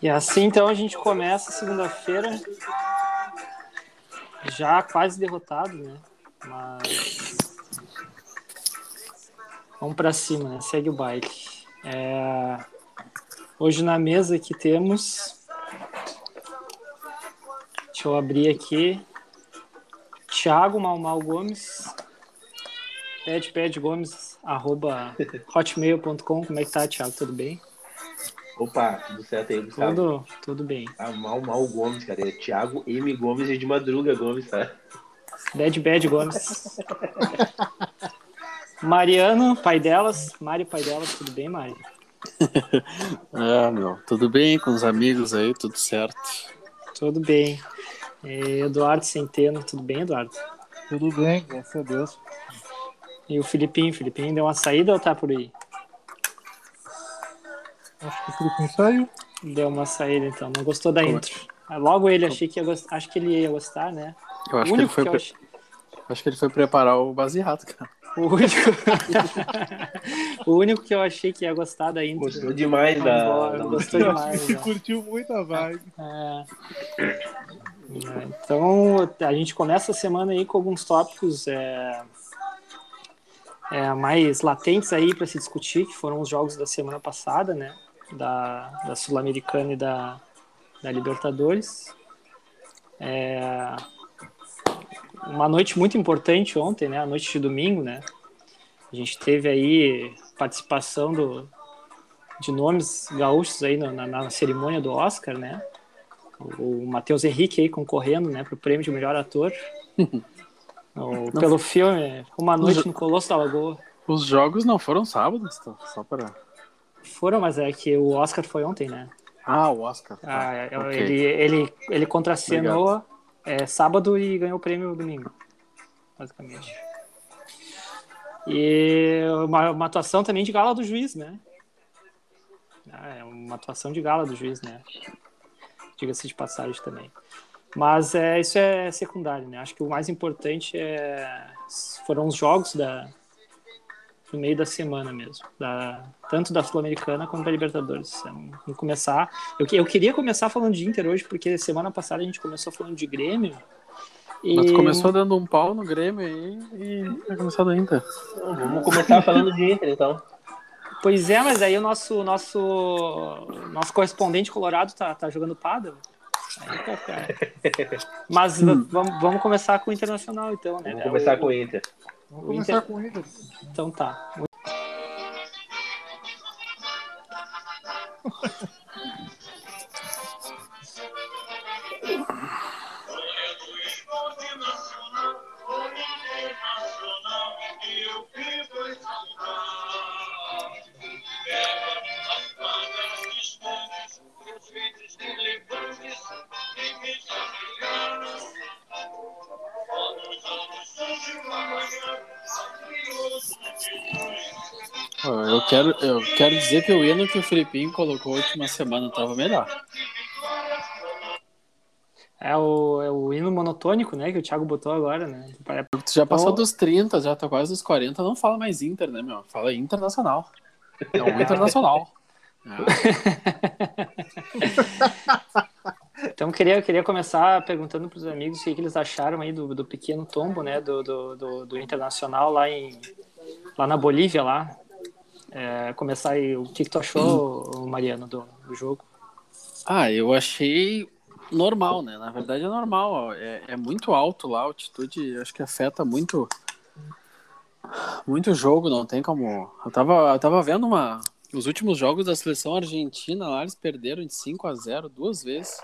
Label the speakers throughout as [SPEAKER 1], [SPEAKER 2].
[SPEAKER 1] E assim então a gente começa segunda-feira já quase derrotado, né? Mas vamos para cima, né? Segue o baile. É... Hoje na mesa que temos, deixa eu abrir aqui. Thiago Malmal Gomes, pedpedgomes, arroba hotmail.com. Como é que tá, Thiago? Tudo bem?
[SPEAKER 2] Opa, tudo certo aí, Gustavo?
[SPEAKER 1] Tudo, tudo bem.
[SPEAKER 2] Ah, mal, mal Gomes, cara. É Thiago M. Gomes e de madruga Gomes, tá?
[SPEAKER 1] Dead Bad Gomes. Mariano, pai delas. Mari, pai delas, tudo bem, Mari?
[SPEAKER 3] Ah, meu, tudo bem com os amigos aí, tudo certo.
[SPEAKER 1] Tudo bem. Eh, Eduardo Centeno, tudo bem, Eduardo?
[SPEAKER 4] Tudo bem, graças a Deus.
[SPEAKER 1] E o Filipinho, Filipinho deu uma saída ou tá por aí?
[SPEAKER 4] Acho que o Filipinho saiu.
[SPEAKER 1] Deu uma saída, então. Não gostou da intro. Ah, Logo ele, achei que ia gost- acho que ele ia gostar, né?
[SPEAKER 3] Eu acho,
[SPEAKER 1] o
[SPEAKER 3] que ele,
[SPEAKER 1] único
[SPEAKER 3] foi
[SPEAKER 1] eu
[SPEAKER 3] pre-
[SPEAKER 1] achei-
[SPEAKER 3] acho que ele foi preparar o baseado, cara.
[SPEAKER 1] O único... o único que eu achei que ia gostar da intro.
[SPEAKER 2] Gostou demais
[SPEAKER 1] Foi
[SPEAKER 2] da.
[SPEAKER 1] embora,
[SPEAKER 2] da-
[SPEAKER 1] gostou demais.
[SPEAKER 4] Você
[SPEAKER 1] né?
[SPEAKER 4] curtiu muito a vibe.
[SPEAKER 1] É. É, Então, a gente começa a semana aí com alguns tópicos é, é, mais latentes aí para se discutir, que foram os jogos da semana passada, né? Da, da Sul-Americana e da, da Libertadores. É, uma noite muito importante ontem, né? A noite de domingo, né? A gente teve aí participação do, de nomes gaúchos aí no- na, na cerimônia do Oscar, né? o Matheus Henrique aí concorrendo, né, pro prêmio de melhor ator. O- pelo filme Uma Noite no Colosso da Lagoa.
[SPEAKER 3] Os jogos não foram sábados, tá? só para.
[SPEAKER 1] Foram, mas é que o Oscar foi ontem, né?
[SPEAKER 3] Ah, o Oscar. tá.
[SPEAKER 1] Ah, eu-
[SPEAKER 3] ok.
[SPEAKER 1] ele, ele, ele contracenou é, sábado e ganhou o prêmio domingo, basicamente. E uma, uma atuação também de gala do juiz, né? Ah, é uma atuação de gala do juiz, né? Diga-se de passagem também. Mas é, isso é secundário, né? Acho que o mais importante é, foram os jogos da, no meio da semana mesmo, da, tanto da Sul-Americana quanto da Libertadores. Então, Vamos começar. Eu, que- eu queria começar falando de Inter hoje, porque semana passada a gente começou falando de Grêmio. E...
[SPEAKER 3] Mas tu começou dando um pau no Grêmio aí e tá começando ainda.
[SPEAKER 2] Não, Vamos começar falando de Inter, então.
[SPEAKER 1] Pois é, mas aí o nosso nosso nosso correspondente colorado tá, tá jogando pádel. Aí tá, cara. Mas v- vamos, vamos começar com o Internacional então, né?
[SPEAKER 2] Vamos
[SPEAKER 1] cara?
[SPEAKER 2] começar com o Inter.
[SPEAKER 4] Vamos
[SPEAKER 1] O
[SPEAKER 4] começar
[SPEAKER 1] Inter-
[SPEAKER 4] com o Inter.
[SPEAKER 1] Então tá.
[SPEAKER 3] Pô, Eu quero, eu quero dizer que o hino que o Filipinho colocou a última semana tava melhor.
[SPEAKER 1] É o, é o hino monotônico, né, que o Thiago botou agora, né? Pare-
[SPEAKER 3] Tu já passou
[SPEAKER 1] Então-
[SPEAKER 3] dos 30, já tá quase dos 40, não fala mais Inter, né, meu? Fala Internacional. É um Internacional. Ah,
[SPEAKER 1] Então eu queria, eu queria começar perguntando para os amigos o que, que eles acharam aí do, do pequeno tombo, né, do, do, do, do internacional lá em lá na Bolívia lá. É, começar aí o que, que tu achou, ô, Mariano, do, do jogo?
[SPEAKER 3] Ah, eu achei normal, né? Na verdade é normal. ó. É, é muito alto lá, a altitude acho que afeta muito muito o jogo, não tem como. Eu tava, eu tava vendo uma. Os últimos jogos da seleção argentina lá, eles perderam de 5 a 0 duas vezes.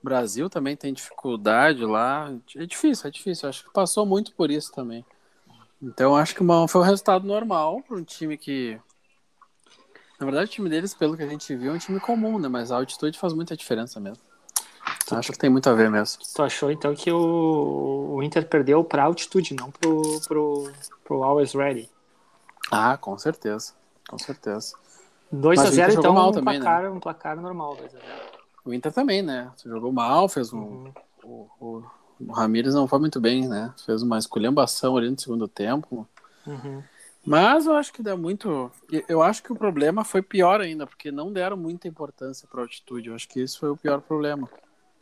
[SPEAKER 3] O Brasil também tem dificuldade lá. É difícil, é difícil. Eu Acho que passou muito por isso também. Então eu acho que uma- foi um resultado normal para um time que. Na verdade, o time deles, pelo que a gente viu, é um time comum, né? Mas a altitude faz muita diferença mesmo. Então, acho que tem muito a ver mesmo.
[SPEAKER 1] Tu achou então que o, o Inter perdeu para altitude, não pro pro, pro Always Ready?
[SPEAKER 3] Ah, com certeza. Com certeza.
[SPEAKER 1] 2
[SPEAKER 3] Mas
[SPEAKER 1] a
[SPEAKER 3] o Inter
[SPEAKER 1] 0 então,
[SPEAKER 3] jogou mal
[SPEAKER 1] um,
[SPEAKER 3] também, né?
[SPEAKER 1] placar, um placar normal, 2 a 0.
[SPEAKER 3] O Inter também, né? Jogou mal, fez um.
[SPEAKER 1] Uhum.
[SPEAKER 3] O, o, o Ramires não foi muito bem, né? Fez uma esculhambação ali no segundo tempo.
[SPEAKER 1] Uhum.
[SPEAKER 3] Mas eu acho que dá muito. Eu acho que o problema foi pior ainda, porque não deram muita importância para altitude. Eu acho que isso foi o pior problema.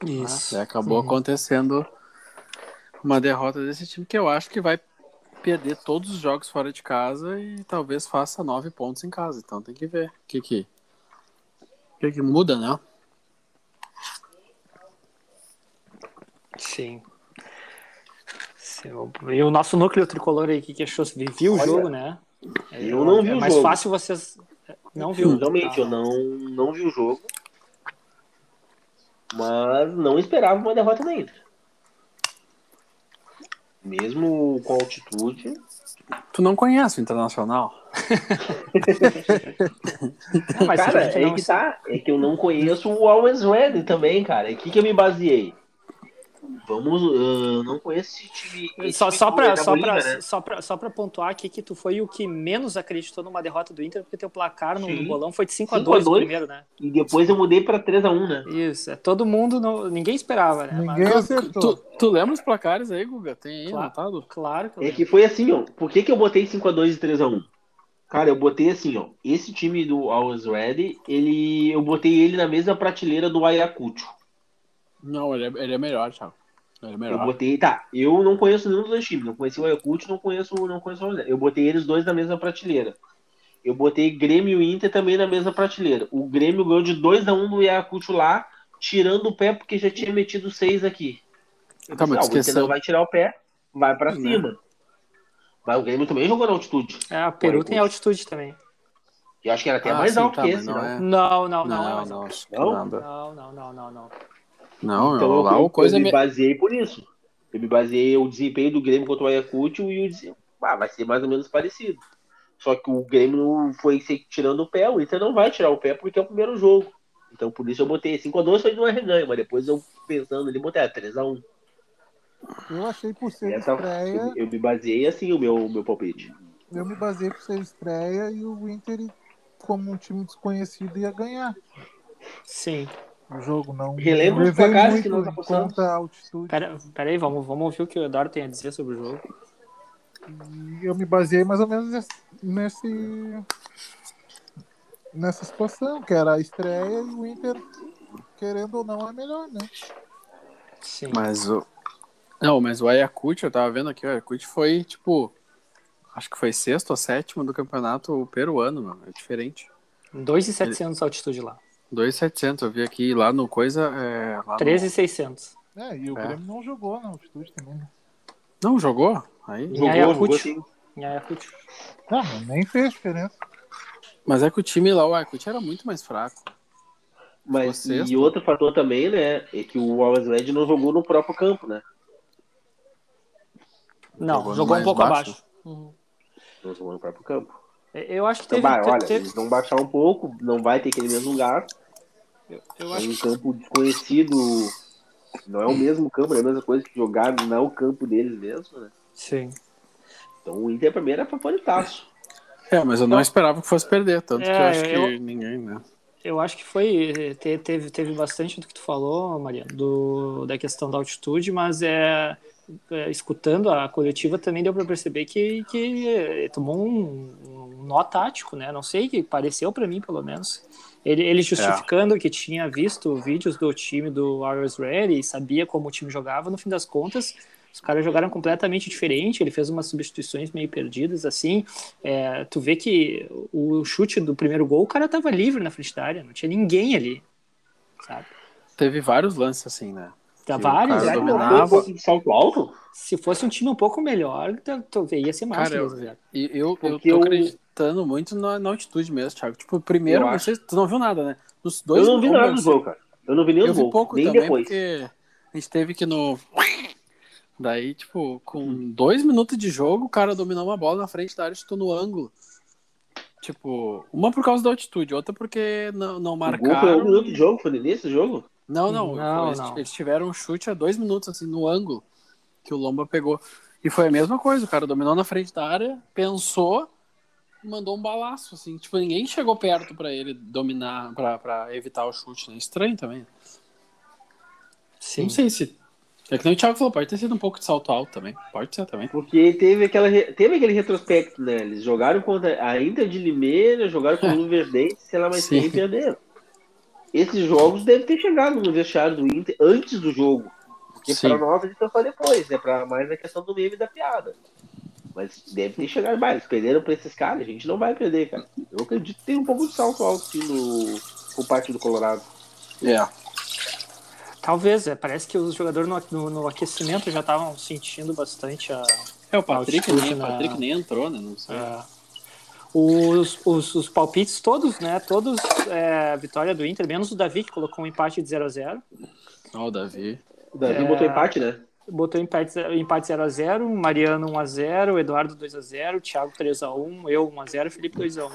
[SPEAKER 3] né?
[SPEAKER 1] Isso.
[SPEAKER 3] E É, acabou acontecendo uma derrota desse time que eu acho que vai perder todos os jogos fora de casa e talvez faça nove pontos em casa. Então tem que ver o que que, o que, que muda, né?
[SPEAKER 1] Sim. Seu- E o nosso núcleo tricolor aí que que achou? Você viu o
[SPEAKER 2] Olha,
[SPEAKER 1] jogo, né?
[SPEAKER 2] eu não vi
[SPEAKER 1] É
[SPEAKER 2] o
[SPEAKER 1] mais
[SPEAKER 2] jogo.
[SPEAKER 1] fácil vocês. Não viu.
[SPEAKER 2] Realmente, eu não, não vi o jogo. Mas não esperava uma derrota da Inter. Mesmo com altitude.
[SPEAKER 3] Tu não conhece o Internacional?
[SPEAKER 1] não, mas
[SPEAKER 2] cara,
[SPEAKER 1] a gente
[SPEAKER 2] é
[SPEAKER 1] não-
[SPEAKER 2] que tá. É que eu não conheço o Always Ready também, cara. E o que, que eu me baseei? Vamos. ah, não conheço esse time. esse
[SPEAKER 1] Só,
[SPEAKER 2] time
[SPEAKER 1] só
[SPEAKER 2] do-
[SPEAKER 1] para
[SPEAKER 2] da
[SPEAKER 1] só
[SPEAKER 2] Bolívia,
[SPEAKER 1] pra,
[SPEAKER 2] tá né?
[SPEAKER 1] só pra, só pra pontuar aqui que tu foi o que menos acreditou numa derrota do Inter, porque teu placar no
[SPEAKER 2] Sim.
[SPEAKER 1] bolão foi de 5 a
[SPEAKER 2] 5 a
[SPEAKER 1] 2
[SPEAKER 2] 2.
[SPEAKER 1] primeiro, né?
[SPEAKER 2] E depois eu mudei pra 3x1, né?
[SPEAKER 1] Isso, é todo mundo, não- ninguém esperava, né? Mas-
[SPEAKER 4] Ninguém
[SPEAKER 3] Tu,
[SPEAKER 4] acertou.
[SPEAKER 3] tu lembra os placares aí, Guga? Tem aí
[SPEAKER 1] Claro.
[SPEAKER 3] anotado?
[SPEAKER 1] Claro que eu
[SPEAKER 2] É
[SPEAKER 1] lembro.
[SPEAKER 2] que foi assim, ó. Por que, que eu botei 5x2 e 3x1? Cara, eu botei assim, ó. Esse time do Always Ready, ele, eu botei ele na mesma prateleira do Ayacucho.
[SPEAKER 3] Não, ele é, ele é melhor, Thiago. Ele é
[SPEAKER 2] Eu
[SPEAKER 3] melhor.
[SPEAKER 2] botei, tá. Eu não conheço nenhum dos dois times. Não conheci o Ayacucho, não conheço, não conheço o Always Ready. Eu botei eles dois na mesma prateleira. Eu botei Grêmio e Inter também na mesma prateleira. O Grêmio ganhou de 2x1 do Ayacucho lá, tirando o pé porque já tinha metido 6 aqui. Eu
[SPEAKER 3] Tá,
[SPEAKER 2] pensei,
[SPEAKER 3] mas
[SPEAKER 2] ah, o Inter
[SPEAKER 3] esqueceu-
[SPEAKER 2] não vai tirar o pé, vai pra
[SPEAKER 3] Né?
[SPEAKER 2] cima. Mas o Grêmio também jogou na altitude.
[SPEAKER 1] É, a Peru tem altitude também.
[SPEAKER 2] Eu acho que era até
[SPEAKER 3] Ah,
[SPEAKER 2] é mais
[SPEAKER 3] sim,
[SPEAKER 2] alto
[SPEAKER 3] tá,
[SPEAKER 2] que
[SPEAKER 3] mas
[SPEAKER 2] esse,
[SPEAKER 3] não
[SPEAKER 2] né?
[SPEAKER 3] é.
[SPEAKER 1] Não, não, não, não, é
[SPEAKER 3] Não,
[SPEAKER 1] mais
[SPEAKER 3] não,
[SPEAKER 1] alto.
[SPEAKER 3] acho que
[SPEAKER 2] Não? Tá
[SPEAKER 3] nada.
[SPEAKER 1] não, não, não, não, não.
[SPEAKER 3] Não,
[SPEAKER 2] Então
[SPEAKER 3] lá
[SPEAKER 2] eu,
[SPEAKER 3] o coisa
[SPEAKER 2] eu
[SPEAKER 3] é
[SPEAKER 2] me
[SPEAKER 3] me-
[SPEAKER 2] baseei por isso. Eu me baseei o desempenho do Grêmio contra o Ayacucho e o desempenho. Ah, vai ser mais ou menos parecido. Só que o Grêmio não foi se tirando o pé, o Inter não vai tirar o pé porque é o primeiro jogo. Então por isso eu botei 5x2 foi de um reganho, mas depois eu pensando ali, botei "Ah, 3x1.
[SPEAKER 4] Eu achei por ser
[SPEAKER 1] é.
[SPEAKER 4] estreia,
[SPEAKER 2] Eu me baseei assim o meu, meu palpite.
[SPEAKER 4] eu me baseei por ser estreia e o Inter, como um time desconhecido, ia ganhar.
[SPEAKER 1] Sim.
[SPEAKER 4] O jogo não.
[SPEAKER 2] Relembra
[SPEAKER 4] não
[SPEAKER 2] os placares
[SPEAKER 4] muito
[SPEAKER 2] que nós
[SPEAKER 4] em
[SPEAKER 2] apostamos.
[SPEAKER 4] conta a altitude.
[SPEAKER 1] Pera, pera aí, vamos, vamos ouvir o que o Eduardo tem a dizer sobre o jogo.
[SPEAKER 4] E eu me baseei mais ou menos nes- nesse. Nessa situação, que era a estreia e o Inter, querendo ou não, é melhor, né?
[SPEAKER 1] Sim.
[SPEAKER 3] Mas o. Não, mas o Ayacucho, eu tava vendo aqui, o Ayacucho foi, tipo. Acho que foi sexto ou sétimo do campeonato peruano, mano. É diferente.
[SPEAKER 1] 2,700 a altitude lá.
[SPEAKER 3] Tá 2,700, eu vi aqui lá no Coisa. É, lá no-
[SPEAKER 1] 13,600.
[SPEAKER 4] É, e o
[SPEAKER 3] É.
[SPEAKER 4] Grêmio não jogou na altitude também. né?
[SPEAKER 3] Não, jogou? Aí.
[SPEAKER 1] Em Ayacucho.
[SPEAKER 2] assim,
[SPEAKER 1] Em Ayacucho.
[SPEAKER 4] Ah, mas nem fez diferença.
[SPEAKER 3] Mas é que o time lá, o Ayacucho era muito mais fraco.
[SPEAKER 2] Mas
[SPEAKER 3] Vocês-
[SPEAKER 2] e outro fator também, né, é que o Alves Red não jogou no próprio campo, né?
[SPEAKER 1] Não,
[SPEAKER 3] Jogou
[SPEAKER 1] jogou,
[SPEAKER 3] mais
[SPEAKER 1] um pouco
[SPEAKER 3] baixo?
[SPEAKER 1] abaixo. Uhum.
[SPEAKER 2] Não jogou no próprio campo.
[SPEAKER 1] Eu acho que
[SPEAKER 3] Tá
[SPEAKER 2] Então,
[SPEAKER 1] teve.
[SPEAKER 2] vai,
[SPEAKER 1] te-
[SPEAKER 2] olha,
[SPEAKER 1] teve-
[SPEAKER 2] eles vão baixar um pouco, não vai ter aquele mesmo gasto.
[SPEAKER 1] eu
[SPEAKER 2] É
[SPEAKER 1] acho
[SPEAKER 2] um campo desconhecido. Não é o mesmo campo, não é a mesma coisa que jogar, não é o campo deles mesmo, né?
[SPEAKER 1] Sim.
[SPEAKER 2] Então o Inter primeiro é favoritaço.
[SPEAKER 3] É, mas eu não esperava que fosse perder, tanto que eu
[SPEAKER 1] É,
[SPEAKER 3] acho que
[SPEAKER 1] eu-
[SPEAKER 3] ninguém, né?
[SPEAKER 1] Eu acho que foi. eh, te- Teve, teve bastante do que tu falou, Maria, do, da questão da altitude, mas é, é, escutando a coletiva também deu para perceber que, que eh, tomou um, um nó tático, né? Não sei, que pareceu para mim, pelo menos. Ele, ele justificando que tinha visto vídeos do time do Warriors Ready e sabia como o time jogava, no fim das contas. Os caras jogaram completamente diferente. Ele fez umas substituições meio perdidas, assim. É, tu vê que o chute do primeiro gol, o cara tava livre na frente da área, não tinha ninguém ali. Sabe?
[SPEAKER 3] Teve vários lances assim, né?
[SPEAKER 1] Tá
[SPEAKER 3] Sim,
[SPEAKER 1] vários.
[SPEAKER 3] cara
[SPEAKER 2] Será
[SPEAKER 1] né?
[SPEAKER 2] que não foi
[SPEAKER 3] dominava.
[SPEAKER 2] um pouco de salto alto?
[SPEAKER 1] Se fosse um time um pouco melhor, tu, tu vê, ia ser mais.
[SPEAKER 3] Cara,
[SPEAKER 1] mesmo, né?
[SPEAKER 3] E eu, eu
[SPEAKER 2] Porque
[SPEAKER 3] tô
[SPEAKER 2] eu-
[SPEAKER 3] acreditando muito na, na altitude mesmo, Thiago. Tipo, primeiro,
[SPEAKER 2] Eu
[SPEAKER 3] não
[SPEAKER 2] acho.
[SPEAKER 3] sei, se tu não viu nada, né? Nos
[SPEAKER 2] Eu
[SPEAKER 3] dois
[SPEAKER 2] não vi
[SPEAKER 3] gols,
[SPEAKER 2] nada do jogo, cara. Eu não vi nem
[SPEAKER 3] Eu
[SPEAKER 2] o
[SPEAKER 3] vi
[SPEAKER 2] gol,
[SPEAKER 3] pouco
[SPEAKER 2] nem
[SPEAKER 3] também,
[SPEAKER 2] depois.
[SPEAKER 3] porque a gente teve que no. Daí, tipo, com dois minutos de jogo, o cara dominou uma bola na frente da área e chutou no ângulo. Tipo, uma por causa da altitude, outra porque não, não
[SPEAKER 2] O gol foi um
[SPEAKER 3] marcaram.
[SPEAKER 2] minuto de jogo, foi no início do jogo?
[SPEAKER 3] Não, não,
[SPEAKER 1] Não,
[SPEAKER 3] eles,
[SPEAKER 1] não.
[SPEAKER 3] eles tiveram um chute a dois minutos, assim, no ângulo, que o Lomba pegou. E foi a mesma coisa, o cara dominou na frente da área, pensou e mandou um balaço, assim. Tipo, ninguém chegou perto pra ele dominar, pra, pra evitar o chute, né? Estranho também.
[SPEAKER 1] Sim.
[SPEAKER 3] Não sei se É que nem o Thiago falou, pode ter sido um pouco de salto alto também. Pode ser também.
[SPEAKER 2] Porque teve, aquela, re- teve aquele retrospecto, né? Eles jogaram contra a Inter de Limeira, jogaram com o Luverdense, sei lá mais
[SPEAKER 3] Sim.
[SPEAKER 2] quem, e perderam. Esses jogos devem ter chegado no vestiário do Inter antes do jogo. Porque
[SPEAKER 3] Sim.
[SPEAKER 2] pra nós eles só depois, né? Pra mais a questão do meme e da piada. Mas deve ter chegado mais. Perderam pra esses caras, a gente não vai perder, cara. Eu acredito que tem um pouco de salto alto aqui no, com o Partido Colorado.
[SPEAKER 3] É.
[SPEAKER 1] Talvez, é, parece que os jogadores no, no- no aquecimento já estavam sentindo bastante a.
[SPEAKER 3] É, o Patrick,
[SPEAKER 1] Altitude
[SPEAKER 3] nem, o
[SPEAKER 1] na- É.
[SPEAKER 3] Patrick nem entrou, né? Não sei.
[SPEAKER 1] a- os, os, os palpites todos, né? Todos é, vitória do Inter, menos o Davi, que colocou um empate de 0 a 0
[SPEAKER 3] Ó, o Davi.
[SPEAKER 2] O Davi
[SPEAKER 1] É.
[SPEAKER 2] botou empate, né?
[SPEAKER 1] Botou empate, empate 0x0, Mariano 1x0, Eduardo 2x0, Thiago 3x1, eu 1x0, Felipe 2x1.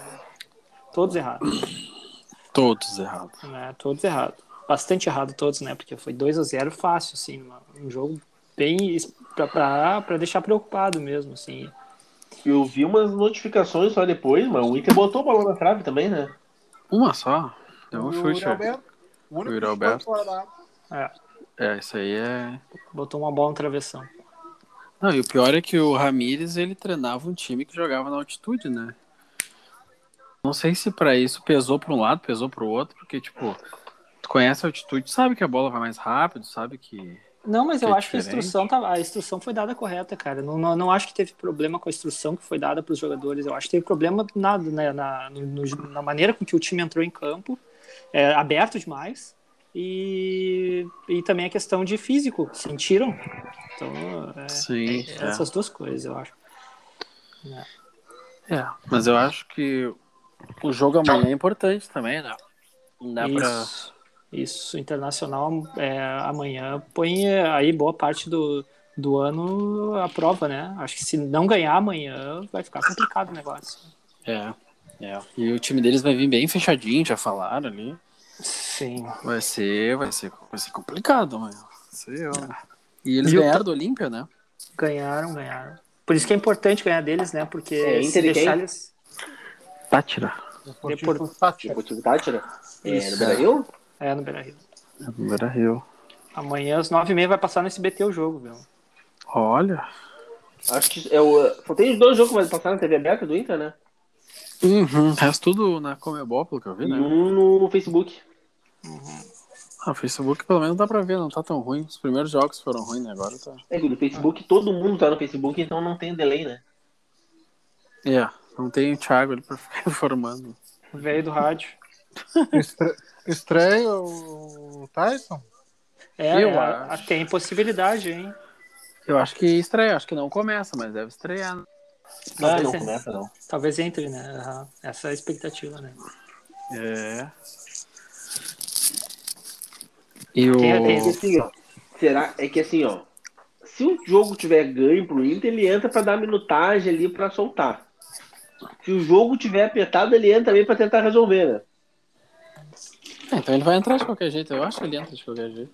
[SPEAKER 1] Todos errados,
[SPEAKER 3] Todos errados.
[SPEAKER 1] né? Todos errados. Bastante errado todos, né? Porque foi 2x0 fácil, assim, uma- um jogo bem es- pra, pra, pra deixar preocupado mesmo, assim.
[SPEAKER 2] Eu vi umas notificações só depois, mas o Inter botou a bola na trave também, né?
[SPEAKER 3] Uma só. Deu um
[SPEAKER 4] o
[SPEAKER 3] chute.
[SPEAKER 4] Yuri Alberto. O único
[SPEAKER 3] Yuri
[SPEAKER 4] que foi
[SPEAKER 3] Alberto.
[SPEAKER 4] fora.
[SPEAKER 1] É,
[SPEAKER 3] É, isso aí é.
[SPEAKER 1] botou uma bola no travessão.
[SPEAKER 3] Não, e o pior é que o Ramires ele treinava um time que jogava na altitude, né? Não sei se pra isso pesou pra um lado, pesou pro outro, porque, tipo, tu conhece a altitude, sabe que a bola vai mais rápido, sabe que.
[SPEAKER 1] Não, mas eu
[SPEAKER 3] Que é
[SPEAKER 1] acho que a
[SPEAKER 3] diferente.
[SPEAKER 1] instrução, tava- a instrução foi dada correta, cara. Não, não, não acho que teve problema com a instrução que foi dada para os jogadores. Eu acho que teve problema na, na, na, no- no- na maneira com que o time entrou em campo, é, aberto demais. E, e também a questão de físico, sentiram. Então,
[SPEAKER 3] Sim.
[SPEAKER 1] é, essas duas coisas, eu acho.
[SPEAKER 3] É. É, Mas eu acho que o jogo amanhã é importante também, né? Dá pra.
[SPEAKER 1] isso, isso, internacional é, amanhã põe é, aí boa parte do, do ano a prova, né? Acho que se não ganhar amanhã, vai ficar complicado o negócio.
[SPEAKER 3] É, é. E o time deles vai vir bem fechadinho, já falaram ali.
[SPEAKER 1] Sim.
[SPEAKER 3] Vai ser, vai ser, vai ser complicado, mano. E eles
[SPEAKER 1] É. E o-
[SPEAKER 3] ganharam do Olímpia, né?
[SPEAKER 1] Ganharam, ganharam. Por isso que é importante ganhar deles, né? Porque
[SPEAKER 2] É,
[SPEAKER 1] se
[SPEAKER 2] Inter e
[SPEAKER 1] deixar
[SPEAKER 2] quem?
[SPEAKER 1] eles.
[SPEAKER 3] Tátira.
[SPEAKER 4] Deportivo Tátira.
[SPEAKER 2] Deportivo Tátira. É,
[SPEAKER 1] Isso.
[SPEAKER 2] no Brasil?
[SPEAKER 1] É, no Beira Rio.
[SPEAKER 3] Era Rio.
[SPEAKER 1] Amanhã às 9h30 vai passar no SBT o jogo, viu?
[SPEAKER 3] Olha.
[SPEAKER 2] Acho que é o. Só tem os dois jogos que vai passar na TV aberta do Inter, né?
[SPEAKER 3] Uhum. Resta tudo na Comebol, pelo que eu
[SPEAKER 2] E
[SPEAKER 3] vi, né?
[SPEAKER 2] um no, no Facebook.
[SPEAKER 3] Ah, o Facebook pelo menos dá pra ver, não tá tão ruim. Os primeiros jogos foram ruins, né? Agora tá.
[SPEAKER 2] É que no Facebook todo mundo tá no Facebook, então não tem delay, né?
[SPEAKER 3] É, não tem o Thiago ali pra ficar informando.
[SPEAKER 1] Veio do rádio.
[SPEAKER 4] Estre... Estreia o Tyson?
[SPEAKER 1] É,
[SPEAKER 3] Eu
[SPEAKER 1] é, a-
[SPEAKER 3] acho.
[SPEAKER 1] tem possibilidade, hein?
[SPEAKER 3] Eu acho que estreia, acho que não começa, mas deve estrear. né?
[SPEAKER 2] Ah, não
[SPEAKER 1] Talvez, en-
[SPEAKER 2] começa, não.
[SPEAKER 1] talvez entre, né? Aham. Essa é a expectativa, né?
[SPEAKER 3] É. E o.
[SPEAKER 1] Quem-
[SPEAKER 2] É que assim, ó. Será? É que assim, ó. Se o jogo tiver ganho pro Inter, ele entra pra dar minutagem ali pra soltar. Se o jogo tiver apertado, ele entra também pra tentar resolver, né?
[SPEAKER 3] É, Então ele vai entrar de qualquer jeito, eu acho que ele entra de qualquer jeito.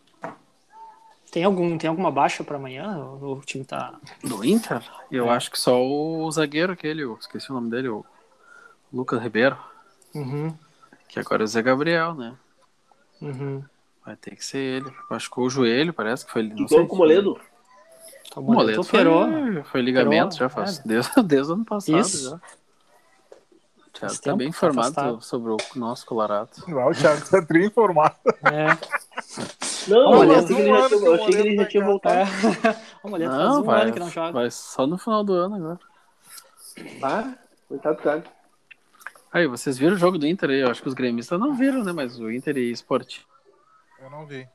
[SPEAKER 1] Tem, algum, tem alguma baixa pra amanhã? O, o time tá.
[SPEAKER 3] Do Inter? Eu acho que só o zagueiro aquele, eu esqueci o nome dele, o Lucas Ribeiro,
[SPEAKER 1] Uhum.
[SPEAKER 3] que agora é o Zé Gabriel, né?
[SPEAKER 1] Uhum.
[SPEAKER 3] Vai ter que ser ele. Machucou o joelho, parece que foi ele. Não sei.
[SPEAKER 2] Então com o Moledo.
[SPEAKER 1] Então,
[SPEAKER 3] O é- Moleto
[SPEAKER 1] operou.
[SPEAKER 3] foi, foi ligamento, já
[SPEAKER 1] operou,
[SPEAKER 3] faz
[SPEAKER 1] é.
[SPEAKER 3] desde, desde o ano passado.
[SPEAKER 1] né? Isso.
[SPEAKER 3] Já. O Thiago
[SPEAKER 1] Faz
[SPEAKER 3] tá
[SPEAKER 1] tempo
[SPEAKER 3] bem
[SPEAKER 1] que tá
[SPEAKER 3] informado
[SPEAKER 1] afastado.
[SPEAKER 3] sobre o nosso Colorado.
[SPEAKER 4] Lá o Thiago tá tri informado.
[SPEAKER 1] É.
[SPEAKER 2] Não,
[SPEAKER 1] Olha,
[SPEAKER 2] eu achei que ele já
[SPEAKER 4] um
[SPEAKER 2] tinha-
[SPEAKER 4] ano
[SPEAKER 2] eu achei que ele
[SPEAKER 4] que o
[SPEAKER 2] já tinha
[SPEAKER 4] Moledo
[SPEAKER 2] voltado.
[SPEAKER 1] O Moleto faz um ano que não joga.
[SPEAKER 3] vai só no final do ano agora.
[SPEAKER 2] Ah, coitado do cara.
[SPEAKER 3] Aí, vocês viram o jogo do Inter aí? Eu acho que os gremistas não viram, né? Mas o Inter e Sport.
[SPEAKER 4] Eu não vi.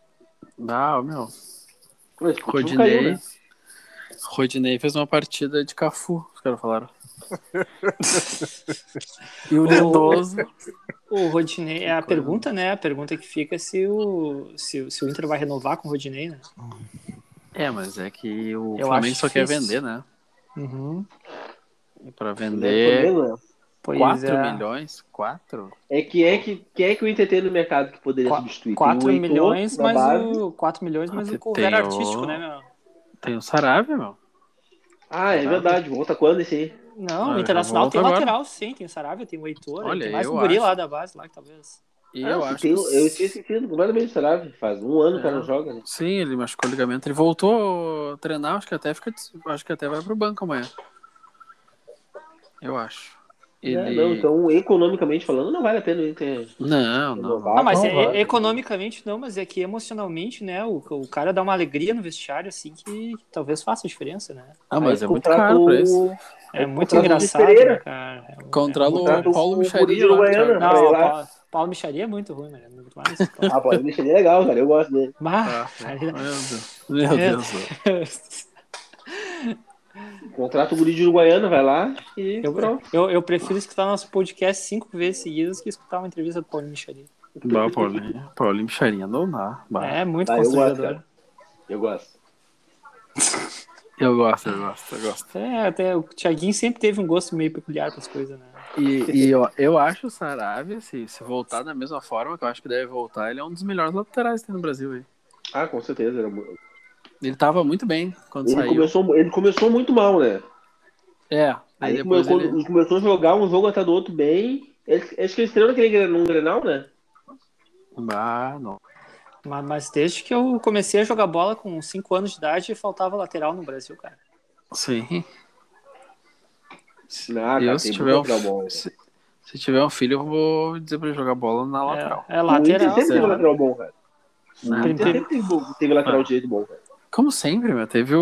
[SPEAKER 3] Ah, meu.
[SPEAKER 2] Mas o time
[SPEAKER 3] Rodinei.
[SPEAKER 2] caiu, né?
[SPEAKER 3] Rodinei fez uma partida de Cafu, os caras falaram. e o Lindoso.
[SPEAKER 1] O Rodinei, é a pergunta, né? A pergunta que fica é se o, se, se o Inter vai renovar com o Rodinei, né?
[SPEAKER 3] É, mas é que o
[SPEAKER 1] Eu
[SPEAKER 3] Flamengo
[SPEAKER 1] acho
[SPEAKER 3] só quer
[SPEAKER 1] difícil. né?
[SPEAKER 3] vender, né?
[SPEAKER 1] Uhum.
[SPEAKER 3] E pra
[SPEAKER 2] É,
[SPEAKER 3] vender
[SPEAKER 2] problema.
[SPEAKER 1] Pois
[SPEAKER 3] 4
[SPEAKER 1] é.
[SPEAKER 3] milhões? 4?
[SPEAKER 2] É que é que quem é que o Inter tem no mercado que poderia
[SPEAKER 1] Qua-
[SPEAKER 2] substituir?
[SPEAKER 1] 4
[SPEAKER 2] Tem o Heitor
[SPEAKER 1] milhões,
[SPEAKER 2] na
[SPEAKER 1] mas
[SPEAKER 2] base.
[SPEAKER 1] o 4 milhões, mas o
[SPEAKER 3] Ah, Tem
[SPEAKER 1] cover
[SPEAKER 3] o-
[SPEAKER 1] artístico, né, meu?
[SPEAKER 3] Tem o Sarabia, meu.
[SPEAKER 2] Ah, é verdade. Volta quando esse aí?
[SPEAKER 1] Não,
[SPEAKER 3] Ah,
[SPEAKER 1] o
[SPEAKER 3] já
[SPEAKER 1] Internacional
[SPEAKER 3] volto
[SPEAKER 1] tem
[SPEAKER 3] agora.
[SPEAKER 1] lateral, sim, tem o Saravia, tem o Heitor,
[SPEAKER 3] Olha,
[SPEAKER 1] tem mais
[SPEAKER 3] eu
[SPEAKER 1] um guri
[SPEAKER 3] acho.
[SPEAKER 1] lá da base, lá que talvez.
[SPEAKER 3] E
[SPEAKER 2] Ah,
[SPEAKER 3] eu
[SPEAKER 2] se
[SPEAKER 3] acho
[SPEAKER 2] tem-
[SPEAKER 3] que. É.
[SPEAKER 2] eu tinha sentido é completamente sarado, faz um ano que ela não joga, né?
[SPEAKER 3] Sim, ele machucou o ligamento. Ele voltou a treinar, acho que até fica. Acho que até vai pro banco amanhã. Eu acho. Ele...
[SPEAKER 2] É, não, então, economicamente falando, não vale a pena o Inter
[SPEAKER 3] não, não.
[SPEAKER 2] renovar.
[SPEAKER 1] Ah, mas
[SPEAKER 4] não,
[SPEAKER 1] é-
[SPEAKER 4] vai.
[SPEAKER 1] economicamente não, mas é que emocionalmente, né? O, o cara dá uma alegria no vestiário, assim, que talvez faça diferença, né?
[SPEAKER 3] Ah, mas
[SPEAKER 2] Aí
[SPEAKER 3] é muito
[SPEAKER 2] contrata
[SPEAKER 3] caro pra isso.
[SPEAKER 2] o-
[SPEAKER 1] É muito
[SPEAKER 2] contrato de
[SPEAKER 1] engraçado,
[SPEAKER 2] Pereira.
[SPEAKER 1] né, cara. É um-
[SPEAKER 3] Contra
[SPEAKER 1] é um-
[SPEAKER 3] o
[SPEAKER 2] contrata o-
[SPEAKER 3] Paulo
[SPEAKER 2] o
[SPEAKER 3] Micharia.
[SPEAKER 2] Murilo
[SPEAKER 3] lá,
[SPEAKER 2] Goiano,
[SPEAKER 3] Thiago.
[SPEAKER 2] Vai
[SPEAKER 1] Não, o
[SPEAKER 2] lá.
[SPEAKER 1] Paulo, Paulo Micharia é muito ruim, mano. É muito mais.
[SPEAKER 2] Ah, pô, ele é legal, cara. Eu gosto dele.
[SPEAKER 1] Bah,
[SPEAKER 3] Ah, Meu
[SPEAKER 1] cara,
[SPEAKER 3] Deus. Meu
[SPEAKER 1] É.
[SPEAKER 3] Deus.
[SPEAKER 2] Contrata o guri de Uruguaiana, vai lá e
[SPEAKER 1] eu,
[SPEAKER 2] pronto.
[SPEAKER 1] eu, eu prefiro escutar nosso podcast cinco vezes seguidas que escutar uma entrevista do Paulo Micharia.
[SPEAKER 3] Bah, Paulinho. Paulinho Micharia não dá. Bah.
[SPEAKER 1] É muito
[SPEAKER 2] Bah, Ah, eu
[SPEAKER 1] constrangedor.
[SPEAKER 2] Eu gosto.
[SPEAKER 3] Eu gosto, eu gosto, eu gosto.
[SPEAKER 1] É, até o Thiaguinho sempre teve um gosto meio peculiar para as coisas, né?
[SPEAKER 3] E, e eu, eu acho o Saravia, se, se voltar da mesma forma que eu acho que deve voltar, ele é um dos melhores laterais que tem no Brasil aí.
[SPEAKER 2] Ah, com certeza. era mu-
[SPEAKER 3] Ele tava muito bem quando
[SPEAKER 2] Ele
[SPEAKER 3] saiu.
[SPEAKER 2] começou, ele começou muito mal, né?
[SPEAKER 3] É, aí
[SPEAKER 2] Aí ele
[SPEAKER 3] depois
[SPEAKER 2] começou,
[SPEAKER 3] ele...
[SPEAKER 2] ele começou a jogar um jogo atrás do outro bem. Ele, acho que ele estreou naquele Gre- num Grenal, né?
[SPEAKER 3] Ah, não.
[SPEAKER 1] Mas, mas desde que eu comecei a jogar bola com 5 anos de idade, faltava lateral no Brasil, cara.
[SPEAKER 3] Sim. Se-
[SPEAKER 2] Ah,
[SPEAKER 3] eu,
[SPEAKER 2] cara,
[SPEAKER 3] se
[SPEAKER 2] tem
[SPEAKER 3] tiver, um,
[SPEAKER 2] muito lateral bom.
[SPEAKER 3] se, se tiver um filho, eu vou dizer pra ele jogar bola na lateral.
[SPEAKER 1] É, é
[SPEAKER 2] o Inter
[SPEAKER 1] lateral.
[SPEAKER 2] sempre teve
[SPEAKER 1] sei lá.
[SPEAKER 2] lateral bom, cara.
[SPEAKER 3] Né?
[SPEAKER 2] O Inter
[SPEAKER 1] Tem-
[SPEAKER 2] sempre teve, teve lateral direito bom, cara.
[SPEAKER 3] Como sempre, meu. Teve o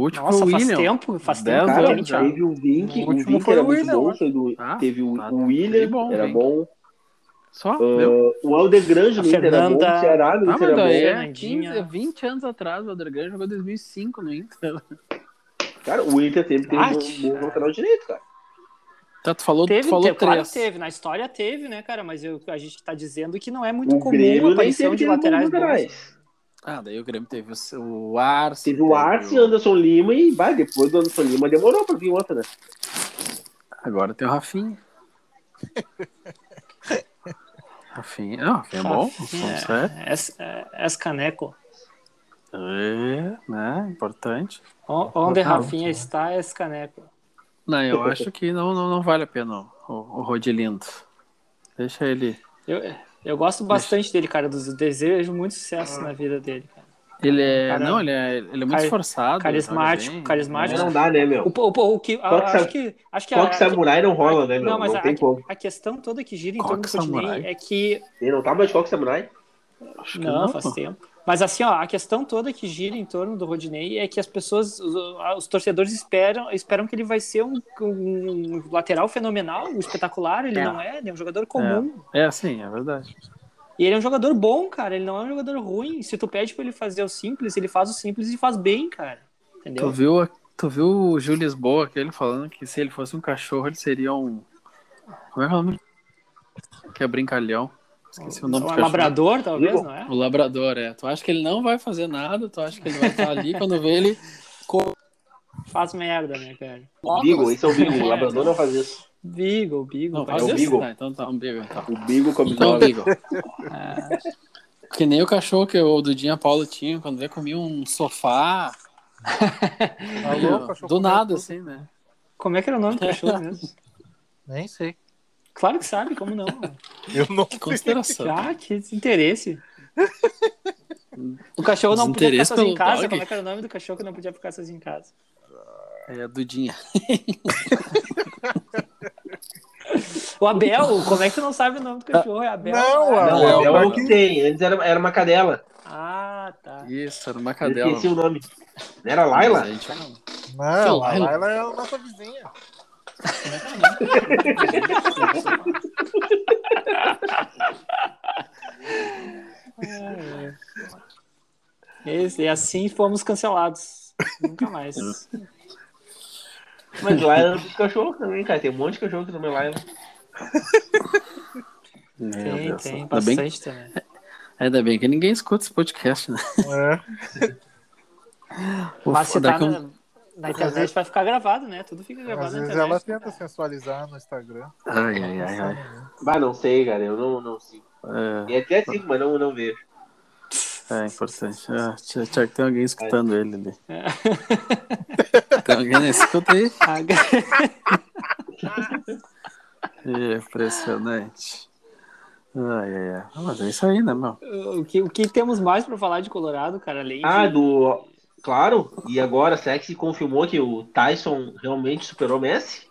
[SPEAKER 3] último
[SPEAKER 1] Nossa, faz
[SPEAKER 3] William.
[SPEAKER 1] tempo, faz
[SPEAKER 3] Dez
[SPEAKER 1] tempo. que
[SPEAKER 2] Cara,
[SPEAKER 1] tem,
[SPEAKER 3] anos já.
[SPEAKER 1] Thiago.
[SPEAKER 2] teve o Vink,
[SPEAKER 4] O
[SPEAKER 2] o
[SPEAKER 4] último
[SPEAKER 2] Vink
[SPEAKER 4] foi
[SPEAKER 2] era
[SPEAKER 4] o
[SPEAKER 2] muito
[SPEAKER 4] William,
[SPEAKER 2] bom.
[SPEAKER 4] né?
[SPEAKER 2] foi do-
[SPEAKER 3] Ah,
[SPEAKER 2] teve o,
[SPEAKER 3] tá.
[SPEAKER 2] o William,
[SPEAKER 3] Foi bom,
[SPEAKER 2] era
[SPEAKER 3] Vink.
[SPEAKER 2] bom.
[SPEAKER 3] Só, meu.
[SPEAKER 2] Ah, o Aldegrange
[SPEAKER 1] A
[SPEAKER 2] no Inter era bom.
[SPEAKER 1] Fernanda-
[SPEAKER 2] O Ceará no
[SPEAKER 3] Ah,
[SPEAKER 2] Inter era
[SPEAKER 3] mas daí
[SPEAKER 2] bom.
[SPEAKER 3] é
[SPEAKER 1] Fernandinha.
[SPEAKER 3] 15, 20 anos atrás, o Adorgan jogou 2005 no Inter.
[SPEAKER 2] Cara, o Inter sempre teve
[SPEAKER 1] Ah,
[SPEAKER 2] um bom- bom lateral direito, cara.
[SPEAKER 3] Tá, tu falou,
[SPEAKER 1] Teve,
[SPEAKER 3] tu falou
[SPEAKER 1] teve, claro
[SPEAKER 3] três.
[SPEAKER 1] que teve, na história teve, né, cara? Mas eu- a gente tá dizendo que não é muito
[SPEAKER 2] O
[SPEAKER 1] comum
[SPEAKER 2] Grêmio
[SPEAKER 1] a
[SPEAKER 2] nem
[SPEAKER 1] aparição
[SPEAKER 2] sempre
[SPEAKER 1] de
[SPEAKER 2] teve um
[SPEAKER 1] laterais
[SPEAKER 2] laterais
[SPEAKER 1] bons.
[SPEAKER 2] laterais.
[SPEAKER 3] Ah, daí o Grêmio teve o, seu- o Arce.
[SPEAKER 2] Teve o Arce, Anderson Lima e, bah, depois do Anderson Lima demorou pra vir outra, né?
[SPEAKER 3] Agora tem o Rafinha. Rafinha. Não, Rafinha é bom.
[SPEAKER 1] Rafinha.
[SPEAKER 3] vamos ver.
[SPEAKER 2] né?
[SPEAKER 1] Es, é- es Caneco.
[SPEAKER 3] É, né? Importante.
[SPEAKER 1] O- Onde
[SPEAKER 3] Total.
[SPEAKER 1] Rafinha está, é es Caneco.
[SPEAKER 3] Não, eu acho que não, não, não vale a pena o, o Rodilindo. Deixa ele.
[SPEAKER 1] Eu, eu Ah. gosto bastante dele, cara. Dos, desejo muito sucesso na vida dele, cara.
[SPEAKER 3] Ele é.
[SPEAKER 1] Cara-
[SPEAKER 3] não, ele é, ele é muito
[SPEAKER 1] cari-
[SPEAKER 3] esforçado.
[SPEAKER 1] carismático,
[SPEAKER 3] joga bem.
[SPEAKER 1] carismático.
[SPEAKER 2] Mas não dá, né,
[SPEAKER 1] O,
[SPEAKER 2] meu?
[SPEAKER 1] po- o, po- o que, a-
[SPEAKER 2] Coque
[SPEAKER 1] acho
[SPEAKER 2] Sam-
[SPEAKER 1] que, acho que, é a,
[SPEAKER 2] Coque Samurai não rola, né, meu?
[SPEAKER 1] não,
[SPEAKER 2] Não,
[SPEAKER 1] mas a,
[SPEAKER 2] tem como.
[SPEAKER 1] a questão toda que gira em torno
[SPEAKER 3] Coque
[SPEAKER 1] do Rodinei
[SPEAKER 3] Samurai.
[SPEAKER 1] é que
[SPEAKER 2] Ele não tá mais de Coque Samurai?
[SPEAKER 3] É, Acho que
[SPEAKER 1] Não, faz tempo. Mas assim, ó, a questão toda que gira em torno do Rodinei é que as pessoas, os, os torcedores esperam, esperam que ele vai ser um, um lateral fenomenal, um espetacular. Ele
[SPEAKER 3] É.
[SPEAKER 1] não é, ele é um jogador comum.
[SPEAKER 3] É, sim, é verdade.
[SPEAKER 1] E ele é um jogador bom, cara. Ele não é um jogador ruim. Se tu pede pra ele fazer o simples, ele faz o simples e faz bem, cara.
[SPEAKER 3] Tu
[SPEAKER 1] Entendeu?
[SPEAKER 3] viu, a- tu viu o Gil Lisboa, aquele falando que se ele fosse um cachorro, ele seria um. Como é que é o nome? Que é brincalhão. Esqueci é o nome do
[SPEAKER 1] Um
[SPEAKER 3] cachorro.
[SPEAKER 1] labrador, talvez, não é?
[SPEAKER 3] O labrador, é. Tu acha que ele não vai fazer nada, tu acha que ele vai estar ali quando vê ele.
[SPEAKER 1] Faz merda, né, cara?
[SPEAKER 2] Beagle, esse é o Beagle.
[SPEAKER 1] É.
[SPEAKER 2] O Labrador não faz isso.
[SPEAKER 1] Beagle, Beagle.
[SPEAKER 3] Não,
[SPEAKER 1] vai
[SPEAKER 3] faz
[SPEAKER 2] é o
[SPEAKER 1] ser-
[SPEAKER 3] isso.
[SPEAKER 2] Beagle.
[SPEAKER 3] Tá, então tá, um Beagle. Então,
[SPEAKER 2] O Beagle come
[SPEAKER 3] então
[SPEAKER 2] bola.
[SPEAKER 3] um Beagle. É. Que nem o cachorro que o Dudinha Paulo tinha, quando vê comia um sofá.
[SPEAKER 4] Tá
[SPEAKER 3] Meu,
[SPEAKER 4] louco, achou
[SPEAKER 3] do
[SPEAKER 4] que
[SPEAKER 3] nada,
[SPEAKER 4] eu-
[SPEAKER 3] assim, né?
[SPEAKER 1] Como é que era o nome do cachorro mesmo?
[SPEAKER 4] Nem sei.
[SPEAKER 1] Claro que sabe, como não?
[SPEAKER 4] Eu não
[SPEAKER 3] Que consideração.
[SPEAKER 1] Ah, que desinteresse. O cachorro não podia ficar
[SPEAKER 3] Desinteresse
[SPEAKER 1] sozinho em
[SPEAKER 3] pelo
[SPEAKER 1] casa?
[SPEAKER 3] dog?
[SPEAKER 1] Como é que era o nome do cachorro que não podia ficar sozinho em casa?
[SPEAKER 3] É, Dudinha.
[SPEAKER 1] O Abel, como é que tu não sabe o nome do cachorro? É Abel?
[SPEAKER 4] Não,
[SPEAKER 1] ah,
[SPEAKER 4] Abel.
[SPEAKER 2] Não, é
[SPEAKER 4] Não,
[SPEAKER 2] o que tem. Antes era, era uma cadela.
[SPEAKER 1] Ah, tá.
[SPEAKER 3] Isso, era uma
[SPEAKER 2] Eu
[SPEAKER 3] cadela.
[SPEAKER 2] esqueci o nome. Não era
[SPEAKER 3] Mas
[SPEAKER 2] Laila?
[SPEAKER 3] a gente
[SPEAKER 1] Tá
[SPEAKER 3] não-
[SPEAKER 4] Não,
[SPEAKER 3] Sei lá. né?
[SPEAKER 4] lá, ela é a nossa vizinha.
[SPEAKER 1] Esse- É, E assim fomos cancelados. Nunca mais.
[SPEAKER 2] Mas Laila é dos cachorros também, cara. Tem um monte de cachorro que não é Laila.
[SPEAKER 3] Meu
[SPEAKER 1] Tem,
[SPEAKER 3] Deus.
[SPEAKER 1] tem.
[SPEAKER 3] Ainda bem,
[SPEAKER 1] Bastante também.
[SPEAKER 3] ainda bem que ninguém escuta esse podcast, né?
[SPEAKER 4] É.
[SPEAKER 1] Mas se tá
[SPEAKER 3] Daqui um-
[SPEAKER 1] na, na internet vai ficar gravado, né? Tudo fica
[SPEAKER 4] Às
[SPEAKER 1] gravado na
[SPEAKER 4] vezes
[SPEAKER 1] internet.
[SPEAKER 4] ela tenta sensualizar no Instagram.
[SPEAKER 3] Ai, ai, ai, ai.
[SPEAKER 2] Bah, não sei, cara. Eu não, não sigo.
[SPEAKER 3] É.
[SPEAKER 2] E até sigo, mas não, não vejo.
[SPEAKER 3] É importante. Ah, tinha, tinha que ter alguém escutando ele ali.
[SPEAKER 1] É.
[SPEAKER 3] Tem alguém na escuta aí?
[SPEAKER 1] Ah,
[SPEAKER 3] É, Impressionante. Ai, ai, ai. Ah, Mas é isso aí, né, meu?
[SPEAKER 1] O que, o que temos mais pra falar de Colorado, cara? Além de-
[SPEAKER 2] Ah, do. Claro, e agora, será que se confirmou que o Tyson realmente superou o Messi?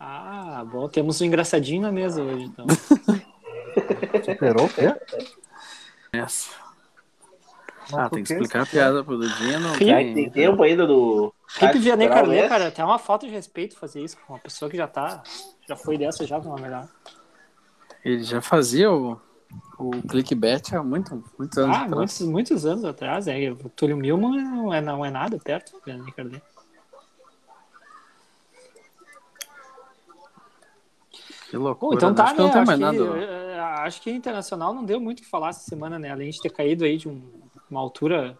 [SPEAKER 1] Ah, bom, temos um engraçadinho na mesa hoje, então.
[SPEAKER 3] Ah,
[SPEAKER 4] Superou o quê?
[SPEAKER 3] Essa.
[SPEAKER 4] Mas
[SPEAKER 3] Ah, tem
[SPEAKER 4] por
[SPEAKER 3] que
[SPEAKER 4] quê?
[SPEAKER 3] explicar a piada pro Dudinho. Não
[SPEAKER 1] Sim.
[SPEAKER 2] Será que tem
[SPEAKER 3] tem...
[SPEAKER 2] tempo ainda do.
[SPEAKER 1] Felipe
[SPEAKER 2] Tyson
[SPEAKER 1] Vianney
[SPEAKER 2] superar o
[SPEAKER 1] Carlê,
[SPEAKER 2] Messi?
[SPEAKER 1] cara, até uma falta de respeito fazer isso com uma pessoa que já tá. Já foi dessa, já, não é melhor.
[SPEAKER 3] Ele já fazia o, o clickbait há muito, muitos anos
[SPEAKER 1] Ah,
[SPEAKER 3] atrás.
[SPEAKER 1] muitos, muitos anos atrás, é. O Túlio Milman não é, não é nada perto do Vianney Carlê.
[SPEAKER 3] Que loucura.
[SPEAKER 1] Bom, então
[SPEAKER 3] né?
[SPEAKER 1] tá,
[SPEAKER 3] Acho que
[SPEAKER 1] né?
[SPEAKER 3] não tem mais
[SPEAKER 1] acho,
[SPEAKER 3] nada.
[SPEAKER 1] que, eh, acho que internacional não deu muito o que falar essa semana, né? Além de ter caído aí de um- uma altura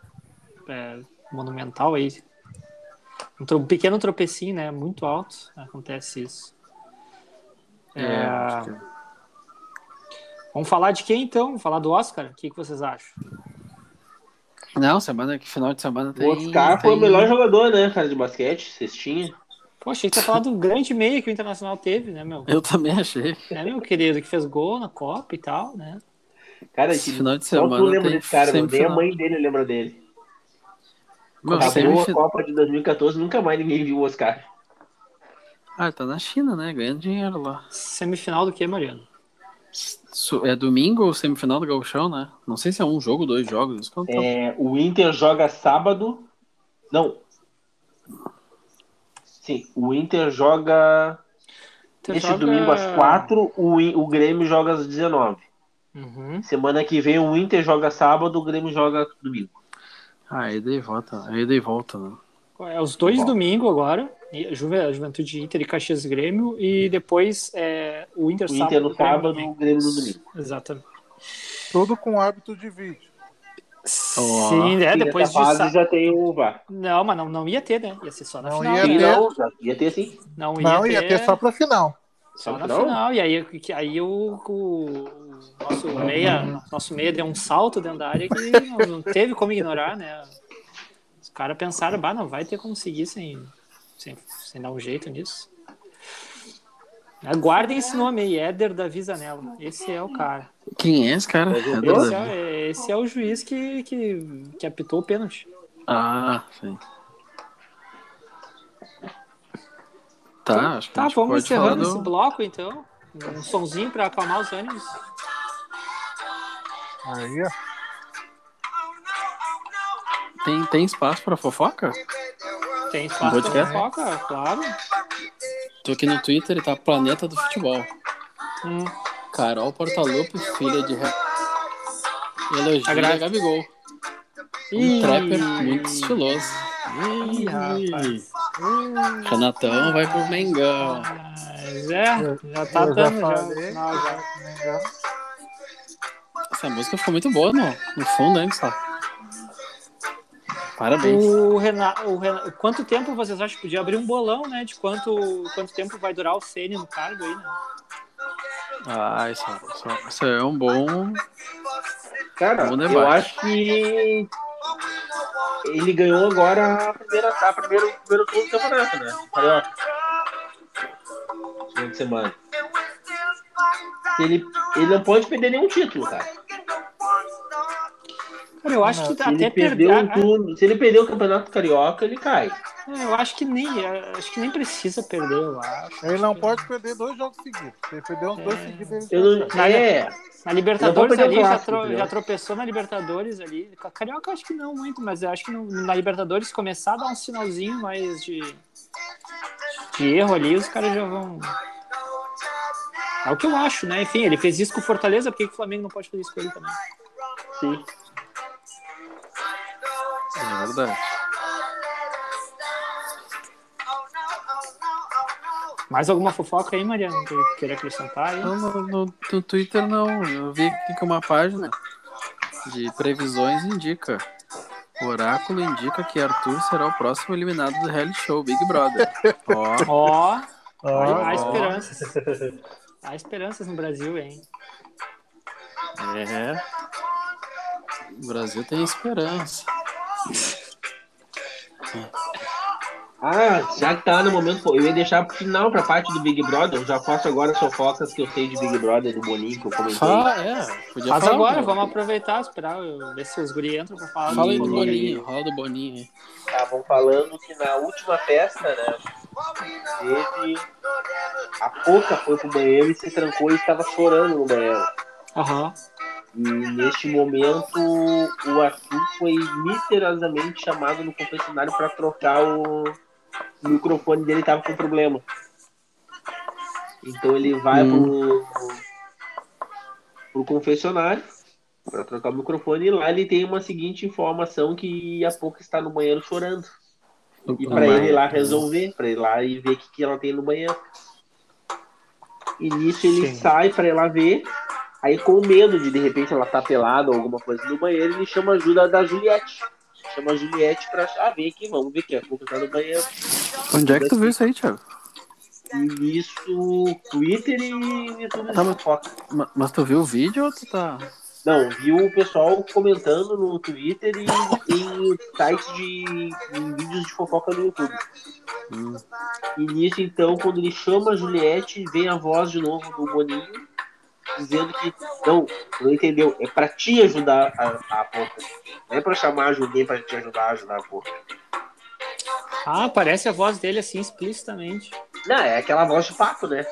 [SPEAKER 1] eh, monumental aí. Um, tro- pequeno tropecinho, né? Muito alto. Acontece isso.
[SPEAKER 3] É,
[SPEAKER 1] Eh,
[SPEAKER 3] acho que-
[SPEAKER 1] Vamos falar de quem então? Vamos falar do Oscar? O que, que vocês acham?
[SPEAKER 3] Não, semana que final de semana tem.
[SPEAKER 2] O Oscar foi o
[SPEAKER 3] tem-
[SPEAKER 2] melhor jogador, né, cara, de basquete, cestinha.
[SPEAKER 1] Pô, achei que você ia falar do grande meio que o Internacional teve, né, meu?
[SPEAKER 3] Eu também achei.
[SPEAKER 1] É, meu querido, que fez gol na Copa e tal, né?
[SPEAKER 2] Cara,
[SPEAKER 3] Esse
[SPEAKER 2] esse
[SPEAKER 3] final de
[SPEAKER 2] Só
[SPEAKER 3] semana.
[SPEAKER 2] tu lembra
[SPEAKER 3] tem
[SPEAKER 2] desse cara, mano. Nem a
[SPEAKER 3] semifinal.
[SPEAKER 2] mãe dele lembra dele.
[SPEAKER 3] Meu,
[SPEAKER 2] Acabou a
[SPEAKER 3] semifinal.
[SPEAKER 2] Copa de 2014, nunca mais ninguém viu o Oscar.
[SPEAKER 3] Ah, tá na China, né? Ganhando dinheiro lá.
[SPEAKER 1] Semifinal do que, Mariano?
[SPEAKER 3] Su- É domingo ou semifinal do Gauchão, né? Não sei se é um jogo, dois jogos. isso que eu não tô-
[SPEAKER 2] É, o Inter joga sábado. Não. Sim, o Inter joga
[SPEAKER 1] Você
[SPEAKER 2] este
[SPEAKER 1] joga-
[SPEAKER 2] domingo às 4, o, I- o Grêmio joga às 19.
[SPEAKER 1] Uhum.
[SPEAKER 2] Semana que vem o Inter joga sábado, o Grêmio joga domingo.
[SPEAKER 3] Ah, aí daí volta. Aí daí volta, né?
[SPEAKER 1] É, os dois
[SPEAKER 2] Bom.
[SPEAKER 1] domingo agora, e a Juve- a Juventude Inter e Caxias Grêmio, e depois é, o Inter
[SPEAKER 2] O Inter no
[SPEAKER 1] e o Grêmio
[SPEAKER 2] sábado,
[SPEAKER 1] domingo.
[SPEAKER 2] o Grêmio no domingo.
[SPEAKER 1] Exatamente.
[SPEAKER 4] Tudo com hábito de vídeo.
[SPEAKER 1] Sim, é,
[SPEAKER 2] E
[SPEAKER 1] depois
[SPEAKER 2] nessa
[SPEAKER 1] de
[SPEAKER 2] fase
[SPEAKER 1] sa-
[SPEAKER 2] já tem o VAR.
[SPEAKER 1] Não, mas não, não ia ter, né? Ia ser só na
[SPEAKER 4] Não
[SPEAKER 1] final.
[SPEAKER 4] ia
[SPEAKER 1] né?
[SPEAKER 2] Sim,
[SPEAKER 4] ter.
[SPEAKER 2] não, já ia ter sim.
[SPEAKER 1] Não,
[SPEAKER 4] Não, ia ter
[SPEAKER 1] né?
[SPEAKER 4] só pra final.
[SPEAKER 1] só
[SPEAKER 2] no
[SPEAKER 1] na
[SPEAKER 2] final?
[SPEAKER 1] final. E aí, que- aí o, o nosso, meia, nosso meia deu um salto dentro da área que não, não teve como ignorar, né? Os caras pensaram, bah, não vai ter como seguir sem, sem, sem dar um jeito nisso. Aguardem esse nome aí, Éder Davi Zanello. Esse é o cara.
[SPEAKER 3] Quem é esse cara?
[SPEAKER 2] Mas eu-
[SPEAKER 3] É do
[SPEAKER 1] Esse
[SPEAKER 3] Davi.
[SPEAKER 1] é, esse é o juiz que, que, que apitou o pênalti.
[SPEAKER 3] Ah, sim. Tá, acho que a
[SPEAKER 1] Tá, vamos
[SPEAKER 3] gente pode falar
[SPEAKER 1] encerrando
[SPEAKER 3] do...
[SPEAKER 1] esse bloco então. Um sonzinho pra acalmar os ânimos.
[SPEAKER 4] Aí, ó.
[SPEAKER 3] Tem, tem espaço pra fofoca?
[SPEAKER 1] Tem espaço
[SPEAKER 3] Pode
[SPEAKER 1] pra
[SPEAKER 3] ser?
[SPEAKER 1] fofoca, claro.
[SPEAKER 3] Tô aqui no Twitter e tá Planeta do Futebol.
[SPEAKER 1] Hum.
[SPEAKER 3] Carol Portalupe, filha de... Re- Elogia
[SPEAKER 1] A Gra-
[SPEAKER 3] Gabigol. Um
[SPEAKER 1] Tá Ih,
[SPEAKER 3] trapper muito estiloso.
[SPEAKER 1] Ih, rapaz.
[SPEAKER 3] Renatão vai pro Mengão.
[SPEAKER 1] Mas é, já tá
[SPEAKER 4] Eu já
[SPEAKER 1] dando já.
[SPEAKER 4] falei.
[SPEAKER 1] Não, já.
[SPEAKER 4] se não me engano.
[SPEAKER 3] Essa música ficou muito boa no, no fundo, hein, pessoal? Parabéns.
[SPEAKER 1] O Renato, o Renato, quanto tempo vocês acham que podia abrir um bolão, né? De quanto, quanto tempo vai durar o Ceni no cargo aí, né?
[SPEAKER 3] Ah, isso, isso- isso é um bom...
[SPEAKER 2] Cara,
[SPEAKER 3] Bom debate.
[SPEAKER 2] eu acho que ele ganhou agora a primeira, a primeiro, o primeiro turno do campeonato, né? Carioca. Fim de semana. Ele, ele não pode perder nenhum título, cara.
[SPEAKER 1] Cara, eu acho que
[SPEAKER 2] Se ele
[SPEAKER 1] até
[SPEAKER 2] perder
[SPEAKER 1] perder. é, né?
[SPEAKER 2] um turno, se ele perder o campeonato carioca, ele cai.
[SPEAKER 1] ah, Eu acho que nem, é, acho que nem precisa perder, eu acho.
[SPEAKER 4] Ele não pode perder dois jogos seguidos. Se ele perder uns
[SPEAKER 1] É.
[SPEAKER 4] dois seguidos, ele
[SPEAKER 2] Eu não,
[SPEAKER 1] Nada.
[SPEAKER 2] é,
[SPEAKER 1] Na Libertadores
[SPEAKER 2] perder o
[SPEAKER 1] ali, já,
[SPEAKER 2] clássico,
[SPEAKER 1] tro-
[SPEAKER 2] entendeu?
[SPEAKER 1] já tropeçou na Libertadores ali. Com a Carioca eu acho que não muito, mas eu acho que no- na Libertadores começar a dar um sinalzinho mais de, de erro ali, os caras já vão. É o que eu acho, né? Enfim, ele fez isso com o Fortaleza, por que que o Flamengo não pode fazer isso com ele também?
[SPEAKER 2] sim.
[SPEAKER 3] É verdade.
[SPEAKER 1] Mais alguma fofoca aí, Mariana, que eu queira acrescentar aí?
[SPEAKER 3] Não, No, no- no Twitter não, eu vi aqui que uma página de previsões indica. O oráculo indica que Arthur será o próximo eliminado do reality show Big Brother. Ó,
[SPEAKER 1] Ó,
[SPEAKER 4] Ah,
[SPEAKER 1] há
[SPEAKER 3] ó.
[SPEAKER 1] esperanças. Há esperanças no Brasil, hein?
[SPEAKER 3] é.
[SPEAKER 1] É.
[SPEAKER 3] O Brasil tem esperança.
[SPEAKER 2] Ah, já que tá no momento, eu ia deixar pro final, pra parte do Big Brother. Eu já faço agora as fofocas que eu sei de Big Brother, do Boninho, que eu comentei.
[SPEAKER 3] Fala, é. Podia
[SPEAKER 1] Faz
[SPEAKER 3] falar,
[SPEAKER 1] agora,
[SPEAKER 3] meu.
[SPEAKER 1] vamos aproveitar, esperar eu- ver se os guri entram pra falar.
[SPEAKER 3] Fala aí do
[SPEAKER 1] Boninho.
[SPEAKER 3] Boninho, rola do Boninho. aí.
[SPEAKER 2] Estavam falando que na última festa, né, teve... A Poca foi pro banheiro e se trancou e estava chorando no banheiro.
[SPEAKER 1] Aham.
[SPEAKER 2] E neste momento, o Arthur foi misteriosamente chamado no confessionário para trocar o... o microfone dele, tava com problema. Então ele vai pro... pro confessionário para trocar o microfone e lá ele tem uma seguinte informação que a pouco está no banheiro chorando. E pra ele ir lá resolver, pra ir lá e ver o que, que ela tem no banheiro. E nisso ele
[SPEAKER 1] Sim.
[SPEAKER 2] sai pra ir lá ver. Aí com medo de de repente ela tá pelada ou alguma coisa no banheiro, ele chama a ajuda da Juliette. Chama a Juliette pra ah, vem aqui, vamos ver que a pouco tá no banheiro.
[SPEAKER 3] Onde é que tu viu isso aí, Thiago?
[SPEAKER 2] E nisso, Twitter e tudo
[SPEAKER 3] Tá,
[SPEAKER 2] isso.
[SPEAKER 3] mas-
[SPEAKER 2] fofoca.
[SPEAKER 3] Ma- Mas tu viu o vídeo ou tu tá.
[SPEAKER 2] Não, viu o pessoal comentando no Twitter e em sites de em vídeos de fofoca no YouTube.
[SPEAKER 3] Hum.
[SPEAKER 2] E nisso, então, quando ele chama a Juliette, vem a voz de novo do Boninho, dizendo que, não, não entendeu, é pra te ajudar a, a porca. Não é pra chamar alguém pra te ajudar a ajudar a porca.
[SPEAKER 1] Ah, parece a voz dele assim, explicitamente.
[SPEAKER 2] Não, é aquela voz de papo, né?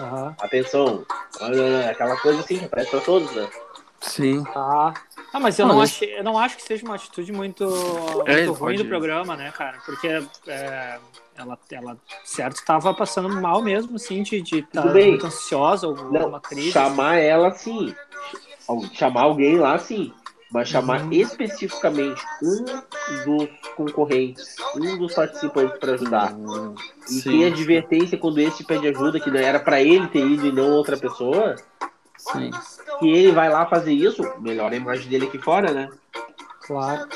[SPEAKER 1] Aham.
[SPEAKER 2] Atenção, olha, aquela coisa assim, que parece pra todos, né?
[SPEAKER 3] Sim.
[SPEAKER 1] Ah. Ah, mas eu
[SPEAKER 3] Não,
[SPEAKER 1] não,
[SPEAKER 3] mas-
[SPEAKER 1] achei, eu não acho que seja uma atitude muito,
[SPEAKER 3] É,
[SPEAKER 1] muito ruim
[SPEAKER 3] pode-
[SPEAKER 1] do programa, né, cara? Porque é, ela, ela, certo, tava passando mal mesmo, assim, de estar
[SPEAKER 2] Tudo bem.
[SPEAKER 1] muito ansiosa ou
[SPEAKER 2] Não,
[SPEAKER 1] uma crise.
[SPEAKER 2] chamar ela sim. Al- Chamar alguém lá sim. Mas chamar
[SPEAKER 1] Uhum.
[SPEAKER 2] especificamente um dos concorrentes, um dos participantes pra
[SPEAKER 3] Ah,
[SPEAKER 2] ajudar. E
[SPEAKER 3] Sim.
[SPEAKER 2] tem advertência quando esse pede ajuda, que não era pra ele ter ido e não outra pessoa,
[SPEAKER 3] Sim.
[SPEAKER 2] e ele vai lá fazer isso, melhora a imagem dele aqui fora, né?
[SPEAKER 1] Claro.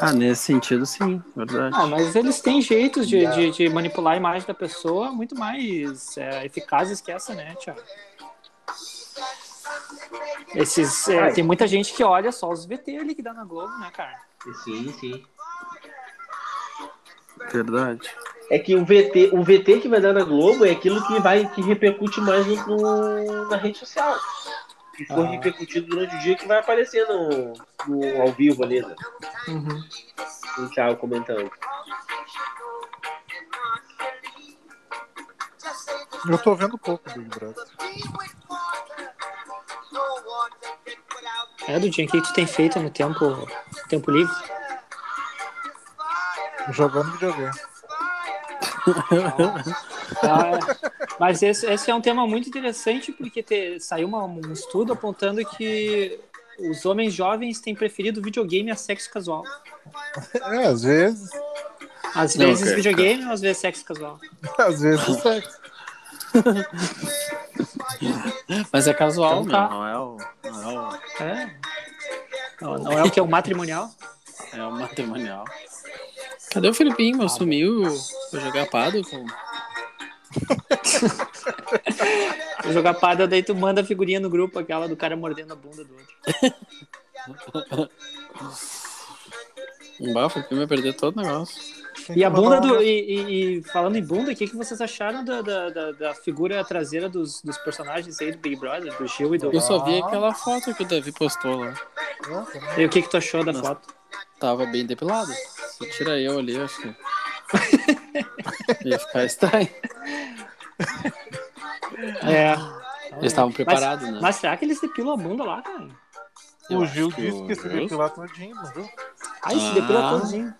[SPEAKER 3] Ah, nesse sentido, sim, verdade.
[SPEAKER 1] Ah, mas eles têm jeitos de, de, de manipular a imagem da pessoa muito mais é, eficazes que essa, né, Thiago? Esses, é,
[SPEAKER 2] Ai.
[SPEAKER 1] tem muita gente que olha só os VT ali que dá na Globo, né, cara?
[SPEAKER 2] Sim, sim.
[SPEAKER 3] Verdade.
[SPEAKER 2] É que o VT, o VT que vai dar na Globo é aquilo que vai que repercute mais no- no- na rede social. Que for
[SPEAKER 1] Ah.
[SPEAKER 2] repercutido durante o dia que vai aparecer no, no- ao vivo ali, né?
[SPEAKER 1] Uhum.
[SPEAKER 2] O Thiago comentando.
[SPEAKER 4] Eu tô vendo pouco Big Brother.
[SPEAKER 1] É, Dudinho, o que tu tem feito no tempo, tempo livre?
[SPEAKER 4] Jogando videogame.
[SPEAKER 1] Ah, mas esse, esse é um tema muito interessante porque te- saiu uma- um estudo apontando que os homens jovens têm preferido videogame a sexo casual.
[SPEAKER 4] É, às vezes.
[SPEAKER 1] Às
[SPEAKER 3] Não,
[SPEAKER 1] vezes
[SPEAKER 3] cara,
[SPEAKER 1] videogame, às vezes sexo casual.
[SPEAKER 4] Às vezes sexo.
[SPEAKER 3] Mas é casual,
[SPEAKER 1] Então tá.
[SPEAKER 3] meu, não é o. Não é o,
[SPEAKER 1] É. Não, não é o que é o matrimonial?
[SPEAKER 3] é o matrimonial. Cadê o Felipinho, meu? Sumiu. Foi jogar pado com.
[SPEAKER 1] Eu jogar pada, daí tu manda a figurinha no grupo, aquela do cara mordendo a bunda do outro.
[SPEAKER 3] Bah, um o Felipinho vai perder todo o negócio.
[SPEAKER 4] Tem que
[SPEAKER 1] E a
[SPEAKER 4] mandar
[SPEAKER 1] bunda
[SPEAKER 4] um
[SPEAKER 1] do.
[SPEAKER 4] abraço.
[SPEAKER 1] E, e- e falando em bunda, o que, que vocês acharam da, da, da- da figura traseira dos, dos personagens aí do Big Brother, do Gil e do.
[SPEAKER 3] Eu só vi aquela foto que o Davi postou lá.
[SPEAKER 4] Nossa, né?
[SPEAKER 1] E o que, que tu achou da
[SPEAKER 3] Não.
[SPEAKER 1] foto?
[SPEAKER 3] Tava bem depilado. Se tira eu ali, eu acho que. Ia ficar estranho.
[SPEAKER 1] É.
[SPEAKER 3] Eles estavam preparados, né?
[SPEAKER 1] Mas será que eles depilam a bunda lá, cara?
[SPEAKER 3] Eu
[SPEAKER 4] O
[SPEAKER 3] acho
[SPEAKER 4] Gil
[SPEAKER 3] que
[SPEAKER 4] disse que
[SPEAKER 3] o
[SPEAKER 4] se
[SPEAKER 3] Gil-
[SPEAKER 4] depilar todinho, não viu?
[SPEAKER 1] Ah, isso
[SPEAKER 3] Ah.
[SPEAKER 1] depila todinho.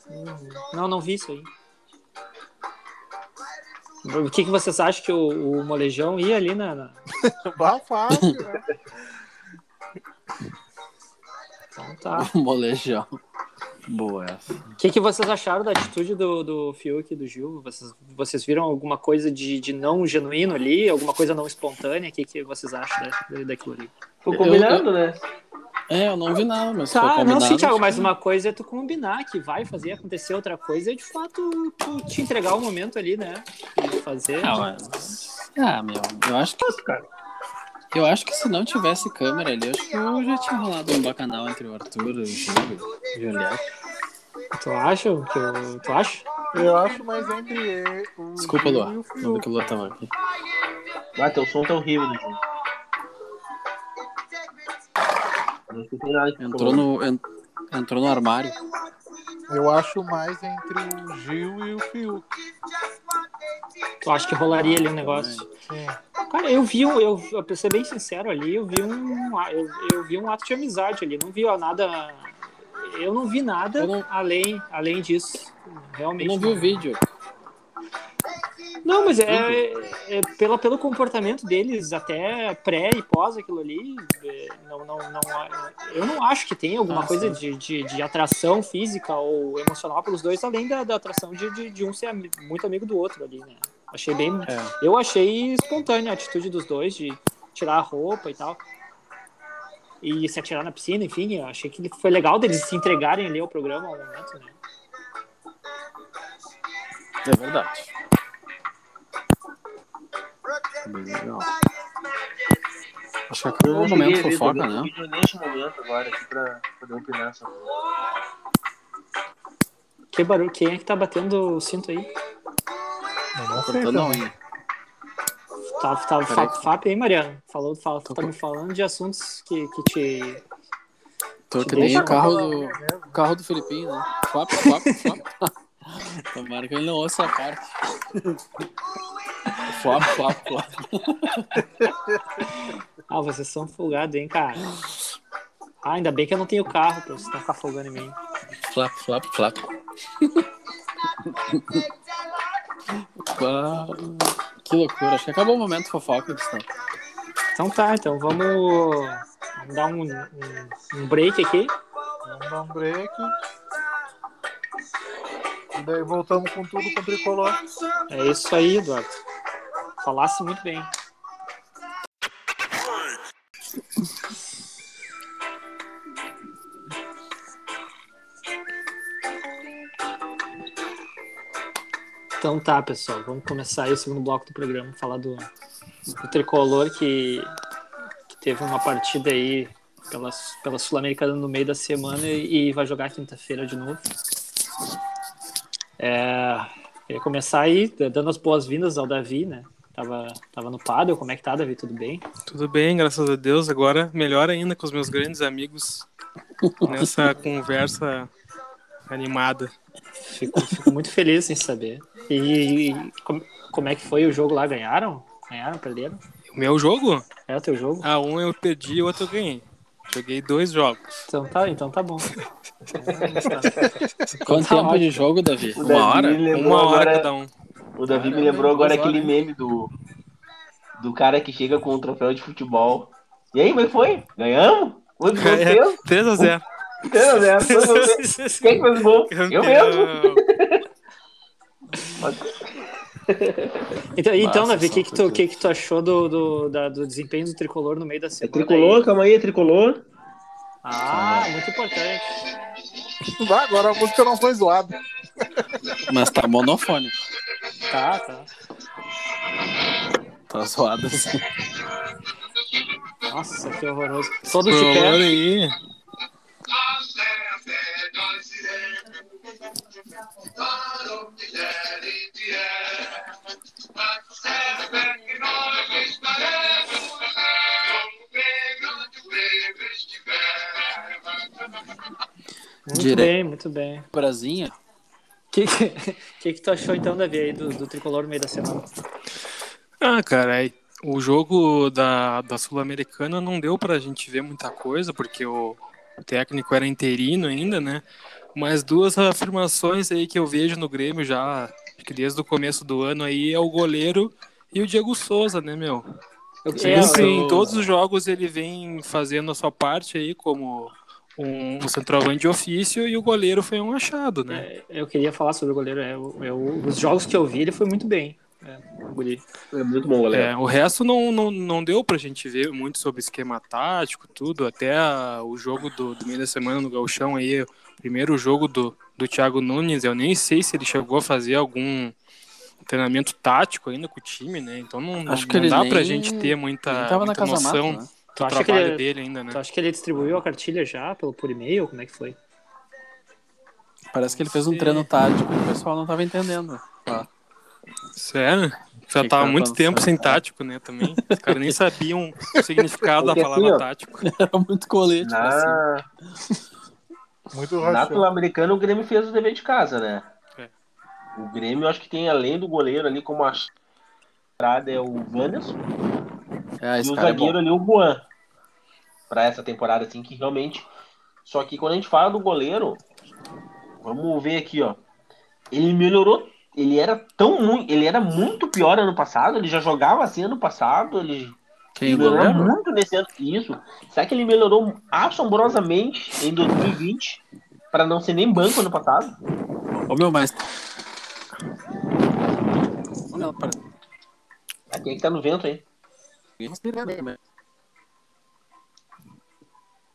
[SPEAKER 1] Não, não vi isso aí. O que, que vocês acham que o, o molejão ia ali na. na-
[SPEAKER 4] Bah, fácil, né?
[SPEAKER 1] Então tá.
[SPEAKER 3] Molejão. Boa essa.
[SPEAKER 1] O que, que vocês acharam da atitude do, do Fiuk e do Gil? Vocês, vocês viram alguma coisa de, de não genuíno ali? Alguma coisa não espontânea? O que, que vocês acham da, daquilo ali?
[SPEAKER 2] Foi
[SPEAKER 3] Eu-
[SPEAKER 2] combinado, né?
[SPEAKER 3] É, eu não vi nada, mas foi
[SPEAKER 1] Tá,
[SPEAKER 3] combinado.
[SPEAKER 1] não, sim, Thiago, mas uma coisa é tu combinar que vai fazer acontecer, outra coisa é de fato tu te entregar o momento ali, né? E fazer.
[SPEAKER 3] Ah, mas... ah, meu, eu acho que. Eu acho que se não tivesse câmera ali, eu acho que eu já tinha rolado um bacanal entre o Arthur e o Júlio. Juliette.
[SPEAKER 1] Tu acha? Que eu, tu acha?
[SPEAKER 4] Eu acho, mas entre o
[SPEAKER 3] Desculpa,
[SPEAKER 4] Gil
[SPEAKER 3] Luan.
[SPEAKER 4] e o
[SPEAKER 3] O nome
[SPEAKER 4] Fiuk.
[SPEAKER 3] que o Luan tava aqui.
[SPEAKER 2] Ah, teu som tá horrível, né, Júnior? Eu Não escutei nada. que
[SPEAKER 3] Entrou
[SPEAKER 2] falou.
[SPEAKER 3] no, en- entrou no armário.
[SPEAKER 4] Eu acho mais entre o Gil e o Fiuk.
[SPEAKER 1] Tu acha que rolaria ali um negócio?
[SPEAKER 4] Sim.
[SPEAKER 1] Cara, eu vi, um- eu, pra ser bem sincero ali, eu vi um, eu, eu vi um ato de amizade ali, não vi ó, nada, eu não vi nada
[SPEAKER 3] Eu não-
[SPEAKER 1] além, além disso,
[SPEAKER 3] Eu
[SPEAKER 1] realmente.
[SPEAKER 3] não vi o vídeo.
[SPEAKER 1] Não, mas é, é pela, pelo comportamento deles, até pré e pós aquilo ali, é, não, não, não, eu não acho que tem alguma
[SPEAKER 3] Ah,
[SPEAKER 1] coisa de, de, de atração física ou emocional pelos dois, além da, da atração de, de, de um ser ami- muito amigo do outro ali, né? Achei bem,
[SPEAKER 3] É.
[SPEAKER 1] eu achei espontânea a atitude dos dois de tirar a roupa e tal. E se atirar na piscina, enfim, eu achei que foi legal deles se entregarem ali ao programa ao momento, né?
[SPEAKER 3] É verdade. Bem legal. Acho que
[SPEAKER 2] Eu
[SPEAKER 3] acabou
[SPEAKER 2] não
[SPEAKER 3] o momento
[SPEAKER 2] cheguei a ver, tô
[SPEAKER 3] fofoca,
[SPEAKER 2] vendo o
[SPEAKER 3] né?
[SPEAKER 2] vídeo Neste momento agora, aqui pra poder opinar sobre
[SPEAKER 1] Que barulho, quem é que tá batendo o cinto aí?
[SPEAKER 4] Eu não sei
[SPEAKER 3] Cortando a
[SPEAKER 4] também.
[SPEAKER 3] unha.
[SPEAKER 1] Tá, tá
[SPEAKER 3] Peraí.
[SPEAKER 1] fa- FAP aí, Mariano? Falou, fala,
[SPEAKER 3] Tô
[SPEAKER 1] tá
[SPEAKER 3] com-
[SPEAKER 1] me falando de assuntos que, que te.
[SPEAKER 3] Tô
[SPEAKER 1] Deixa
[SPEAKER 3] que nem
[SPEAKER 1] eu
[SPEAKER 3] o carro
[SPEAKER 4] falar
[SPEAKER 3] do, o carro do Filipinho, né? Flap, flap, flap. Tomara que ele não ouça a parte. Flap, flap, flap.
[SPEAKER 1] Ah, vocês são folgados, hein, cara? Ah, ainda bem que eu não tenho carro pra vocês não ficar folgando em mim.
[SPEAKER 3] Flap, flap, flap. Ah, Que loucura. Acho que acabou o momento fofoca, Gustavo.
[SPEAKER 1] Então tá, então vamos, vamos dar um, um, um break aqui.
[SPEAKER 4] Vamos dar um break. E daí voltamos com tudo com o tricolor.
[SPEAKER 1] É isso aí, Eduardo. Falasse muito bem. Então tá, pessoal. Vamos começar aí o segundo bloco do programa. Falar do, do Tricolor que, que teve uma partida aí pela, pela Sul-Americana no meio da semana e, e vai jogar quinta-feira de novo. É, Queria começar aí d- dando as boas-vindas ao Davi, né? Tava, tava no Paddle, como é que tá, Davi? Tudo bem?
[SPEAKER 5] Tudo bem, graças a Deus. Agora, melhor ainda com os meus grandes amigos nessa conversa animada.
[SPEAKER 1] Fico, fico muito feliz em saber. E, com- como é que foi o jogo lá? Ganharam? Ganharam? Perderam?
[SPEAKER 5] O meu jogo?
[SPEAKER 1] É o teu jogo?
[SPEAKER 5] Ah, um eu perdi e o outro eu ganhei. Joguei dois jogos.
[SPEAKER 1] Então tá, então tá bom.
[SPEAKER 3] Quanto
[SPEAKER 1] Tá
[SPEAKER 3] tempo
[SPEAKER 1] ótimo.
[SPEAKER 3] de jogo, Davi?
[SPEAKER 2] O
[SPEAKER 3] Uma
[SPEAKER 2] Davi
[SPEAKER 3] hora?
[SPEAKER 2] me lembrou
[SPEAKER 5] Uma hora
[SPEAKER 2] agora-
[SPEAKER 5] cada um.
[SPEAKER 2] O Davi
[SPEAKER 3] Cara,
[SPEAKER 2] me lembrou agora
[SPEAKER 3] duas horas.
[SPEAKER 2] aquele meme do, do cara que chega com um troféu de futebol. E aí, como é que foi? Ganhamos? Quantos gols deu?
[SPEAKER 5] 3 a 0
[SPEAKER 2] Ganhamos, né? Quantos gols deu? Quem que fez o gol? Eu mesmo.
[SPEAKER 1] Então, então
[SPEAKER 3] Massa,
[SPEAKER 1] Davi, o que, que, tu-
[SPEAKER 3] Santos.
[SPEAKER 1] que, que tu achou do, do, da- do desempenho do tricolor no meio da
[SPEAKER 2] É
[SPEAKER 1] semana?
[SPEAKER 2] tricolor,
[SPEAKER 1] aí?
[SPEAKER 2] calma aí, é tricolor.
[SPEAKER 1] Ah, muito importante.
[SPEAKER 4] Ah, agora a música não foi zoada.
[SPEAKER 3] Mas tá monofônico.
[SPEAKER 1] Tá, tá.
[SPEAKER 3] Tá zoado assim.
[SPEAKER 1] Nossa, que horroroso.
[SPEAKER 2] é?
[SPEAKER 1] Só do
[SPEAKER 5] Olha
[SPEAKER 1] Tiquet.
[SPEAKER 5] aí.
[SPEAKER 1] Muito
[SPEAKER 3] Dire-
[SPEAKER 1] bem, muito bem.
[SPEAKER 3] Brasinha?
[SPEAKER 1] O que, que, que tu achou então, Davi, aí do, do tricolor no meio da semana?
[SPEAKER 5] Ah, cara, é- o jogo da, da Sul-Americana não deu pra gente ver muita coisa, porque o técnico era interino ainda, né? Mas duas afirmações aí que eu vejo no Grêmio já, acho que desde o começo do ano aí, é o goleiro e o Diego Souza, né, meu?
[SPEAKER 1] Eu,
[SPEAKER 5] Sempre
[SPEAKER 1] eu-
[SPEAKER 5] em todos os jogos ele vem fazendo a sua parte aí como um, um centroavante de ofício e o goleiro foi um achado, né?
[SPEAKER 1] é, eu queria falar sobre o goleiro. é, eu- eu- os jogos que eu vi, ele foi muito bem. É, o guri.
[SPEAKER 2] É muito bom, galera.
[SPEAKER 5] É, o resto não, não, não deu pra gente ver muito sobre esquema tático, tudo. Até a- o jogo do, do meio da semana no Gauchão aí, o primeiro jogo do, do Thiago Nunes, eu nem sei se ele chegou a fazer algum treinamento tático ainda com o time, né? Então não, não,
[SPEAKER 3] Acho que ele
[SPEAKER 5] dá
[SPEAKER 3] nem-
[SPEAKER 5] pra gente ter muita,
[SPEAKER 3] Ele tava na
[SPEAKER 5] Tá, muita
[SPEAKER 3] casa
[SPEAKER 5] noção
[SPEAKER 3] mata, né?
[SPEAKER 1] Tu
[SPEAKER 5] do
[SPEAKER 1] acha, que
[SPEAKER 5] trabalho
[SPEAKER 1] ele, tá-
[SPEAKER 5] dele ainda, né?
[SPEAKER 1] tu acha que ele distribuiu a cartilha já pelo, por e-mail? Como é que foi?
[SPEAKER 3] Parece que ele fez um
[SPEAKER 5] Sim.
[SPEAKER 3] treino tático e o pessoal não tava entendendo.
[SPEAKER 5] Sério? Já
[SPEAKER 3] que
[SPEAKER 5] tava há
[SPEAKER 3] era
[SPEAKER 5] muito
[SPEAKER 3] pra
[SPEAKER 5] tempo
[SPEAKER 3] lançar.
[SPEAKER 5] sem tático, né, também. Os caras nem sabiam o significado da
[SPEAKER 2] Porque
[SPEAKER 5] palavra
[SPEAKER 2] assim, ó,
[SPEAKER 5] tático.
[SPEAKER 3] Era muito colete,
[SPEAKER 5] Ah,
[SPEAKER 3] assim.
[SPEAKER 2] Na,
[SPEAKER 4] Muito
[SPEAKER 2] na
[SPEAKER 4] rachado.
[SPEAKER 2] Sul-Americana, o Grêmio fez o dever de casa, né?
[SPEAKER 5] É.
[SPEAKER 2] O Grêmio, eu acho que tem, além do goleiro ali, como a entrada é o Wanderson
[SPEAKER 3] É,
[SPEAKER 2] e
[SPEAKER 3] esse
[SPEAKER 2] o
[SPEAKER 3] cara é bom.
[SPEAKER 2] zagueiro ali, o Juan. Pra essa temporada, assim, que realmente... Só que quando a gente fala do goleiro, vamos ver aqui, ó. Ele melhorou, ele era tão ruim, ele era muito pior ano passado, ele já jogava assim ano passado, ele
[SPEAKER 3] Quem é
[SPEAKER 2] melhorou
[SPEAKER 3] goleiro?
[SPEAKER 2] muito nesse ano. Isso. Será que ele melhorou assombrosamente em 2020 para não ser nem banco ano passado?
[SPEAKER 3] Ô meu, mas. Ô, meu, pera-
[SPEAKER 2] Ah, Quem é que tá no vento aí?
[SPEAKER 3] né?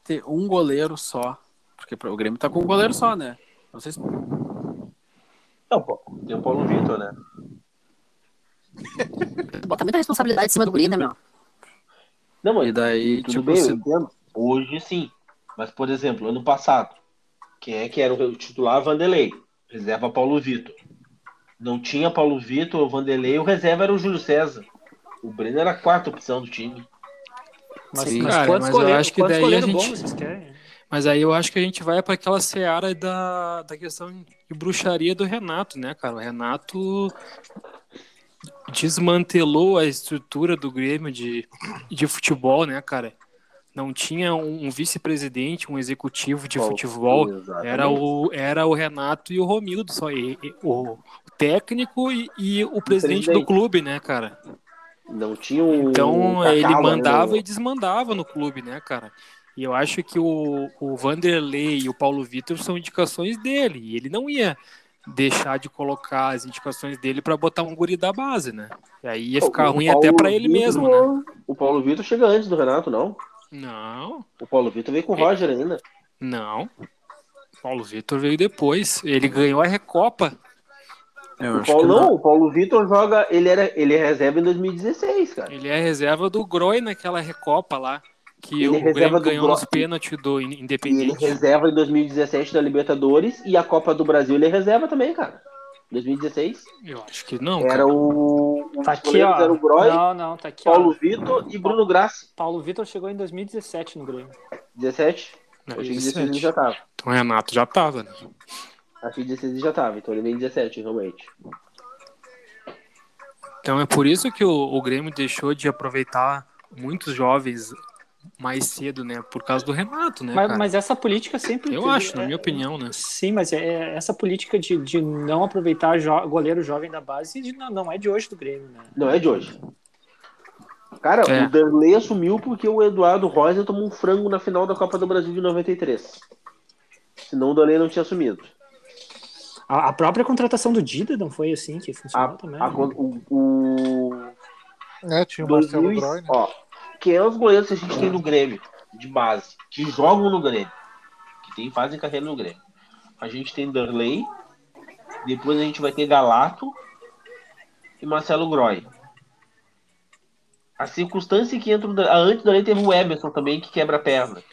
[SPEAKER 3] Ter um goleiro só. Porque o Grêmio tá com um goleiro só, né? Não sei se.
[SPEAKER 2] Não, pô. Tem o Paulo Vitor, né?
[SPEAKER 6] Bota muita responsabilidade em cima do guri, né, meu?
[SPEAKER 2] Não, mas
[SPEAKER 3] E daí,
[SPEAKER 2] tudo
[SPEAKER 3] tipo,
[SPEAKER 2] bem,
[SPEAKER 3] se-
[SPEAKER 2] eu entendo. Hoje sim. Mas, por exemplo, ano passado, quem é que era o titular? Vanderlei. Reserva Paulo Vitor. Não tinha Paulo Vitor, o Vanderlei, o reserva era o Júlio César. O Breno era a quarta opção do time.
[SPEAKER 1] Mas,
[SPEAKER 3] Sim,
[SPEAKER 1] mas
[SPEAKER 5] cara,
[SPEAKER 1] quantos
[SPEAKER 5] mas eu
[SPEAKER 1] goleiros
[SPEAKER 5] acho que daí a
[SPEAKER 1] goleiro bom
[SPEAKER 5] gente-
[SPEAKER 1] vocês querem?
[SPEAKER 5] Mas aí eu acho que a gente vai para aquela seara da, da questão de bruxaria do Renato, né, cara? O Renato desmantelou a estrutura do Grêmio de, de futebol, né, cara? Não tinha um, um vice-presidente, um executivo de futebol.
[SPEAKER 2] Exatamente.
[SPEAKER 5] Era o, era o Renato e o Romildo, só e, e- o, o técnico e, e o presidente do
[SPEAKER 2] presidente.
[SPEAKER 5] clube, né, cara?
[SPEAKER 2] Não tinha o.
[SPEAKER 5] Então
[SPEAKER 2] Cacau,
[SPEAKER 5] ele
[SPEAKER 2] né,
[SPEAKER 5] mandava
[SPEAKER 2] no-
[SPEAKER 5] e desmandava no clube, né, cara? E eu acho que o, o Vanderlei e o Paulo Vitor são indicações dele. E ele não ia deixar de colocar as indicações dele pra botar um guri da base, né? E aí ia ficar
[SPEAKER 2] O
[SPEAKER 5] ruim
[SPEAKER 2] Paulo
[SPEAKER 5] até pra ele
[SPEAKER 2] Vitor-
[SPEAKER 5] mesmo, né?
[SPEAKER 2] O Paulo Vitor chega antes do Renato, não?
[SPEAKER 5] Não,
[SPEAKER 2] O Paulo Vitor veio com o
[SPEAKER 5] É.
[SPEAKER 2] Roger ainda.
[SPEAKER 5] não. Paulo Vitor veio depois. Ele ganhou a Recopa.
[SPEAKER 2] O
[SPEAKER 3] Eu acho
[SPEAKER 2] Paulo
[SPEAKER 3] que
[SPEAKER 2] não.
[SPEAKER 3] não.
[SPEAKER 2] o Paulo Vitor joga, ele era, ele é reserva em 2016, cara.
[SPEAKER 5] Ele é reserva do Groi naquela Recopa lá. Que
[SPEAKER 2] Ele é
[SPEAKER 5] o
[SPEAKER 2] reserva
[SPEAKER 5] Grêmio
[SPEAKER 2] do
[SPEAKER 5] ganhou
[SPEAKER 2] Gro-
[SPEAKER 5] os pênaltis do In-
[SPEAKER 2] E ele
[SPEAKER 5] Independente.
[SPEAKER 2] é reserva em 2017 da Libertadores e a Copa do Brasil ele é reserva também, cara. 2016
[SPEAKER 5] Eu acho que não.
[SPEAKER 2] era
[SPEAKER 5] cara.
[SPEAKER 2] o
[SPEAKER 1] Tá
[SPEAKER 2] os
[SPEAKER 1] aqui,
[SPEAKER 2] goleiros
[SPEAKER 1] ó.
[SPEAKER 2] eram o Groy,
[SPEAKER 1] Não, não, tá aqui,
[SPEAKER 2] Paulo
[SPEAKER 1] ó.
[SPEAKER 2] Vitor e Bruno Grassi,
[SPEAKER 1] Paulo Vitor chegou em 2017 no Grêmio.
[SPEAKER 2] 17.
[SPEAKER 5] Não,
[SPEAKER 2] Achei que 16 ele
[SPEAKER 5] 17.
[SPEAKER 2] já tava.
[SPEAKER 5] Então o Renato já tava, né?
[SPEAKER 2] Achei que 16 ele já tava, então ele vem em 17, realmente.
[SPEAKER 5] Então é por isso que o, o Grêmio deixou de aproveitar muitos jovens mais cedo, né? Por causa do Renato, né?
[SPEAKER 1] Mas,
[SPEAKER 5] cara?
[SPEAKER 1] mas essa política sempre.
[SPEAKER 5] Eu
[SPEAKER 1] teve-
[SPEAKER 5] acho, na
[SPEAKER 1] é-
[SPEAKER 5] minha opinião, né?
[SPEAKER 1] Sim, mas é, essa política de, de não aproveitar jo- goleiro jovem da base de- não, não é de hoje do Grêmio, né?
[SPEAKER 2] Não é de hoje. Cara,
[SPEAKER 5] É.
[SPEAKER 2] o Derlei assumiu porque o Eduardo Rosa tomou um frango na final da Copa do Brasil de 93. Senão o Derlei não tinha assumido.
[SPEAKER 1] A, a própria contratação do Dida não foi assim que
[SPEAKER 2] A,
[SPEAKER 1] funcionou também.
[SPEAKER 2] a, o, o
[SPEAKER 4] É, tinha o Marcelo
[SPEAKER 2] 2000
[SPEAKER 4] Groy, né?
[SPEAKER 2] ó, quem é os goleiros que a gente tem no Grêmio, de base, que jogam no Grêmio, que tem, fazem carreira no Grêmio. A gente tem Derlei, depois a gente vai ter Galato e Marcelo Groy. A circunstância que entra o Dar- ah, antes do Derlei teve o Emerson também, que quebra a perna.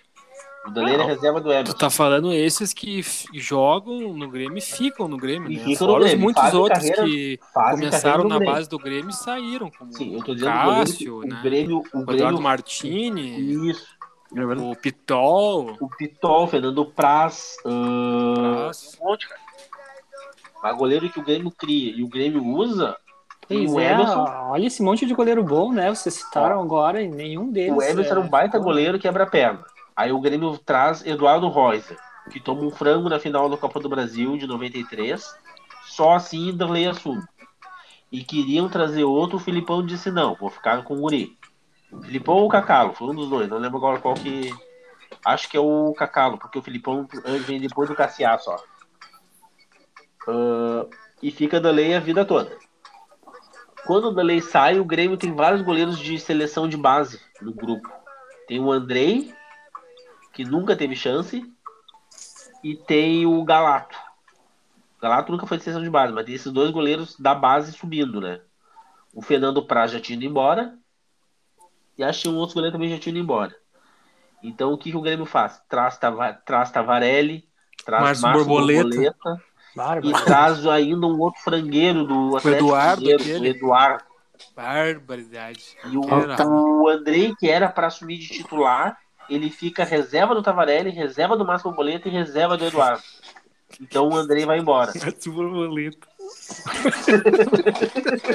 [SPEAKER 2] O Derlei é
[SPEAKER 5] Não.
[SPEAKER 2] reserva do
[SPEAKER 5] Tu
[SPEAKER 2] Emerson.
[SPEAKER 5] tá falando esses que f- jogam no Grêmio e ficam no Grêmio,
[SPEAKER 2] E
[SPEAKER 5] né?
[SPEAKER 2] ficam no
[SPEAKER 5] Fora os
[SPEAKER 2] Grêmio,
[SPEAKER 5] muitos
[SPEAKER 2] fazem
[SPEAKER 5] outros
[SPEAKER 2] carreira-
[SPEAKER 5] que
[SPEAKER 2] Fazem carreira
[SPEAKER 5] começaram
[SPEAKER 2] no
[SPEAKER 5] na
[SPEAKER 2] Grêmio.
[SPEAKER 5] base do Grêmio e saíram, como
[SPEAKER 2] Sim, eu tô
[SPEAKER 5] o
[SPEAKER 2] dizendo o goleiro que-
[SPEAKER 5] Cássio,
[SPEAKER 2] o
[SPEAKER 5] né?
[SPEAKER 2] Grêmio, é um o
[SPEAKER 5] o Eduardo
[SPEAKER 2] Grêmio,
[SPEAKER 5] Martini,
[SPEAKER 2] isso, é
[SPEAKER 5] o Pitol.
[SPEAKER 2] o Pitol, Fernando Praz, ahn,
[SPEAKER 5] Nossa.
[SPEAKER 2] Mas goleiro que o Grêmio cria e o Grêmio usa, tem
[SPEAKER 1] Pois
[SPEAKER 2] o
[SPEAKER 1] é,
[SPEAKER 2] Emerson.
[SPEAKER 1] olha esse monte de goleiro bom, né? Vocês citaram agora e nenhum deles. é,
[SPEAKER 2] O Emerson era um baita goleiro que quebra a perna. Aí o Grêmio traz Eduardo Reuser, que toma um frango na final da Copa do Brasil de 93. Só assim Darley assume. E queriam trazer outro, o Filipão disse não, vou ficar com o Guri. Filipão ou Cacalo? Foi um dos dois, não lembro agora qual que. Acho que é o Cacalo, porque o Filipão vem depois do Cassiá só. Ah, e fica Darley a vida toda. Quando o Delay sai, o Grêmio tem vários goleiros de seleção de base no grupo. Tem o Andrei, que nunca teve chance, e tem o Galato. O Galato nunca foi de seleção de base, mas tem esses dois goleiros da base subindo, né? O Fernando Praz já tinha ido embora, e acho que um outro goleiro também já tinha ido embora. Então o que, que o Grêmio faz? Traz, Tava, traz Tavarelli, Traz
[SPEAKER 5] Márcio Borboleta.
[SPEAKER 2] E
[SPEAKER 1] Bárbaro.
[SPEAKER 2] traz ainda um outro frangueiro do Atlético
[SPEAKER 5] Eduardo,
[SPEAKER 2] Mineiro,
[SPEAKER 5] aquele.
[SPEAKER 2] o Eduardo.
[SPEAKER 5] Barbaridade.
[SPEAKER 2] E o,
[SPEAKER 5] Era.
[SPEAKER 2] o Andrei, que era pra assumir de titular, ele fica reserva do Tavarelli, reserva do Márcio Borboleta e reserva do Eduardo. Então o Andrei vai embora.
[SPEAKER 5] Márcio Borboleta.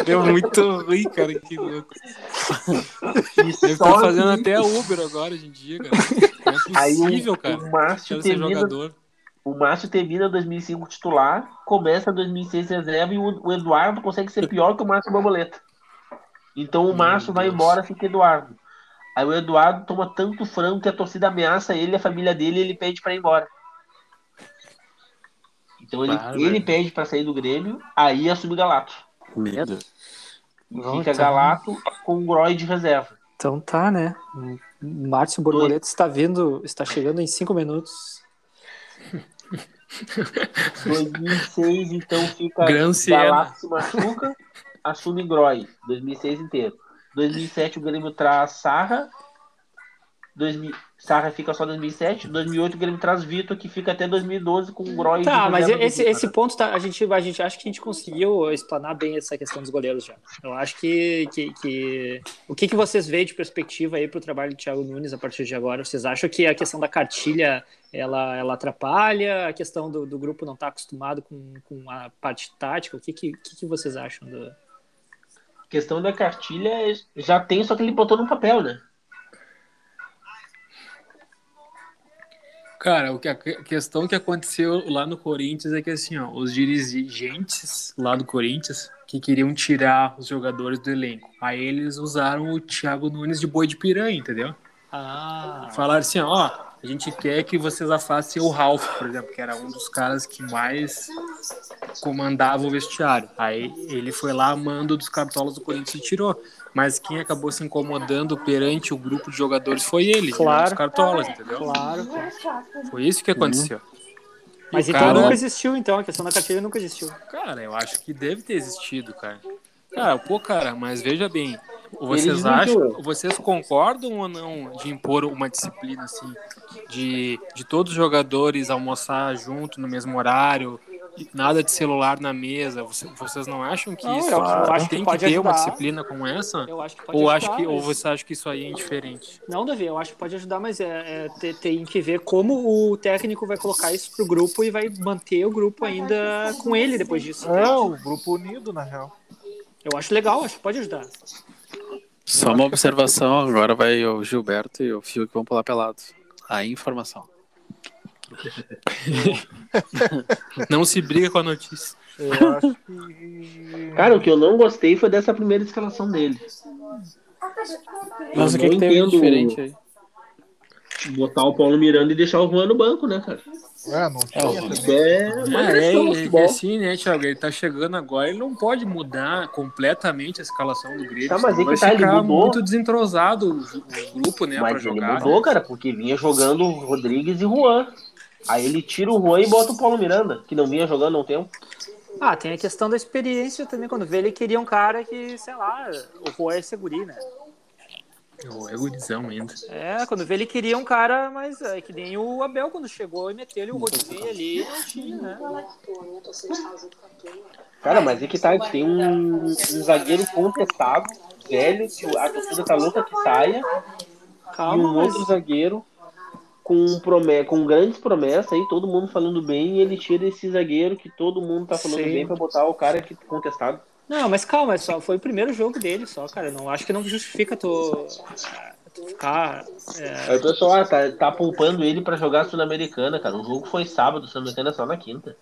[SPEAKER 5] Deu muito ruim, cara. Que louco.
[SPEAKER 2] E
[SPEAKER 5] Deve
[SPEAKER 2] só
[SPEAKER 5] estar fazendo
[SPEAKER 2] que
[SPEAKER 5] até Uber agora hoje em dia, cara. Não é
[SPEAKER 2] aí
[SPEAKER 5] possível,
[SPEAKER 2] o,
[SPEAKER 5] cara. Então
[SPEAKER 2] o Márcio
[SPEAKER 5] Quero ser um
[SPEAKER 2] termina
[SPEAKER 5] jogador.
[SPEAKER 2] O Márcio termina 2005 titular, começa 2006 reserva e o o Eduardo consegue ser pior que o Márcio Borboleta. Então o Márcio vai
[SPEAKER 5] Deus.
[SPEAKER 2] embora, fica Eduardo. Aí o Eduardo toma tanto frango que a torcida ameaça ele, a família dele, e ele pede pra ir embora. Então ele,
[SPEAKER 5] Bárbaro.
[SPEAKER 2] ele pede pra sair do Grêmio, aí assume Galato.
[SPEAKER 3] Medo.
[SPEAKER 2] E
[SPEAKER 1] Bom,
[SPEAKER 2] fica
[SPEAKER 1] então.
[SPEAKER 2] Galato com o Groy de reserva.
[SPEAKER 1] Então tá, né? Márcio Borboleta está vindo, está chegando em cinco minutos.
[SPEAKER 2] 2006 então fica
[SPEAKER 5] Gran Siena.
[SPEAKER 2] Galato se machuca, assume Groy, 2006 inteiro. 2007 o Grêmio traz Sarra, 2000, Sarra fica só 2007. 2008 o Grêmio traz Vitor, que fica até 2012 com o Groy.
[SPEAKER 1] Tá,
[SPEAKER 2] de
[SPEAKER 1] mas
[SPEAKER 2] reserva um do
[SPEAKER 1] esse,
[SPEAKER 2] Vitor.
[SPEAKER 1] esse ponto tá, a gente vai- a gente acho que a gente conseguiu explanar bem essa questão dos goleiros já. Eu acho que, que, que- o que, que vocês veem de perspectiva aí para o trabalho do Thiago Nunes a partir de agora? Vocês acham que a questão da cartilha ela, ela atrapalha? A questão do, do grupo não estar acostumado com, com a parte tática? O que, que, o que, que vocês acham? Do...
[SPEAKER 2] questão da cartilha é, já tem, só que ele botou no papel, né?
[SPEAKER 5] Cara, o que a que- questão que aconteceu lá no Corinthians é que assim, ó, os dirigentes lá do Corinthians que queriam tirar os jogadores do elenco. Aí eles usaram o Thiago Nunes de boi de piranha, entendeu?
[SPEAKER 1] Ah,
[SPEAKER 5] Falaram assim, ó, a gente quer que vocês afastem o Ralf, por exemplo, que era um dos caras que mais comandava o vestiário. Aí ele foi lá, mando dos cartolas do Corinthians e tirou. Mas quem acabou se incomodando perante o grupo de jogadores foi ele,
[SPEAKER 1] Claro.
[SPEAKER 5] não os cartolas, entendeu?
[SPEAKER 1] claro.
[SPEAKER 5] Foi isso que aconteceu.
[SPEAKER 1] Mas
[SPEAKER 5] E o
[SPEAKER 1] então
[SPEAKER 5] cara-
[SPEAKER 1] nunca existiu, então. A questão da cartilha nunca existiu.
[SPEAKER 5] Cara, eu acho que deve ter existido, cara. Cara, pô, cara, mas veja bem.
[SPEAKER 2] Ele
[SPEAKER 5] Vocês
[SPEAKER 2] não
[SPEAKER 5] acham,
[SPEAKER 2] deu.
[SPEAKER 5] vocês concordam ou não de impor uma disciplina assim, de, de todos os jogadores almoçar junto no mesmo horário, e nada de celular na mesa? Vocês, vocês não acham que
[SPEAKER 1] Não,
[SPEAKER 5] isso
[SPEAKER 1] eu acho que
[SPEAKER 5] tem que
[SPEAKER 1] pode
[SPEAKER 5] ter uma
[SPEAKER 1] ajudar.
[SPEAKER 5] disciplina como essa?
[SPEAKER 1] Eu acho que pode
[SPEAKER 5] Ou,
[SPEAKER 1] ajudar,
[SPEAKER 5] acho que, ou
[SPEAKER 1] mas-
[SPEAKER 5] vocês acham que isso aí é indiferente?
[SPEAKER 1] Não, Davi, eu acho que pode ajudar, mas é, é, te- tem que ver como o técnico vai colocar isso pro grupo e vai manter o grupo ainda com ele depois disso.
[SPEAKER 4] É, o grupo unido, na real.
[SPEAKER 1] Eu acho legal, acho que pode ajudar.
[SPEAKER 3] Só uma observação, agora vai o Gilberto e o Fio que vão pular pelados. A informação.
[SPEAKER 5] Não se briga com a notícia.
[SPEAKER 4] Eu acho que.
[SPEAKER 2] Cara, o que eu não gostei foi dessa primeira escalação dele.
[SPEAKER 3] Mas
[SPEAKER 2] Eu
[SPEAKER 3] o que,
[SPEAKER 2] não
[SPEAKER 3] que teve
[SPEAKER 2] entendo
[SPEAKER 3] de diferente aí?
[SPEAKER 2] Botar o Paulo Miranda e deixar o Juan no banco, né, cara?
[SPEAKER 4] É, não tinha
[SPEAKER 3] o-
[SPEAKER 4] também.
[SPEAKER 2] Isso é uma
[SPEAKER 5] Ah, é,
[SPEAKER 2] agressão ao
[SPEAKER 5] é, que
[SPEAKER 2] futebol.
[SPEAKER 5] assim, né, Thiago? Ele tá chegando agora, ele não pode mudar completamente a escalação do Grêmio.
[SPEAKER 2] Tá, mas
[SPEAKER 5] senão
[SPEAKER 2] é que
[SPEAKER 5] vai
[SPEAKER 2] tá, ele
[SPEAKER 5] ficar
[SPEAKER 2] mudou.
[SPEAKER 5] muito desentrosado o, o grupo, né, pra
[SPEAKER 2] Mas ele
[SPEAKER 5] jogar.
[SPEAKER 2] mudou, cara, porque vinha jogando o Rodrigues e Juan. Aí ele tira o Juan e bota o Paulo Miranda, que não vinha jogando há um tempo.
[SPEAKER 1] Ah, tem a questão da experiência também. Quando vê, ele queria um cara que, sei lá, o Roy é seguri, né?
[SPEAKER 5] Ô, É gurizão ainda.
[SPEAKER 1] É, quando vê, ele queria um cara, mas é que nem o Abel quando chegou e meteu ele o Rodinei ali, não tinha, né?
[SPEAKER 2] Cara, mas é que tá, tem um, um zagueiro contestado, velho, que a torcida tá louca que saia, e
[SPEAKER 1] Calma,
[SPEAKER 2] um
[SPEAKER 1] mas...
[SPEAKER 2] outro zagueiro com, prome com grandes promessas aí, todo mundo falando bem, e ele tira esse zagueiro que todo mundo tá falando
[SPEAKER 1] Sim.
[SPEAKER 2] bem pra botar o cara que contestado.
[SPEAKER 1] Não, mas calma, é só, foi o primeiro jogo dele só, cara. Não, acho que não justifica tu, ah, tu ficar... é,
[SPEAKER 2] Aí o pessoal ah, tá, tá poupando ele pra jogar a Sul-Americana, cara. O jogo foi sábado, a Sul-Americana é só na quinta.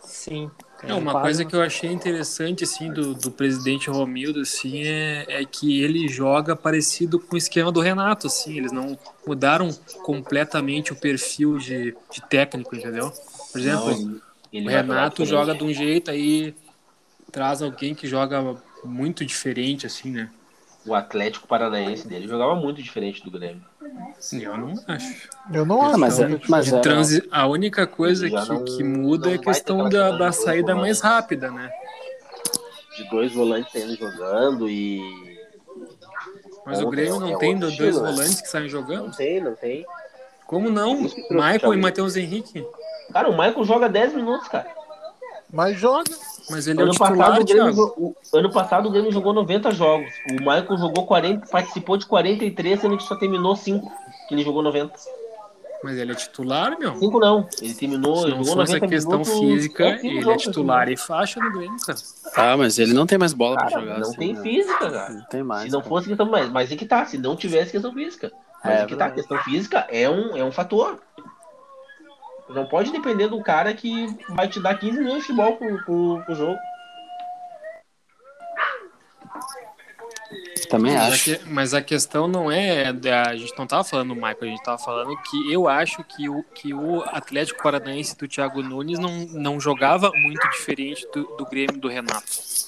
[SPEAKER 1] Sim.
[SPEAKER 5] Não, É, uma
[SPEAKER 1] né?
[SPEAKER 5] coisa que eu achei interessante, assim, do, do presidente Romildo, assim, é, é que ele joga parecido com o esquema do Renato, assim, eles não mudaram completamente o perfil de, de técnico, entendeu? Por exemplo,
[SPEAKER 2] Ele
[SPEAKER 5] O
[SPEAKER 2] vai jogar
[SPEAKER 5] Renato
[SPEAKER 2] diferente.
[SPEAKER 5] joga de um jeito aí traz alguém que joga muito diferente, assim, né?
[SPEAKER 2] O Atlético Paranaense dele jogava muito diferente do Grêmio.
[SPEAKER 5] Eu não acho.
[SPEAKER 4] Eu
[SPEAKER 5] Ah,
[SPEAKER 4] não acho.
[SPEAKER 3] mas, é,
[SPEAKER 4] também.
[SPEAKER 3] mas era-
[SPEAKER 5] Transi- a única coisa
[SPEAKER 2] Já
[SPEAKER 5] que,
[SPEAKER 2] não-
[SPEAKER 5] que muda é
[SPEAKER 2] não
[SPEAKER 5] a
[SPEAKER 2] vai
[SPEAKER 5] questão
[SPEAKER 2] ter
[SPEAKER 5] da,
[SPEAKER 2] aquela
[SPEAKER 5] da
[SPEAKER 2] questão do
[SPEAKER 5] saída
[SPEAKER 2] volante.
[SPEAKER 5] mais rápida, né?
[SPEAKER 2] De dois volantes saindo jogando e.
[SPEAKER 5] Mas
[SPEAKER 2] Outra,
[SPEAKER 5] o Grêmio
[SPEAKER 2] é
[SPEAKER 5] não tem
[SPEAKER 2] outro
[SPEAKER 5] dois
[SPEAKER 2] estilo, né?
[SPEAKER 5] volantes que saem
[SPEAKER 2] Não
[SPEAKER 5] jogando?
[SPEAKER 2] tem, não tem.
[SPEAKER 5] Como não?
[SPEAKER 2] Isso que trouxe o
[SPEAKER 5] Michael e
[SPEAKER 2] Thiago.
[SPEAKER 5] Matheus Henrique?
[SPEAKER 2] Cara, o Michael joga 10 minutos, cara.
[SPEAKER 5] é.
[SPEAKER 4] Mas joga.
[SPEAKER 5] Mas ele é o
[SPEAKER 2] Ano
[SPEAKER 5] titular,
[SPEAKER 2] passado o, Grêmio,
[SPEAKER 5] Thiago.
[SPEAKER 2] jo- o- ano passado o Grêmio jogou 90 jogos. O Michael jogou 40, participou de 43, sendo que só terminou 5. Que ele jogou 90.
[SPEAKER 5] Mas ele é titular, meu.
[SPEAKER 2] 5 não. Ele terminou,
[SPEAKER 5] Se não
[SPEAKER 2] jogou
[SPEAKER 5] fosse
[SPEAKER 2] 90
[SPEAKER 5] a questão
[SPEAKER 2] minutos,
[SPEAKER 5] física,
[SPEAKER 2] é o fim do
[SPEAKER 5] ele é
[SPEAKER 2] jogo,
[SPEAKER 5] titular e faixa do Grêmio, cara.
[SPEAKER 3] Ah, mas ele não tem mais bola pra
[SPEAKER 2] Cara,
[SPEAKER 3] jogar.
[SPEAKER 2] não
[SPEAKER 3] assim,
[SPEAKER 2] tem
[SPEAKER 3] né?
[SPEAKER 2] física, cara.
[SPEAKER 3] Não tem mais.
[SPEAKER 2] Se não
[SPEAKER 3] cara.
[SPEAKER 2] fosse questão mais, mas é que tá, se não tivesse questão física. Mas
[SPEAKER 3] É,
[SPEAKER 2] é, que tá,
[SPEAKER 3] verdade.
[SPEAKER 2] questão física é um, é um fator. Não pode depender do cara que vai te dar 15 milhões de futebol pro, pro, pro jogo.
[SPEAKER 3] Também
[SPEAKER 5] Mas a
[SPEAKER 3] É, acho.
[SPEAKER 5] que- mas a questão não é. da- A gente não tava falando do Michael, a gente tava falando que eu acho que o, que o Atlético Paranaense do Thiago Nunes não, não jogava muito diferente do, do Grêmio do Renato.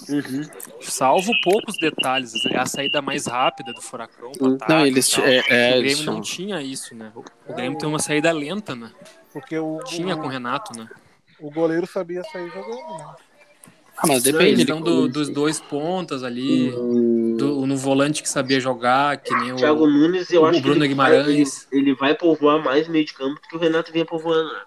[SPEAKER 3] Uhum.
[SPEAKER 5] Salvo poucos detalhes, a saída mais rápida do Furacão. pro ataque
[SPEAKER 3] Hum, Não, eles.
[SPEAKER 5] e
[SPEAKER 3] ti-
[SPEAKER 5] tal.
[SPEAKER 3] É, é,
[SPEAKER 5] o
[SPEAKER 3] eles
[SPEAKER 5] Grêmio não
[SPEAKER 3] tinham-
[SPEAKER 5] tinha isso, né? O Grêmio tem uma saída lenta, né?
[SPEAKER 4] Porque o,
[SPEAKER 5] Tinha com o
[SPEAKER 4] o,
[SPEAKER 5] Renato, né?
[SPEAKER 4] o goleiro sabia sair jogando, né?
[SPEAKER 3] Ah, mas
[SPEAKER 5] a
[SPEAKER 3] depende.
[SPEAKER 5] questão
[SPEAKER 3] ele- Uhum.
[SPEAKER 5] do- dos dois pontas ali, do- no volante que sabia jogar, que nem o.
[SPEAKER 2] Thiago Nunes, eu
[SPEAKER 5] o
[SPEAKER 2] acho
[SPEAKER 5] Bruno
[SPEAKER 2] que ele,
[SPEAKER 5] Guimarães.
[SPEAKER 2] Vai, ele, ele vai povoar mais o meio de campo do que o Renato vinha povoando. né?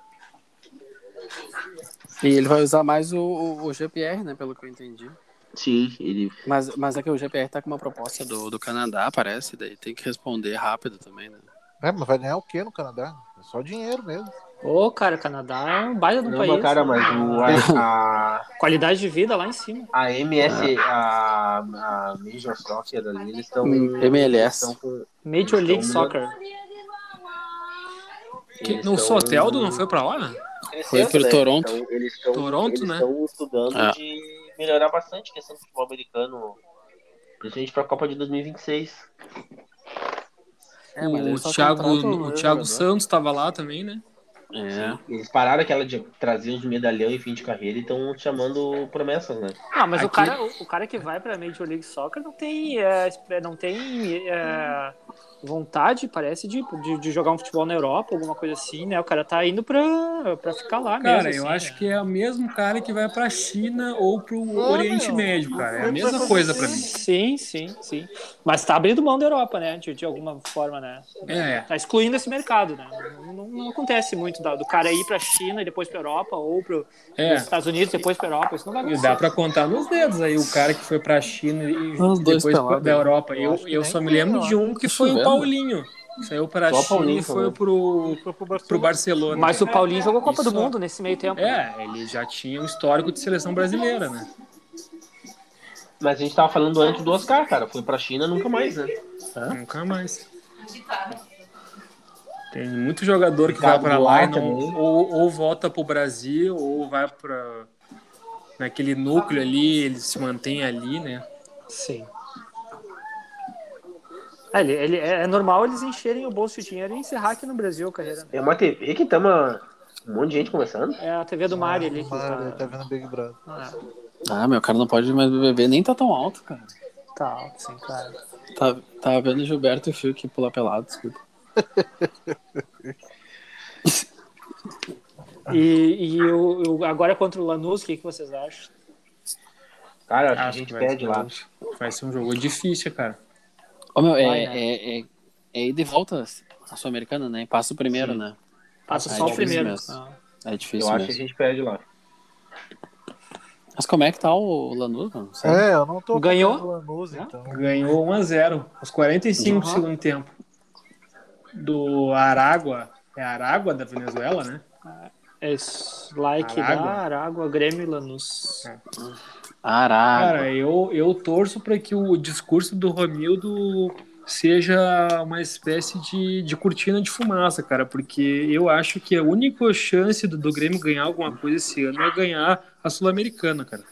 [SPEAKER 3] E ele vai usar mais o, o, o GPR, né? Pelo que eu entendi.
[SPEAKER 2] Sim, ele.
[SPEAKER 3] Mas, mas é que o GPR tá com uma proposta do, do Canadá, parece. Daí tem que responder rápido também, né?
[SPEAKER 4] É, mas vai ganhar o quê no Canadá? É só dinheiro mesmo.
[SPEAKER 1] Ô, cara, o Canadá é um baita do
[SPEAKER 2] Não,
[SPEAKER 1] país.
[SPEAKER 2] cara, mas o, a,
[SPEAKER 5] É.
[SPEAKER 2] a,
[SPEAKER 1] Qualidade de vida lá em cima.
[SPEAKER 2] a MS, a, a Major Soccer ali, eles estão.
[SPEAKER 5] Hum.
[SPEAKER 3] MLS.
[SPEAKER 2] estão com-
[SPEAKER 1] Major League
[SPEAKER 2] Então,
[SPEAKER 1] Soccer.
[SPEAKER 5] Que-
[SPEAKER 2] eles
[SPEAKER 5] não,
[SPEAKER 2] estão-
[SPEAKER 5] Soteldo não foi pra lá, né?
[SPEAKER 3] Foi pro Toronto.
[SPEAKER 2] Então, eles estão
[SPEAKER 5] Toronto,
[SPEAKER 2] eles
[SPEAKER 5] né?
[SPEAKER 2] estão estudando
[SPEAKER 3] É.
[SPEAKER 2] de melhorar bastante a questão do futebol americano, principalmente para a Copa de 2026.
[SPEAKER 3] É,
[SPEAKER 5] o Thiago, o Thiago Santos estava lá também, né?
[SPEAKER 3] É.
[SPEAKER 2] Eles pararam aquela de trazer os medalhão em fim de carreira e estão chamando promessas, né?
[SPEAKER 1] Ah, mas o
[SPEAKER 5] Aqui-
[SPEAKER 1] cara, o cara que vai pra Major League Soccer não tem, é, espe- não tem é, vontade, parece, de, de, de jogar um futebol na Europa, alguma coisa assim, né? O cara tá indo pra, pra ficar lá mesmo.
[SPEAKER 5] Cara, eu
[SPEAKER 1] assim,
[SPEAKER 5] acho
[SPEAKER 1] né?
[SPEAKER 5] que é o mesmo cara que vai pra China ou pro Oriente
[SPEAKER 4] meu.
[SPEAKER 5] Médio, cara. É a
[SPEAKER 4] Eu
[SPEAKER 5] mesma
[SPEAKER 4] preciso
[SPEAKER 5] coisa pra
[SPEAKER 4] fazer
[SPEAKER 1] Sim,
[SPEAKER 5] mim.
[SPEAKER 1] sim, sim. Mas tá abrindo mão da Europa, né? De, de alguma forma, né?
[SPEAKER 5] É,
[SPEAKER 1] Tá excluindo esse mercado, né? Não, não- não acontece muito da- do cara ir pra China e depois pra Europa, ou pro,
[SPEAKER 5] é.
[SPEAKER 1] pros Estados Unidos, depois pra Europa. Isso não vai
[SPEAKER 5] E
[SPEAKER 1] acontecer.
[SPEAKER 5] dá pra contar nos dedos aí o cara que foi pra China e
[SPEAKER 3] Os dois
[SPEAKER 5] depois
[SPEAKER 3] pelados.
[SPEAKER 5] da Europa. Eu,
[SPEAKER 4] acho que
[SPEAKER 5] eu
[SPEAKER 4] nem
[SPEAKER 5] só me
[SPEAKER 4] tem,
[SPEAKER 5] lembro
[SPEAKER 4] eu
[SPEAKER 5] de um que
[SPEAKER 3] Isso
[SPEAKER 5] foi o
[SPEAKER 3] mesmo.
[SPEAKER 5] Paulinho. Saiu pra
[SPEAKER 2] Só o
[SPEAKER 5] China
[SPEAKER 2] Paulinho
[SPEAKER 5] e foi
[SPEAKER 2] também.
[SPEAKER 5] pro,
[SPEAKER 4] Foi pro
[SPEAKER 5] pro
[SPEAKER 4] Barcelona.
[SPEAKER 5] Barcelona.
[SPEAKER 1] Mas o Paulinho jogou Copa do
[SPEAKER 5] Isso.
[SPEAKER 1] Mundo nesse meio tempo. né?
[SPEAKER 5] É, ele já tinha um histórico de seleção brasileira, né?
[SPEAKER 2] Mas a gente tava falando antes do Oscar, cara. Foi pra China nunca mais, né?
[SPEAKER 5] Nunca mais. Tem muito jogador que vai
[SPEAKER 2] Ricardo
[SPEAKER 5] pra lá e
[SPEAKER 2] Goulart
[SPEAKER 5] não,
[SPEAKER 2] também.
[SPEAKER 5] ou, ou volta pro Brasil ou vai pra naquele núcleo ali, ele se mantém ali, né?
[SPEAKER 1] Sim. É, ele- ele- é é normal eles encherem o bolso de dinheiro e encerrar aqui no Brasil a carreira. né?
[SPEAKER 2] É uma TV que tama um monte de gente conversando.
[SPEAKER 1] É a TV do Mari ali. Que
[SPEAKER 4] Mari, tá
[SPEAKER 1] tá,
[SPEAKER 4] vendo Big Brother.
[SPEAKER 1] é,
[SPEAKER 3] Ah, meu cara não pode mais beber, nem tá tão alto, cara.
[SPEAKER 1] tá alto, sim, claro.
[SPEAKER 3] Tá, tá vendo Gilberto Fio que pula pelado, desculpa.
[SPEAKER 1] E, e o- o- agora é contra o Lanús, o que, que vocês acham?
[SPEAKER 2] Cara, acho,
[SPEAKER 5] Acho
[SPEAKER 2] que a gente
[SPEAKER 5] que vai
[SPEAKER 2] perde
[SPEAKER 5] ser
[SPEAKER 2] lá.
[SPEAKER 5] Vai ser um jogo difícil, cara.
[SPEAKER 3] Ô, meu, é,
[SPEAKER 1] Vai, né?
[SPEAKER 3] é, é, é ida e volta a Sul-Americana, né? E Passa o primeiro, né?
[SPEAKER 1] Passa
[SPEAKER 3] Ah,
[SPEAKER 1] só
[SPEAKER 3] é
[SPEAKER 1] o primeiro.
[SPEAKER 3] difícil mesmo.
[SPEAKER 1] Ah.
[SPEAKER 3] É
[SPEAKER 2] Eu
[SPEAKER 3] difícil
[SPEAKER 2] acho que a
[SPEAKER 3] mesmo.
[SPEAKER 2] gente perde lá.
[SPEAKER 3] Mas como é que tá o Lanús, mano? Sabe?
[SPEAKER 4] É, eu não tô
[SPEAKER 1] Ganhou?
[SPEAKER 4] falando do Lanús, então.
[SPEAKER 5] Ganhou 1 a 0 aos 45 do segundo tempo. Do Aragua, é Aragua da Venezuela, né?
[SPEAKER 1] É isso. like
[SPEAKER 5] Aragua.
[SPEAKER 1] da Aragua, Grêmio e Lanús.
[SPEAKER 5] É.
[SPEAKER 3] Caraca.
[SPEAKER 5] Cara, eu, eu torço para que o discurso do Romildo seja uma espécie de, de cortina de fumaça, cara, porque eu acho que a única chance do, do Grêmio ganhar alguma coisa esse ano é ganhar a Sul-Americana, cara.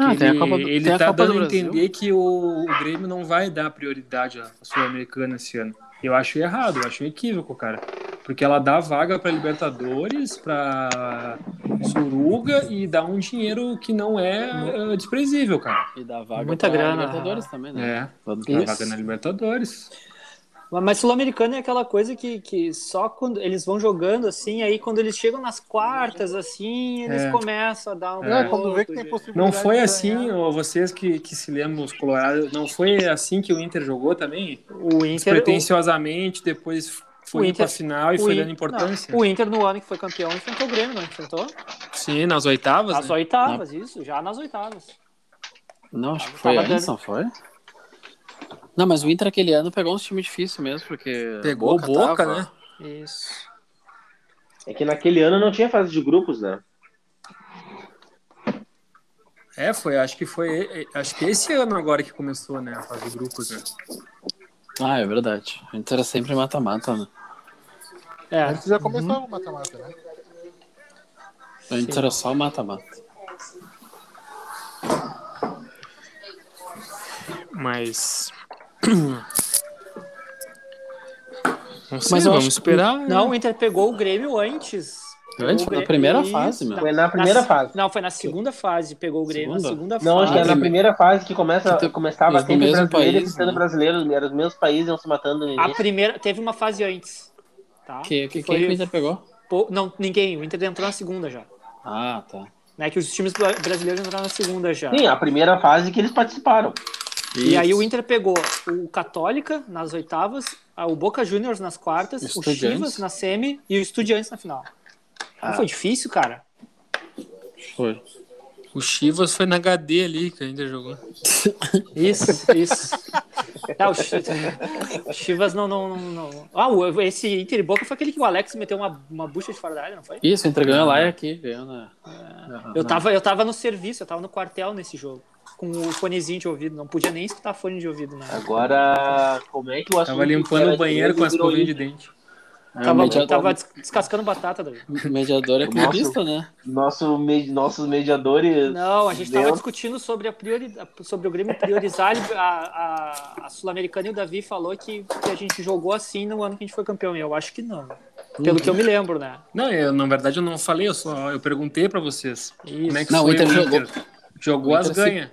[SPEAKER 3] Ah,
[SPEAKER 5] é ele
[SPEAKER 3] tem a Copa do,
[SPEAKER 5] ele
[SPEAKER 3] tem a
[SPEAKER 5] tá
[SPEAKER 3] Copa do
[SPEAKER 5] dando a
[SPEAKER 3] Brasil.
[SPEAKER 5] entender que o, o Grêmio não vai dar prioridade à Sul-Americana esse ano. Eu acho errado, eu acho equívoco, cara. Porque ela dá vaga para Libertadores, para Suruga e dá um dinheiro que não é eh, desprezível, cara.
[SPEAKER 3] E dá vaga
[SPEAKER 1] Muita
[SPEAKER 3] pra
[SPEAKER 1] grana.
[SPEAKER 3] Libertadores também, né?
[SPEAKER 5] É,
[SPEAKER 3] Todo
[SPEAKER 5] dá
[SPEAKER 3] mundo
[SPEAKER 5] vaga na
[SPEAKER 3] paga, né?
[SPEAKER 5] Libertadores.
[SPEAKER 1] Mas- Mas Sul-Americano é aquela coisa que, que só quando eles vão jogando assim, aí quando eles chegam nas quartas, assim, eles
[SPEAKER 5] É.
[SPEAKER 1] começam a dar um.
[SPEAKER 4] É, quando vê que
[SPEAKER 1] outro
[SPEAKER 4] tem
[SPEAKER 1] jeito.
[SPEAKER 4] possibilidade.
[SPEAKER 5] Não foi
[SPEAKER 4] de
[SPEAKER 5] assim,
[SPEAKER 4] ganhar.
[SPEAKER 5] ó, vocês que, que se lembram, os colorados, não foi assim que o Inter jogou também?
[SPEAKER 1] O Inter. o-
[SPEAKER 5] Pretenciosamente, depois Foi
[SPEAKER 1] O
[SPEAKER 5] indo
[SPEAKER 1] Inter-
[SPEAKER 5] pra final e
[SPEAKER 1] o
[SPEAKER 5] foi
[SPEAKER 1] In-
[SPEAKER 5] dando importância.
[SPEAKER 1] Não, o Inter, no ano que foi campeão, enfrentou o Grêmio, não enfrentou?
[SPEAKER 5] Sim, nas
[SPEAKER 3] é.
[SPEAKER 5] oitavas.
[SPEAKER 1] Nas
[SPEAKER 5] né?
[SPEAKER 1] oitavas, isso, já nas oitavas.
[SPEAKER 3] Não, acho
[SPEAKER 1] Tava
[SPEAKER 3] que foi antes,
[SPEAKER 1] dando-
[SPEAKER 3] não foi? Não, mas o Inter aquele ano pegou uns times difíceis mesmo, porque.
[SPEAKER 5] Pegou o Boca,
[SPEAKER 3] tava-
[SPEAKER 5] né?
[SPEAKER 1] Isso.
[SPEAKER 2] É que naquele ano não tinha fase de grupos, né?
[SPEAKER 5] É, foi, acho que foi. é, Acho que esse ano agora que começou, né? A fase de grupos, né?
[SPEAKER 3] Ah, é verdade. O Inter era sempre mata-mata, né?
[SPEAKER 1] É,
[SPEAKER 4] Antes já começava
[SPEAKER 5] Uhum.
[SPEAKER 4] o mata-mata, né?
[SPEAKER 3] O Inter era só mata-mata.
[SPEAKER 5] Mas. Não sei,
[SPEAKER 3] Mas eu
[SPEAKER 5] vamos
[SPEAKER 3] acho que-
[SPEAKER 5] esperar. né?
[SPEAKER 1] Não, o Inter pegou o Grêmio antes. Pegou
[SPEAKER 3] Antes?
[SPEAKER 1] o
[SPEAKER 3] Foi na
[SPEAKER 1] Grêmio-
[SPEAKER 3] primeira
[SPEAKER 1] Isso,
[SPEAKER 3] fase, meu.
[SPEAKER 2] Foi na primeira
[SPEAKER 1] se-
[SPEAKER 2] fase.
[SPEAKER 1] Não, foi na segunda fase. Pegou o Grêmio na
[SPEAKER 3] Segunda?
[SPEAKER 1] segunda
[SPEAKER 2] Não, acho
[SPEAKER 1] fase.
[SPEAKER 2] que era na primeira fase que começa,
[SPEAKER 3] Então,
[SPEAKER 2] começava
[SPEAKER 3] mas no
[SPEAKER 2] sempre
[SPEAKER 3] mesmo
[SPEAKER 2] brasileiro
[SPEAKER 3] país,
[SPEAKER 2] e sendo
[SPEAKER 3] né?
[SPEAKER 2] brasileiro, eram os mesmos países iam se matando no
[SPEAKER 1] A
[SPEAKER 2] início.
[SPEAKER 1] primeira. Teve uma fase antes. Tá?
[SPEAKER 3] Que, que,
[SPEAKER 1] Foi-
[SPEAKER 3] quem que o Inter pegou?
[SPEAKER 1] Pô, não, ninguém. O Inter entrou na segunda já.
[SPEAKER 3] Ah, tá.
[SPEAKER 1] Né, que os times bra- brasileiros entraram na segunda já.
[SPEAKER 2] Sim, a primeira fase que eles participaram.
[SPEAKER 1] E aí o Inter pegou o Católica nas oitavas, a- o Boca Juniors nas quartas, o
[SPEAKER 3] Estudiantes.
[SPEAKER 1] Chivas na semi e o Estudiantes na final.
[SPEAKER 3] Ah.
[SPEAKER 1] Não foi difícil, cara.
[SPEAKER 3] Foi.
[SPEAKER 5] O Chivas foi na HD ali que ainda jogou.
[SPEAKER 1] Isso, isso. Não, o Chi- o Chivas não, não, não, não. Ah, o- esse Inter e Boca foi aquele que o Alex meteu uma, uma bucha de fora da área, não foi?
[SPEAKER 3] Isso, o Inter ganhou lá e aqui. Ganhou na... É,
[SPEAKER 1] Eu tava, eu tava no serviço, eu tava no quartel nesse jogo. Com o fonezinho de ouvido, não podia nem escutar fone de ouvido, né?
[SPEAKER 3] Ah,
[SPEAKER 2] Agora, como é que o assunto...
[SPEAKER 5] Tava limpando
[SPEAKER 2] era
[SPEAKER 5] o banheiro com as
[SPEAKER 2] virou
[SPEAKER 5] escovinhas de
[SPEAKER 2] isso?
[SPEAKER 5] dente.
[SPEAKER 3] É, o
[SPEAKER 1] Tava,
[SPEAKER 3] media-
[SPEAKER 1] tava des- descascando batata, Davi.
[SPEAKER 3] mediador é
[SPEAKER 2] Nossa.
[SPEAKER 3] clubista, né?
[SPEAKER 2] Nosso, me- nossos mediadores...
[SPEAKER 1] Não, a gente
[SPEAKER 2] Deu-
[SPEAKER 1] estava discutindo sobre, a priori... sobre o Grêmio priorizar a, a, a Sul-Americana e o Davi falou que, que a gente jogou assim no ano que a gente foi campeão. E eu acho que não. Pelo que eu me lembro, né?
[SPEAKER 5] Não, eu, na verdade eu não falei, eu só eu perguntei pra vocês. Como é que
[SPEAKER 3] Não, o
[SPEAKER 5] foi
[SPEAKER 3] Inter jogou-
[SPEAKER 5] Jogou
[SPEAKER 3] o
[SPEAKER 5] as
[SPEAKER 3] Inter se-
[SPEAKER 5] ganhas.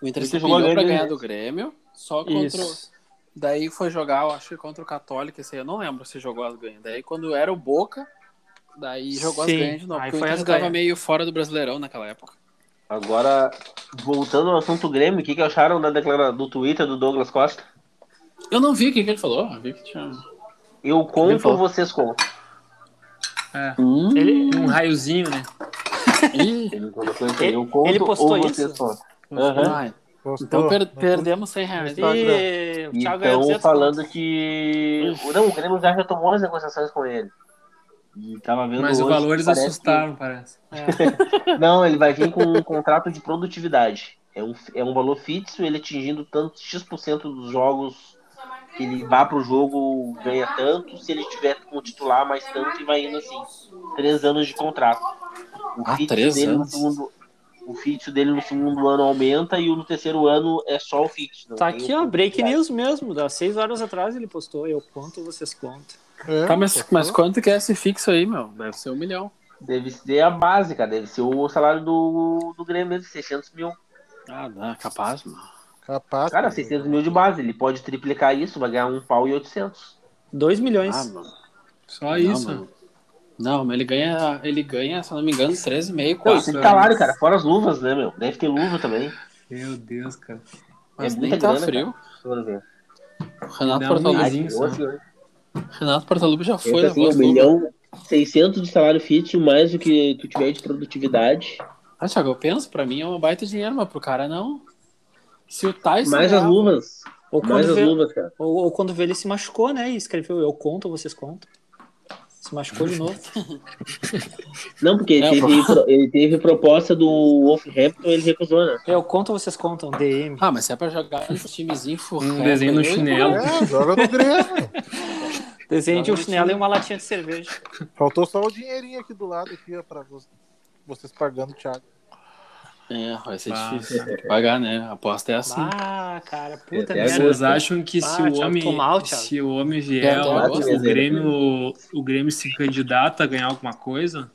[SPEAKER 3] O Inter
[SPEAKER 2] Ele
[SPEAKER 3] se
[SPEAKER 2] jogou
[SPEAKER 3] pilhou pra
[SPEAKER 2] grande-
[SPEAKER 3] ganhar do Grêmio, só contra. o- Daí foi jogar, eu acho que contra o Católica, esse aí, eu não lembro se jogou as ganhas. Daí quando era o Boca, daí jogou
[SPEAKER 1] Sim,
[SPEAKER 3] as ganhas de novo.
[SPEAKER 1] aí
[SPEAKER 3] Porque o
[SPEAKER 1] foi
[SPEAKER 3] Inter
[SPEAKER 1] as
[SPEAKER 3] já tava
[SPEAKER 1] ganhas.
[SPEAKER 3] meio fora do Brasileirão naquela época.
[SPEAKER 2] Agora, voltando ao assunto Grêmio, o que, que acharam da declaração do Twitter do Douglas Costa?
[SPEAKER 3] Eu não vi o que, que ele falou, eu vi que tinha.
[SPEAKER 2] Eu
[SPEAKER 5] Ele
[SPEAKER 2] conto
[SPEAKER 5] falou.
[SPEAKER 2] ou vocês contam?
[SPEAKER 5] É,
[SPEAKER 3] Hum,
[SPEAKER 1] Ele,
[SPEAKER 5] um raiozinho, né?
[SPEAKER 3] ih,
[SPEAKER 2] Ele, colocou isso aí,
[SPEAKER 1] Ele-
[SPEAKER 2] eu conto
[SPEAKER 1] ele postou
[SPEAKER 2] ou vocês
[SPEAKER 1] isso?
[SPEAKER 2] contam. Aham.
[SPEAKER 3] ai,
[SPEAKER 4] Postou né?
[SPEAKER 3] então per-
[SPEAKER 4] no Twitter.
[SPEAKER 3] perdemos 100
[SPEAKER 5] é
[SPEAKER 3] reais.
[SPEAKER 1] e... o Thiago ganhou
[SPEAKER 2] Então,
[SPEAKER 1] 200
[SPEAKER 2] falando que. Não, o Grêmio já retomou as negociações com ele. E tava vendo
[SPEAKER 5] Mas os
[SPEAKER 2] hoje,
[SPEAKER 5] valores
[SPEAKER 2] parece
[SPEAKER 5] assustaram, parece.
[SPEAKER 2] que- Não, ele vai vir com um contrato de produtividade. É um, é um valor fixo, ele atingindo tanto X% dos jogos que ele vá pro jogo, ganha tanto. Se ele tiver com o titular, mais tanto, e vai indo assim. Três anos de contrato. O
[SPEAKER 3] Ah,
[SPEAKER 2] fixo
[SPEAKER 3] três
[SPEAKER 2] dele no
[SPEAKER 3] anos.
[SPEAKER 2] segundo- O fixo dele no segundo ano aumenta e o no terceiro ano é só o fixo. não
[SPEAKER 1] Tá
[SPEAKER 2] tem
[SPEAKER 1] aqui,
[SPEAKER 2] o
[SPEAKER 1] ó, break
[SPEAKER 2] produtividade.
[SPEAKER 1] news mesmo. Das seis horas atrás ele postou. Eu conto, vocês contam.
[SPEAKER 4] É,
[SPEAKER 3] Tá, mas,
[SPEAKER 4] postou.
[SPEAKER 3] mas quanto que é esse fixo aí, meu? Deve ser um milhão.
[SPEAKER 2] Deve ser a básica, deve ser o salário do, do Grêmio mesmo, 600 mil.
[SPEAKER 3] Ah, não, capaz, mano.
[SPEAKER 4] Capaz.
[SPEAKER 2] Cara, 600 mil de base, ele pode triplicar isso, vai ganhar um pau e 800.
[SPEAKER 1] 2
[SPEAKER 3] Ah,
[SPEAKER 1] milhões.
[SPEAKER 3] mano.
[SPEAKER 5] Só
[SPEAKER 3] não,
[SPEAKER 5] isso.
[SPEAKER 3] mano. Não, mas ele ganha, ele ganha, se eu não me engano, 13,5,
[SPEAKER 2] Pô,
[SPEAKER 5] Quatro
[SPEAKER 2] isso é
[SPEAKER 5] anos.
[SPEAKER 2] salário, cara, fora as luvas, né, meu? Deve ter luva também.
[SPEAKER 5] Meu Deus, cara.
[SPEAKER 3] Mas
[SPEAKER 2] é
[SPEAKER 3] nem
[SPEAKER 2] muita
[SPEAKER 3] tá
[SPEAKER 2] grana,
[SPEAKER 3] frio.
[SPEAKER 2] Bora ver.
[SPEAKER 3] O Renato
[SPEAKER 5] Dá um
[SPEAKER 3] Portaluppi
[SPEAKER 5] milhão. Sim,
[SPEAKER 2] Ai, que
[SPEAKER 5] sim.
[SPEAKER 2] ótimo, né?
[SPEAKER 3] Renato Portaluppi já foi
[SPEAKER 2] Entra
[SPEAKER 3] na
[SPEAKER 2] assim,
[SPEAKER 3] voz
[SPEAKER 2] um milhão, 600 de salário fixo, mais o que tu tiver de produtividade,
[SPEAKER 3] Ah, Thiago, eu penso, pra mim é uma baita dinheiro, mas pro cara não. Se o Tyson.
[SPEAKER 2] mais as
[SPEAKER 3] ganhava-
[SPEAKER 2] luvas.
[SPEAKER 1] Ou
[SPEAKER 2] Mais
[SPEAKER 1] quando,
[SPEAKER 2] as
[SPEAKER 1] vê,
[SPEAKER 2] luvas, cara.
[SPEAKER 1] ou, ou quando vê ele se machucou, né? E escreveu Eu conto, vocês contam. Se machucou de novo.
[SPEAKER 2] Não, porque ele
[SPEAKER 3] É,
[SPEAKER 2] teve, pro- ele teve proposta do Wolfhampton, ele recusou, né?
[SPEAKER 1] Eu conto, vocês contam. DM.
[SPEAKER 3] Ah, mas se é pra jogar nesse timezinho furrado.
[SPEAKER 5] Um desenho no
[SPEAKER 3] aí,
[SPEAKER 5] chinelo.
[SPEAKER 4] É, joga no Grêmio.
[SPEAKER 1] Desenho de um
[SPEAKER 3] Tá bonitinho.
[SPEAKER 1] chinelo e uma latinha de cerveja.
[SPEAKER 4] Faltou só o dinheirinho aqui do lado, aqui, ó, pra vo- vocês pagando, Thiago.
[SPEAKER 3] É, vai ser
[SPEAKER 5] Ah.
[SPEAKER 3] difícil. Tem que Pagar, né? A aposta é assim.
[SPEAKER 1] Ah, cara, puta
[SPEAKER 2] É,
[SPEAKER 1] merda.
[SPEAKER 5] Vocês acham que se
[SPEAKER 1] Ah,
[SPEAKER 5] o
[SPEAKER 1] Thiago,
[SPEAKER 5] homem
[SPEAKER 1] tô mal, Thiago.
[SPEAKER 5] se o homem vier,
[SPEAKER 3] Thiago,
[SPEAKER 5] ó,
[SPEAKER 3] eu gosto
[SPEAKER 5] o
[SPEAKER 2] dele.
[SPEAKER 5] Grêmio o Grêmio se candidata a ganhar alguma coisa?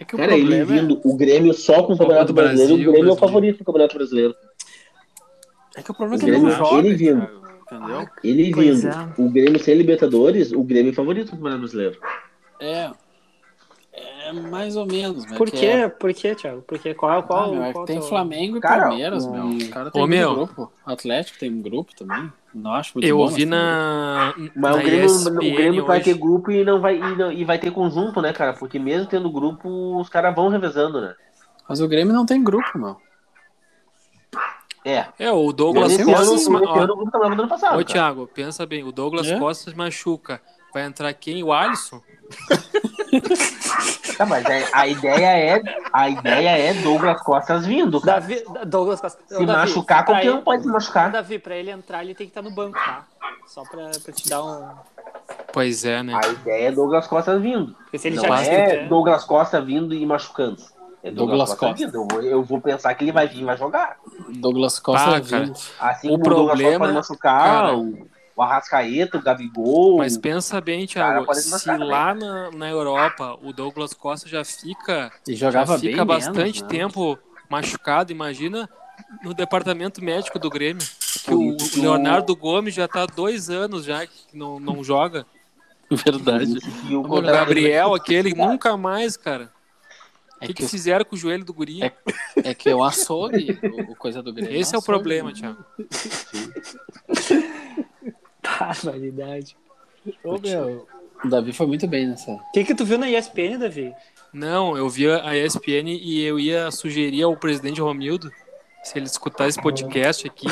[SPEAKER 3] É que o
[SPEAKER 2] Cara, ele
[SPEAKER 3] problema
[SPEAKER 2] vindo o Grêmio só com o Campeonato
[SPEAKER 5] Copa do Brasil,
[SPEAKER 2] Brasileiro, o Grêmio é o
[SPEAKER 5] Brasil.
[SPEAKER 2] favorito do Campeoto Brasileiro.
[SPEAKER 3] é... é que o problema
[SPEAKER 2] o
[SPEAKER 3] é que ele não
[SPEAKER 2] Grêmio-
[SPEAKER 3] joga.
[SPEAKER 2] ele vindo.
[SPEAKER 3] Thiago, entendeu?
[SPEAKER 2] Ele
[SPEAKER 1] Pois
[SPEAKER 2] vindo,
[SPEAKER 1] é.
[SPEAKER 2] o Grêmio sem Libertadores, o Grêmio é favorito do Campeonato Brasileiro.
[SPEAKER 3] É. É mais ou menos, né?
[SPEAKER 1] Por
[SPEAKER 3] que
[SPEAKER 1] quê?
[SPEAKER 3] é-
[SPEAKER 1] Por quê, Thiago? Por quê? Qual, qual,
[SPEAKER 3] Ah, meu, é que
[SPEAKER 1] qual
[SPEAKER 3] tem
[SPEAKER 1] teu-
[SPEAKER 3] Flamengo e
[SPEAKER 2] Cara,
[SPEAKER 3] um- Palmeiras, meu. O cara tem
[SPEAKER 5] Ô,
[SPEAKER 3] um
[SPEAKER 5] meu.
[SPEAKER 3] grupo. Atlético tem um grupo também. Não acho muito
[SPEAKER 5] Eu
[SPEAKER 3] bom,
[SPEAKER 5] ouvi
[SPEAKER 3] mas-
[SPEAKER 5] na.
[SPEAKER 2] Mas
[SPEAKER 5] na
[SPEAKER 2] o Grêmio,
[SPEAKER 5] ESPN
[SPEAKER 2] o Grêmio tá vai
[SPEAKER 5] hoje.
[SPEAKER 2] ter grupo e, não vai, e, não- e vai ter conjunto, né, cara? Porque mesmo tendo grupo, os caras vão revezando, né?
[SPEAKER 3] Mas o Grêmio não tem grupo, meu.
[SPEAKER 2] É.
[SPEAKER 5] É, o Douglas
[SPEAKER 2] Esse ano,
[SPEAKER 5] Costa. se ma-
[SPEAKER 2] esse ano
[SPEAKER 5] Ó,
[SPEAKER 2] o grupo tava no ano passado.
[SPEAKER 5] Ô,
[SPEAKER 2] cara.
[SPEAKER 5] Thiago, pensa bem, o Douglas
[SPEAKER 3] É?
[SPEAKER 5] Costa se machuca. Vai entrar quem? O Alisson?
[SPEAKER 2] Tá, mas é- a ideia é, a ideia é Douglas Costas vindo, cara.
[SPEAKER 1] Davi, Da- Douglas Costa. Ô, Davi,
[SPEAKER 2] Se machucar,
[SPEAKER 1] pra
[SPEAKER 2] qualquer
[SPEAKER 1] ele-
[SPEAKER 2] um pode se machucar.
[SPEAKER 1] Davi, pra ele entrar, ele tem que estar no banco, tá? Só pra, pra te dar um.
[SPEAKER 5] Pois é, né?
[SPEAKER 2] A ideia é Douglas Costas vindo.
[SPEAKER 1] Porque se ele
[SPEAKER 2] não
[SPEAKER 1] já disse que
[SPEAKER 2] é
[SPEAKER 1] quer-
[SPEAKER 2] Douglas Costa vindo e machucando. É
[SPEAKER 3] Douglas
[SPEAKER 2] Douglas, Costa,
[SPEAKER 3] Costa.
[SPEAKER 2] vindo. Eu vou, eu vou pensar que ele vai vir e vai jogar.
[SPEAKER 3] Douglas Costa
[SPEAKER 5] Ah, cara.
[SPEAKER 3] vindo.
[SPEAKER 2] Assim
[SPEAKER 5] O
[SPEAKER 2] como o Douglas Costa
[SPEAKER 5] problema,
[SPEAKER 2] pode machucar,
[SPEAKER 5] cara-
[SPEAKER 2] o, o Arrascaeta, o Gabigol.
[SPEAKER 5] Mas pensa bem, Thiago,
[SPEAKER 2] pode
[SPEAKER 5] se
[SPEAKER 2] machucar, né?
[SPEAKER 5] lá na, na Europa o Douglas Costa já fica,
[SPEAKER 3] E
[SPEAKER 5] já
[SPEAKER 3] jogava bem
[SPEAKER 5] fica bastante
[SPEAKER 3] menos, né?
[SPEAKER 5] tempo machucado, imagina no departamento médico do Grêmio, que
[SPEAKER 2] Por
[SPEAKER 5] o,
[SPEAKER 2] isso-
[SPEAKER 5] o Leonardo Gomes já tá há dois anos já que não, não joga.
[SPEAKER 3] Verdade.
[SPEAKER 2] e o
[SPEAKER 5] O
[SPEAKER 2] contrato-
[SPEAKER 5] Gabriel, aquele, nunca mais, cara. O
[SPEAKER 3] É
[SPEAKER 5] que,
[SPEAKER 3] que,
[SPEAKER 5] que fizeram com o joelho do guri?
[SPEAKER 3] É- é que eu açougue o, o coisa do Grêmio.
[SPEAKER 5] Esse é o
[SPEAKER 3] açougue.
[SPEAKER 5] problema, Thiago.
[SPEAKER 1] Barbaridade.
[SPEAKER 4] Ô, meu,
[SPEAKER 3] O Davi foi muito bem nessa.
[SPEAKER 1] O que, que tu viu na ESPN, Davi?
[SPEAKER 5] Não, eu vi a ESPN e eu ia sugerir ao presidente Romildo, se ele escutar esse podcast aqui,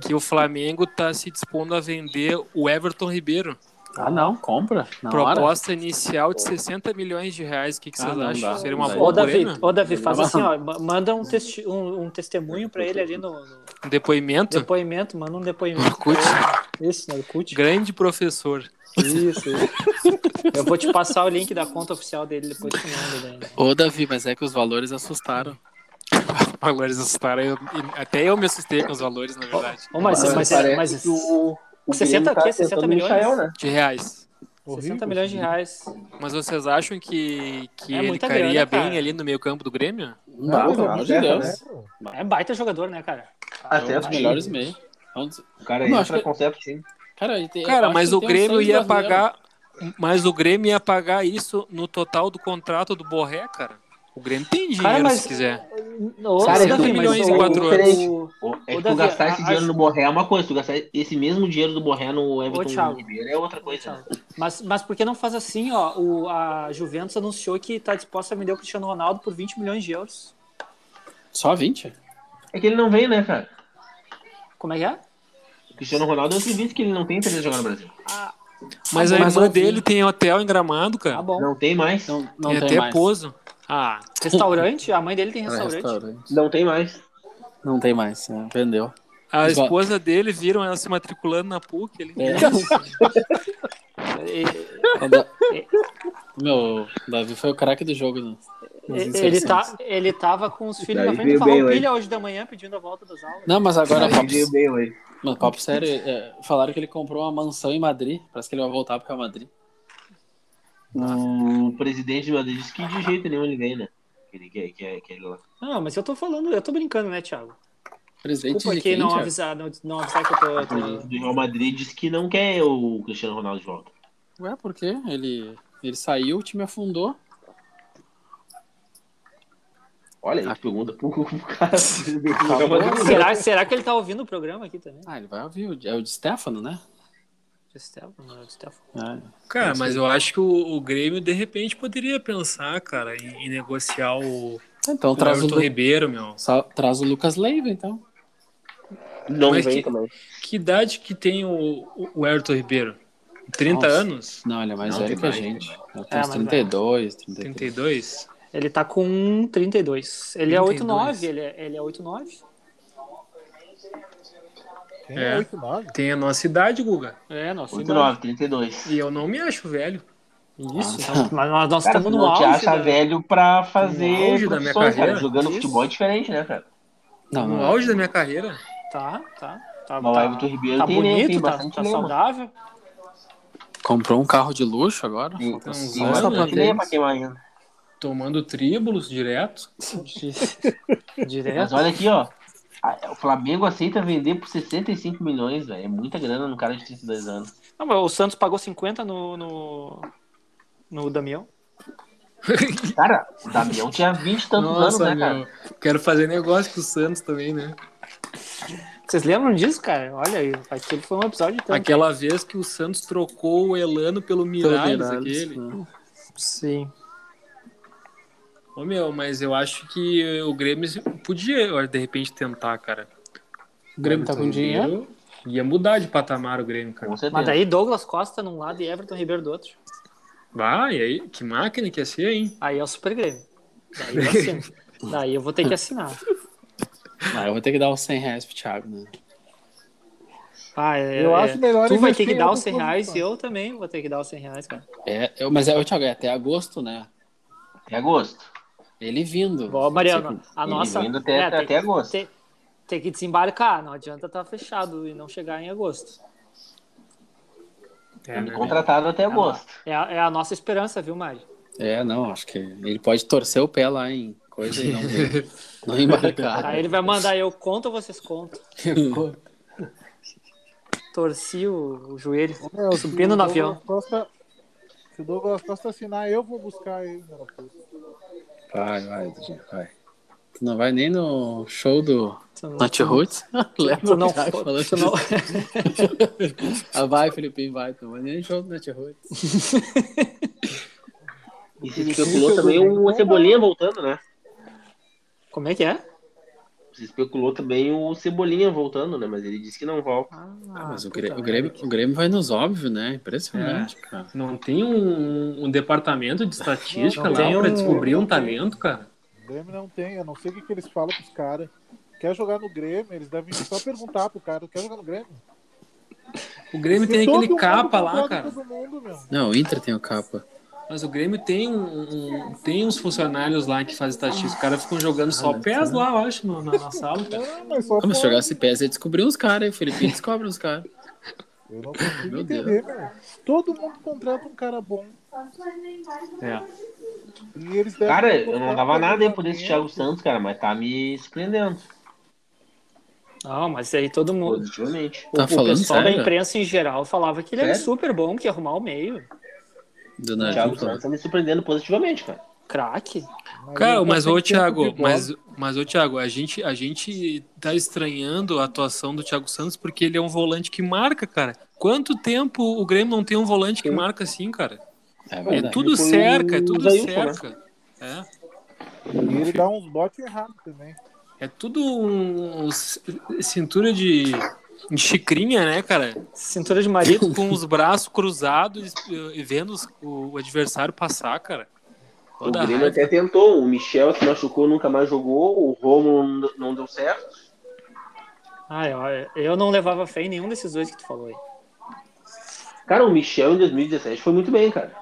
[SPEAKER 5] que o Flamengo tá se dispondo a vender o Everton Ribeiro.
[SPEAKER 3] Ah, não, compra. Na hora.
[SPEAKER 5] proposta inicial de 60 milhões de reais. O que, que
[SPEAKER 3] Ah,
[SPEAKER 5] vocês
[SPEAKER 3] não
[SPEAKER 5] acham?
[SPEAKER 3] dá,
[SPEAKER 5] Seria
[SPEAKER 3] não
[SPEAKER 5] uma
[SPEAKER 3] dá.
[SPEAKER 5] boa
[SPEAKER 1] Ô,
[SPEAKER 5] pro
[SPEAKER 1] Davi,
[SPEAKER 5] Grêmio?
[SPEAKER 1] ô, Davi, faz
[SPEAKER 3] Não.
[SPEAKER 1] assim, ó. ma- Manda um, testi- um, um testemunho pra ele ali no, no
[SPEAKER 5] Um depoimento?
[SPEAKER 1] depoimento. Manda um depoimento.
[SPEAKER 5] Orkut.
[SPEAKER 1] Isso, no Orkut.
[SPEAKER 5] Grande professor.
[SPEAKER 1] Isso, isso. Eu vou te passar o link da conta oficial dele depois te mando, né?
[SPEAKER 3] Ô, Davi, mas é que os valores assustaram.
[SPEAKER 5] Valores assustaram. eu- até eu me assustei com os valores, na verdade.
[SPEAKER 1] Ô, mas, mas, mas,
[SPEAKER 2] parece
[SPEAKER 1] mas-
[SPEAKER 2] que o, o
[SPEAKER 1] 60
[SPEAKER 2] Grêmio tá
[SPEAKER 1] aqui, 60
[SPEAKER 2] tentando o Michael, né?
[SPEAKER 5] De reais.
[SPEAKER 4] horrível.
[SPEAKER 1] 60 milhões de reais.
[SPEAKER 5] Mas vocês acham que, que
[SPEAKER 1] É
[SPEAKER 5] ele
[SPEAKER 1] muita
[SPEAKER 5] cairia
[SPEAKER 1] grana,
[SPEAKER 5] bem
[SPEAKER 1] cara.
[SPEAKER 5] ali no meio campo do Grêmio?
[SPEAKER 3] Não,
[SPEAKER 2] Ah,
[SPEAKER 3] pelo
[SPEAKER 2] não,
[SPEAKER 3] amor de
[SPEAKER 2] certo,
[SPEAKER 3] Deus.
[SPEAKER 2] né?
[SPEAKER 1] É baita jogador, né, cara?
[SPEAKER 2] Até
[SPEAKER 3] É um dos melhores meios. É um dos-
[SPEAKER 2] O cara
[SPEAKER 3] Não,
[SPEAKER 2] entra
[SPEAKER 3] acho que-
[SPEAKER 2] com certo time.
[SPEAKER 3] Cara, ele tem- eu
[SPEAKER 5] Cara,
[SPEAKER 3] acho
[SPEAKER 5] mas
[SPEAKER 3] que
[SPEAKER 5] o
[SPEAKER 3] tem um uns
[SPEAKER 5] Grêmio
[SPEAKER 3] seis
[SPEAKER 5] ia
[SPEAKER 3] brasileiros.
[SPEAKER 5] pagar. Mas o Grêmio ia pagar isso no total do contrato do Borré, cara. O Grêmio tem dinheiro
[SPEAKER 1] mas-
[SPEAKER 5] se quiser.
[SPEAKER 1] Ô,
[SPEAKER 2] Cara,
[SPEAKER 1] Davi,
[SPEAKER 5] 60 milhões em
[SPEAKER 1] o-
[SPEAKER 5] quatro
[SPEAKER 1] o-
[SPEAKER 2] anos.
[SPEAKER 1] o-
[SPEAKER 2] Ô, É
[SPEAKER 1] Ô,
[SPEAKER 2] que tu
[SPEAKER 1] Davi,
[SPEAKER 2] gastar
[SPEAKER 1] a-
[SPEAKER 2] esse dinheiro
[SPEAKER 1] acho-
[SPEAKER 2] no Borré é uma coisa, tu gastar esse mesmo dinheiro do Borré no Everton
[SPEAKER 1] Thiago.
[SPEAKER 2] Ribeiro é outra coisa. né?
[SPEAKER 1] Mas, mas por que não faz assim, ó? O, a Juventus anunciou que tá disposta a vender o Cristiano Ronaldo por 20 milhões de euros.
[SPEAKER 3] Só 20?
[SPEAKER 2] É que ele não vem, né, cara?
[SPEAKER 1] Como é que é?
[SPEAKER 2] O Cristiano Ronaldo é outro vice que ele não tem interesse de jogar no Brasil.
[SPEAKER 5] Mas a
[SPEAKER 3] Mas
[SPEAKER 5] irmã
[SPEAKER 3] eu vi.
[SPEAKER 5] dele tem hotel em gramado,
[SPEAKER 1] Tá
[SPEAKER 5] cara.
[SPEAKER 1] bom.
[SPEAKER 2] Não tem mais.
[SPEAKER 3] Não, não
[SPEAKER 5] tem,
[SPEAKER 3] tem
[SPEAKER 5] até
[SPEAKER 3] mais.
[SPEAKER 5] pouso. Ah,
[SPEAKER 1] Restaurante? A mãe dele tem
[SPEAKER 3] É,
[SPEAKER 1] restaurante?
[SPEAKER 3] restaurante.
[SPEAKER 2] Não tem mais.
[SPEAKER 3] Não tem mais, né? Vendeu.
[SPEAKER 5] A
[SPEAKER 3] Exato.
[SPEAKER 5] esposa dele viram ela se matriculando na PUC. Ele...
[SPEAKER 3] É.
[SPEAKER 1] E-
[SPEAKER 3] O Da- Meu, o Davi foi o craque do jogo. né? Nas
[SPEAKER 1] e- Ele,
[SPEAKER 3] inserções.
[SPEAKER 1] tá, ele tava com os filhos
[SPEAKER 2] Daí
[SPEAKER 1] na frente do
[SPEAKER 2] veio bem,
[SPEAKER 1] Farroupilha hoje de manhã pedindo a volta das aulas.
[SPEAKER 3] Não, mas
[SPEAKER 5] é
[SPEAKER 3] agora,
[SPEAKER 2] Aí
[SPEAKER 3] papo,
[SPEAKER 2] veio bem, ué.
[SPEAKER 3] mas papo sério, é, falaram que ele comprou uma mansão em Madrid. Parece que ele vai voltar pro Real Madrid.
[SPEAKER 2] O presidente de Madrid disse que de jeito nenhum ele vem, né? Que ele quer, quer, quer ele lá.
[SPEAKER 1] Não, mas eu tô falando, eu tô brincando, né, Thiago?
[SPEAKER 3] Presidente
[SPEAKER 1] Desculpa
[SPEAKER 3] de
[SPEAKER 1] aqui
[SPEAKER 3] quem,
[SPEAKER 1] não
[SPEAKER 3] Thiago?
[SPEAKER 1] avisar, não, não avisar que eu tô.
[SPEAKER 2] O presidente do Real Madrid disse que não quer o Cristiano Ronaldo de volta.
[SPEAKER 3] Ué, por quê? Ele, ele saiu, o time afundou.
[SPEAKER 2] Olha
[SPEAKER 1] Ah.
[SPEAKER 2] aí, pergunta pro pro cara.
[SPEAKER 1] tô- Será, será que ele tá ouvindo o programa aqui também?
[SPEAKER 3] Ah, ele vai ouvir. o- É o de Stefano, né?
[SPEAKER 1] Stefano, não, Stefano.
[SPEAKER 3] É.
[SPEAKER 5] Cara, mas eu acho que o, o Grêmio, de repente, poderia pensar, cara, em, em negociar o,
[SPEAKER 3] Então
[SPEAKER 5] o
[SPEAKER 3] traz o,
[SPEAKER 5] Everton
[SPEAKER 3] Lu-
[SPEAKER 5] Ribeiro, meu.
[SPEAKER 3] sa- traz o Lucas Leiva, então.
[SPEAKER 2] Não
[SPEAKER 5] Mas
[SPEAKER 2] vem
[SPEAKER 5] que-
[SPEAKER 2] também.
[SPEAKER 5] Que idade que tem o, o- o Everton Ribeiro? 30
[SPEAKER 3] Nossa.
[SPEAKER 5] anos?
[SPEAKER 3] Não, ele é mais
[SPEAKER 2] Não,
[SPEAKER 3] velho
[SPEAKER 2] tem
[SPEAKER 3] que a
[SPEAKER 2] mais,
[SPEAKER 3] gente. Ele
[SPEAKER 1] É,
[SPEAKER 3] tem uns
[SPEAKER 1] mas
[SPEAKER 3] 32, 33.
[SPEAKER 5] 32?
[SPEAKER 1] Ele tá com 32. Ele é
[SPEAKER 5] 32.
[SPEAKER 1] 8,9, ele é, ele é 8,9.
[SPEAKER 4] Quem
[SPEAKER 5] É.
[SPEAKER 4] é 8, 9?
[SPEAKER 5] Tem a nossa idade, Guga.
[SPEAKER 1] É, nossa.
[SPEAKER 2] 89, 32.
[SPEAKER 5] E eu não me acho velho.
[SPEAKER 1] Isso,
[SPEAKER 3] Ah,
[SPEAKER 1] nós- mas nós, nós
[SPEAKER 2] Cara,
[SPEAKER 1] estamos
[SPEAKER 2] tu
[SPEAKER 1] no
[SPEAKER 2] não te
[SPEAKER 1] auge. né?
[SPEAKER 2] acha
[SPEAKER 1] da-
[SPEAKER 2] velho pra
[SPEAKER 5] No auge
[SPEAKER 2] fazer
[SPEAKER 5] da minha
[SPEAKER 2] profissões, cara.
[SPEAKER 5] carreira.
[SPEAKER 2] Jogando
[SPEAKER 1] Isso.
[SPEAKER 2] futebol é diferente, né, cara?
[SPEAKER 3] Não,
[SPEAKER 5] No
[SPEAKER 3] não.
[SPEAKER 5] auge da minha carreira.
[SPEAKER 1] Tá, tá. Tá,
[SPEAKER 2] Mas o
[SPEAKER 1] tá,
[SPEAKER 2] Everton Ribeiro
[SPEAKER 1] tá
[SPEAKER 2] tem, né,
[SPEAKER 1] bonito,
[SPEAKER 2] tem
[SPEAKER 1] tá,
[SPEAKER 2] bastante
[SPEAKER 1] tá
[SPEAKER 2] lema.
[SPEAKER 1] saudável.
[SPEAKER 3] Comprou um carro de luxo agora.
[SPEAKER 2] Tem,
[SPEAKER 3] Falta
[SPEAKER 5] tem
[SPEAKER 3] só
[SPEAKER 5] mais
[SPEAKER 3] essa
[SPEAKER 5] um
[SPEAKER 1] é
[SPEAKER 2] bastante lenha
[SPEAKER 3] plateia.
[SPEAKER 2] pra queimar ainda.
[SPEAKER 5] Tomando tríbulos direto.
[SPEAKER 2] Mas
[SPEAKER 1] Direto.
[SPEAKER 2] olha aqui, ó. A- O Flamengo aceita vender por 65 milhões, velho. É muita grana no cara de 32 anos.
[SPEAKER 1] Não, mas o Santos pagou 50 no. no... No Damião.
[SPEAKER 2] Cara, o Damião tinha 20 e tantos anos, né, cara?
[SPEAKER 5] meu. Quero fazer negócio com o Santos também, né?
[SPEAKER 1] Vocês lembram disso, cara? Olha aí, aquele foi um episódio de tanto.
[SPEAKER 5] Aquela vez que o Santos trocou o Elano pelo Miralles,
[SPEAKER 3] Miralles,
[SPEAKER 5] aquele.
[SPEAKER 3] né?
[SPEAKER 1] Sim.
[SPEAKER 5] Ô meu, mas eu acho que o Grêmio podia, ó, de repente, tentar, cara.
[SPEAKER 1] O Grêmio tá com dinheiro.
[SPEAKER 5] Ia mudar de patamar o Grêmio, cara.
[SPEAKER 2] Com certeza.
[SPEAKER 1] Mas daí Douglas Costa num lado e Everton Ribeiro do outro.
[SPEAKER 5] Vai, aí, que máquina que ia ser, hein?
[SPEAKER 1] Aí é o Super Grêmio. Daí eu assino. daí eu vou ter que assinar.
[SPEAKER 3] Ah, eu vou ter que dar os 100 reais pro Thiago, né?
[SPEAKER 1] Ah, é,
[SPEAKER 4] Eu
[SPEAKER 1] é.
[SPEAKER 4] acho melhor
[SPEAKER 1] Tu vai
[SPEAKER 4] investir
[SPEAKER 1] ter que
[SPEAKER 4] em
[SPEAKER 1] dar os
[SPEAKER 4] outras
[SPEAKER 1] 100 reais e
[SPEAKER 4] posições.
[SPEAKER 1] eu também vou ter que dar os 100 reais, cara.
[SPEAKER 3] É, eu, mas é, o Thiago, é até agosto, né?
[SPEAKER 2] Até agosto.
[SPEAKER 3] Ele vindo.
[SPEAKER 1] Bom, Mariano, a
[SPEAKER 2] E
[SPEAKER 1] nossa.
[SPEAKER 2] vindo até,
[SPEAKER 1] é,
[SPEAKER 2] até,
[SPEAKER 1] tem-
[SPEAKER 2] até agosto.
[SPEAKER 1] tem, tem que desembarcar, não adianta estar fechado e não chegar em agosto.
[SPEAKER 5] É, né?
[SPEAKER 2] Contratado até agosto.
[SPEAKER 1] É a, é a nossa esperança, viu, Mari?
[SPEAKER 3] É, não, acho que ele pode torcer o pé lá em coisa e não, não embarcar.
[SPEAKER 1] Aí ele vai mandar eu conto ou vocês contam? Torci o, o joelho,
[SPEAKER 4] Meu, se
[SPEAKER 1] subindo
[SPEAKER 4] o
[SPEAKER 1] no
[SPEAKER 4] Douglas
[SPEAKER 1] avião.
[SPEAKER 4] Costa- se o Douglas Costa assinar, eu vou buscar ele. né, meu filho.
[SPEAKER 3] Vai, vai, Didi, vai. Tu não vai nem no show do
[SPEAKER 1] Tu não-
[SPEAKER 3] Nat Roots? Leva
[SPEAKER 1] Tu
[SPEAKER 3] o
[SPEAKER 1] não,
[SPEAKER 3] Thiago Tá falando
[SPEAKER 1] tu não,
[SPEAKER 3] Ah, vai, Felipinho, vai. Tu não vai nem no show do Nat Roots.
[SPEAKER 2] E se especulou também o Cebolinha voltando, né?
[SPEAKER 1] como é que é?
[SPEAKER 2] Se especulou também o Cebolinha voltando, né? Mas ele disse que não volta.
[SPEAKER 3] Ah, mas o,
[SPEAKER 1] puta
[SPEAKER 3] Grê- o
[SPEAKER 1] merda.
[SPEAKER 3] Grêmio, o Grêmio vai nos óbvios, né? Impressionante, cara.
[SPEAKER 5] Não tem um, um departamento de estatística
[SPEAKER 1] Não
[SPEAKER 5] lá
[SPEAKER 1] tem
[SPEAKER 5] pra
[SPEAKER 1] um-
[SPEAKER 5] descobrir um talento, cara?
[SPEAKER 4] O Grêmio não tem, eu não sei o que, que eles falam pros caras. Quer jogar no Grêmio? Eles devem só perguntar pro cara, quer jogar no Grêmio?
[SPEAKER 5] O Grêmio
[SPEAKER 4] E
[SPEAKER 5] tem
[SPEAKER 1] um
[SPEAKER 4] todo
[SPEAKER 5] aquele
[SPEAKER 4] mundo
[SPEAKER 5] capa lá,
[SPEAKER 4] concorda,
[SPEAKER 5] cara.
[SPEAKER 4] Todo mundo, meu.
[SPEAKER 3] Não, o Inter tem o capa.
[SPEAKER 5] Mas o Grêmio tem, um, um- tem uns funcionários lá que fazem estatística. Os caras ficam jogando só pés lá, eu acho, no- na, na sala, cara.
[SPEAKER 4] Não, mas só
[SPEAKER 3] Ah, mas se
[SPEAKER 4] pode.
[SPEAKER 3] jogasse pés, ia descobrir uns caras, hein? O Felipinho descobre uns caras.
[SPEAKER 4] Eu não consigo
[SPEAKER 3] Meu
[SPEAKER 4] entender, meu. Todo mundo contrata um cara bom.
[SPEAKER 5] É.
[SPEAKER 4] E eles devem
[SPEAKER 2] Cara, eu
[SPEAKER 4] contratar
[SPEAKER 2] não dava
[SPEAKER 4] um cara
[SPEAKER 2] nada hein,
[SPEAKER 4] bom.
[SPEAKER 2] por esse Thiago Santos, cara, mas tá me surpreendendo.
[SPEAKER 1] Não, mas aí todo mundo.
[SPEAKER 2] Positivamente.
[SPEAKER 1] o-
[SPEAKER 3] Tá
[SPEAKER 1] o,
[SPEAKER 3] falando
[SPEAKER 1] pessoal
[SPEAKER 3] sério?
[SPEAKER 1] da imprensa em geral falava que ele era
[SPEAKER 2] Sério?
[SPEAKER 1] super bom, que ia arrumar o meio.
[SPEAKER 3] Do
[SPEAKER 2] O
[SPEAKER 3] nada.
[SPEAKER 2] Thiago Santos tá me surpreendendo positivamente, cara.
[SPEAKER 1] Craque.
[SPEAKER 4] Mas
[SPEAKER 5] Cara,
[SPEAKER 4] ele
[SPEAKER 5] mas
[SPEAKER 4] tá sem
[SPEAKER 5] ô
[SPEAKER 4] tempo de
[SPEAKER 5] Thiago,
[SPEAKER 4] bola.
[SPEAKER 5] mas, mas ô Thiago, a gente, a gente tá estranhando a atuação do Thiago Santos porque ele é um volante que marca, cara. Quanto tempo o Grêmio não tem um volante que marca assim, cara?
[SPEAKER 3] É
[SPEAKER 5] É
[SPEAKER 3] verdade.
[SPEAKER 5] tudo
[SPEAKER 2] Foi o
[SPEAKER 5] cerca, é tudo
[SPEAKER 3] né?
[SPEAKER 2] Zailson,
[SPEAKER 5] cerca. É.
[SPEAKER 4] E ele dá uns botes errados também.
[SPEAKER 5] É tudo um c- cintura de, de chicrinha, né, cara?
[SPEAKER 1] Cintura de marido.
[SPEAKER 5] Com os braços cruzados e e vendo os- o, o adversário passar, cara.
[SPEAKER 2] O
[SPEAKER 5] Toda
[SPEAKER 2] Grêmio
[SPEAKER 5] raiva.
[SPEAKER 2] até tentou. O Michel se machucou, nunca mais jogou. O Romulo não deu- não deu certo.
[SPEAKER 1] Ah, eu, eu não levava fé em nenhum desses dois que tu falou aí.
[SPEAKER 2] Cara, o Michel em 2017 foi muito bem, cara.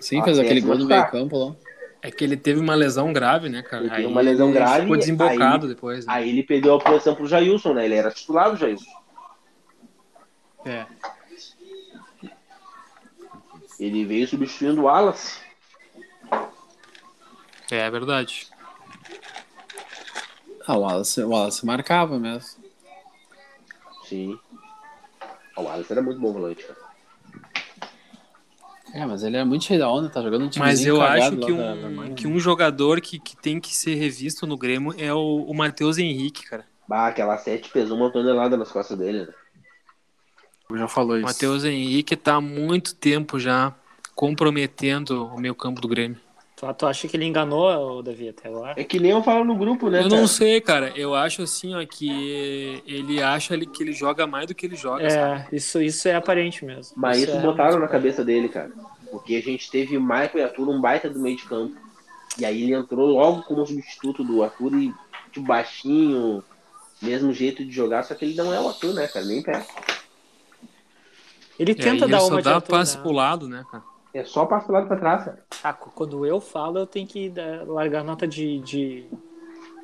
[SPEAKER 3] Sim, fez
[SPEAKER 2] Ah,
[SPEAKER 3] aquele
[SPEAKER 2] sim,
[SPEAKER 3] gol no
[SPEAKER 2] mas tá.
[SPEAKER 3] meio campo lá.
[SPEAKER 5] É que ele teve uma lesão grave, né, cara?
[SPEAKER 2] Ele teve
[SPEAKER 5] Aí
[SPEAKER 2] uma lesão
[SPEAKER 5] ele
[SPEAKER 2] grave,
[SPEAKER 5] Ficou desembocado depois. Né?
[SPEAKER 2] Aí ele perdeu a posição pro Jailson, né? Ele era titular do Jailson.
[SPEAKER 5] É.
[SPEAKER 2] Ele veio substituindo o Wallace.
[SPEAKER 5] É, é verdade.
[SPEAKER 3] Ah, o Wallace, o Wallace marcava mesmo.
[SPEAKER 2] Sim. O Wallace era muito bom volante, cara.
[SPEAKER 3] É, mas ele é muito cheio da onda, tá jogando um time
[SPEAKER 5] Mas eu acho que um,
[SPEAKER 3] Da, da mãe,
[SPEAKER 5] que um jogador que, que tem que ser revisto no Grêmio é o, o Matheus Henrique, cara.
[SPEAKER 2] Bah, aquela 7 pesou uma tonelada nas costas dele, né?
[SPEAKER 3] né? já falou
[SPEAKER 5] O
[SPEAKER 3] isso.
[SPEAKER 5] Matheus Henrique tá há muito tempo já comprometendo o meio campo do Grêmio.
[SPEAKER 1] Tu, tu acha que ele enganou o Davi até agora?
[SPEAKER 2] É que nem eu falo no grupo, né?
[SPEAKER 5] Eu
[SPEAKER 2] cara?
[SPEAKER 5] não sei, cara. Eu acho assim, ó, que ele acha ele- que ele joga mais do que ele joga. sabe?
[SPEAKER 1] É, isso, isso é aparente mesmo.
[SPEAKER 2] Mas isso
[SPEAKER 1] é-
[SPEAKER 2] botaram na cabeça dele, cara. Porque a gente teve Michael e Arthur, um baita do meio de campo. E aí ele entrou logo como substituto do Arthur e de baixinho, mesmo jeito de jogar, só que ele não é o Arthur, né, cara? Nem perto.
[SPEAKER 1] Ele
[SPEAKER 5] É, E aí
[SPEAKER 1] tenta
[SPEAKER 5] ele
[SPEAKER 1] dar
[SPEAKER 5] só
[SPEAKER 1] uma de
[SPEAKER 5] dá
[SPEAKER 1] Arthur, né?
[SPEAKER 5] passe pro lado, né, cara?
[SPEAKER 2] É só passo pro lado pra trás, cara.
[SPEAKER 1] Ah, quando eu falo, eu tenho que dar- largar nota de. de-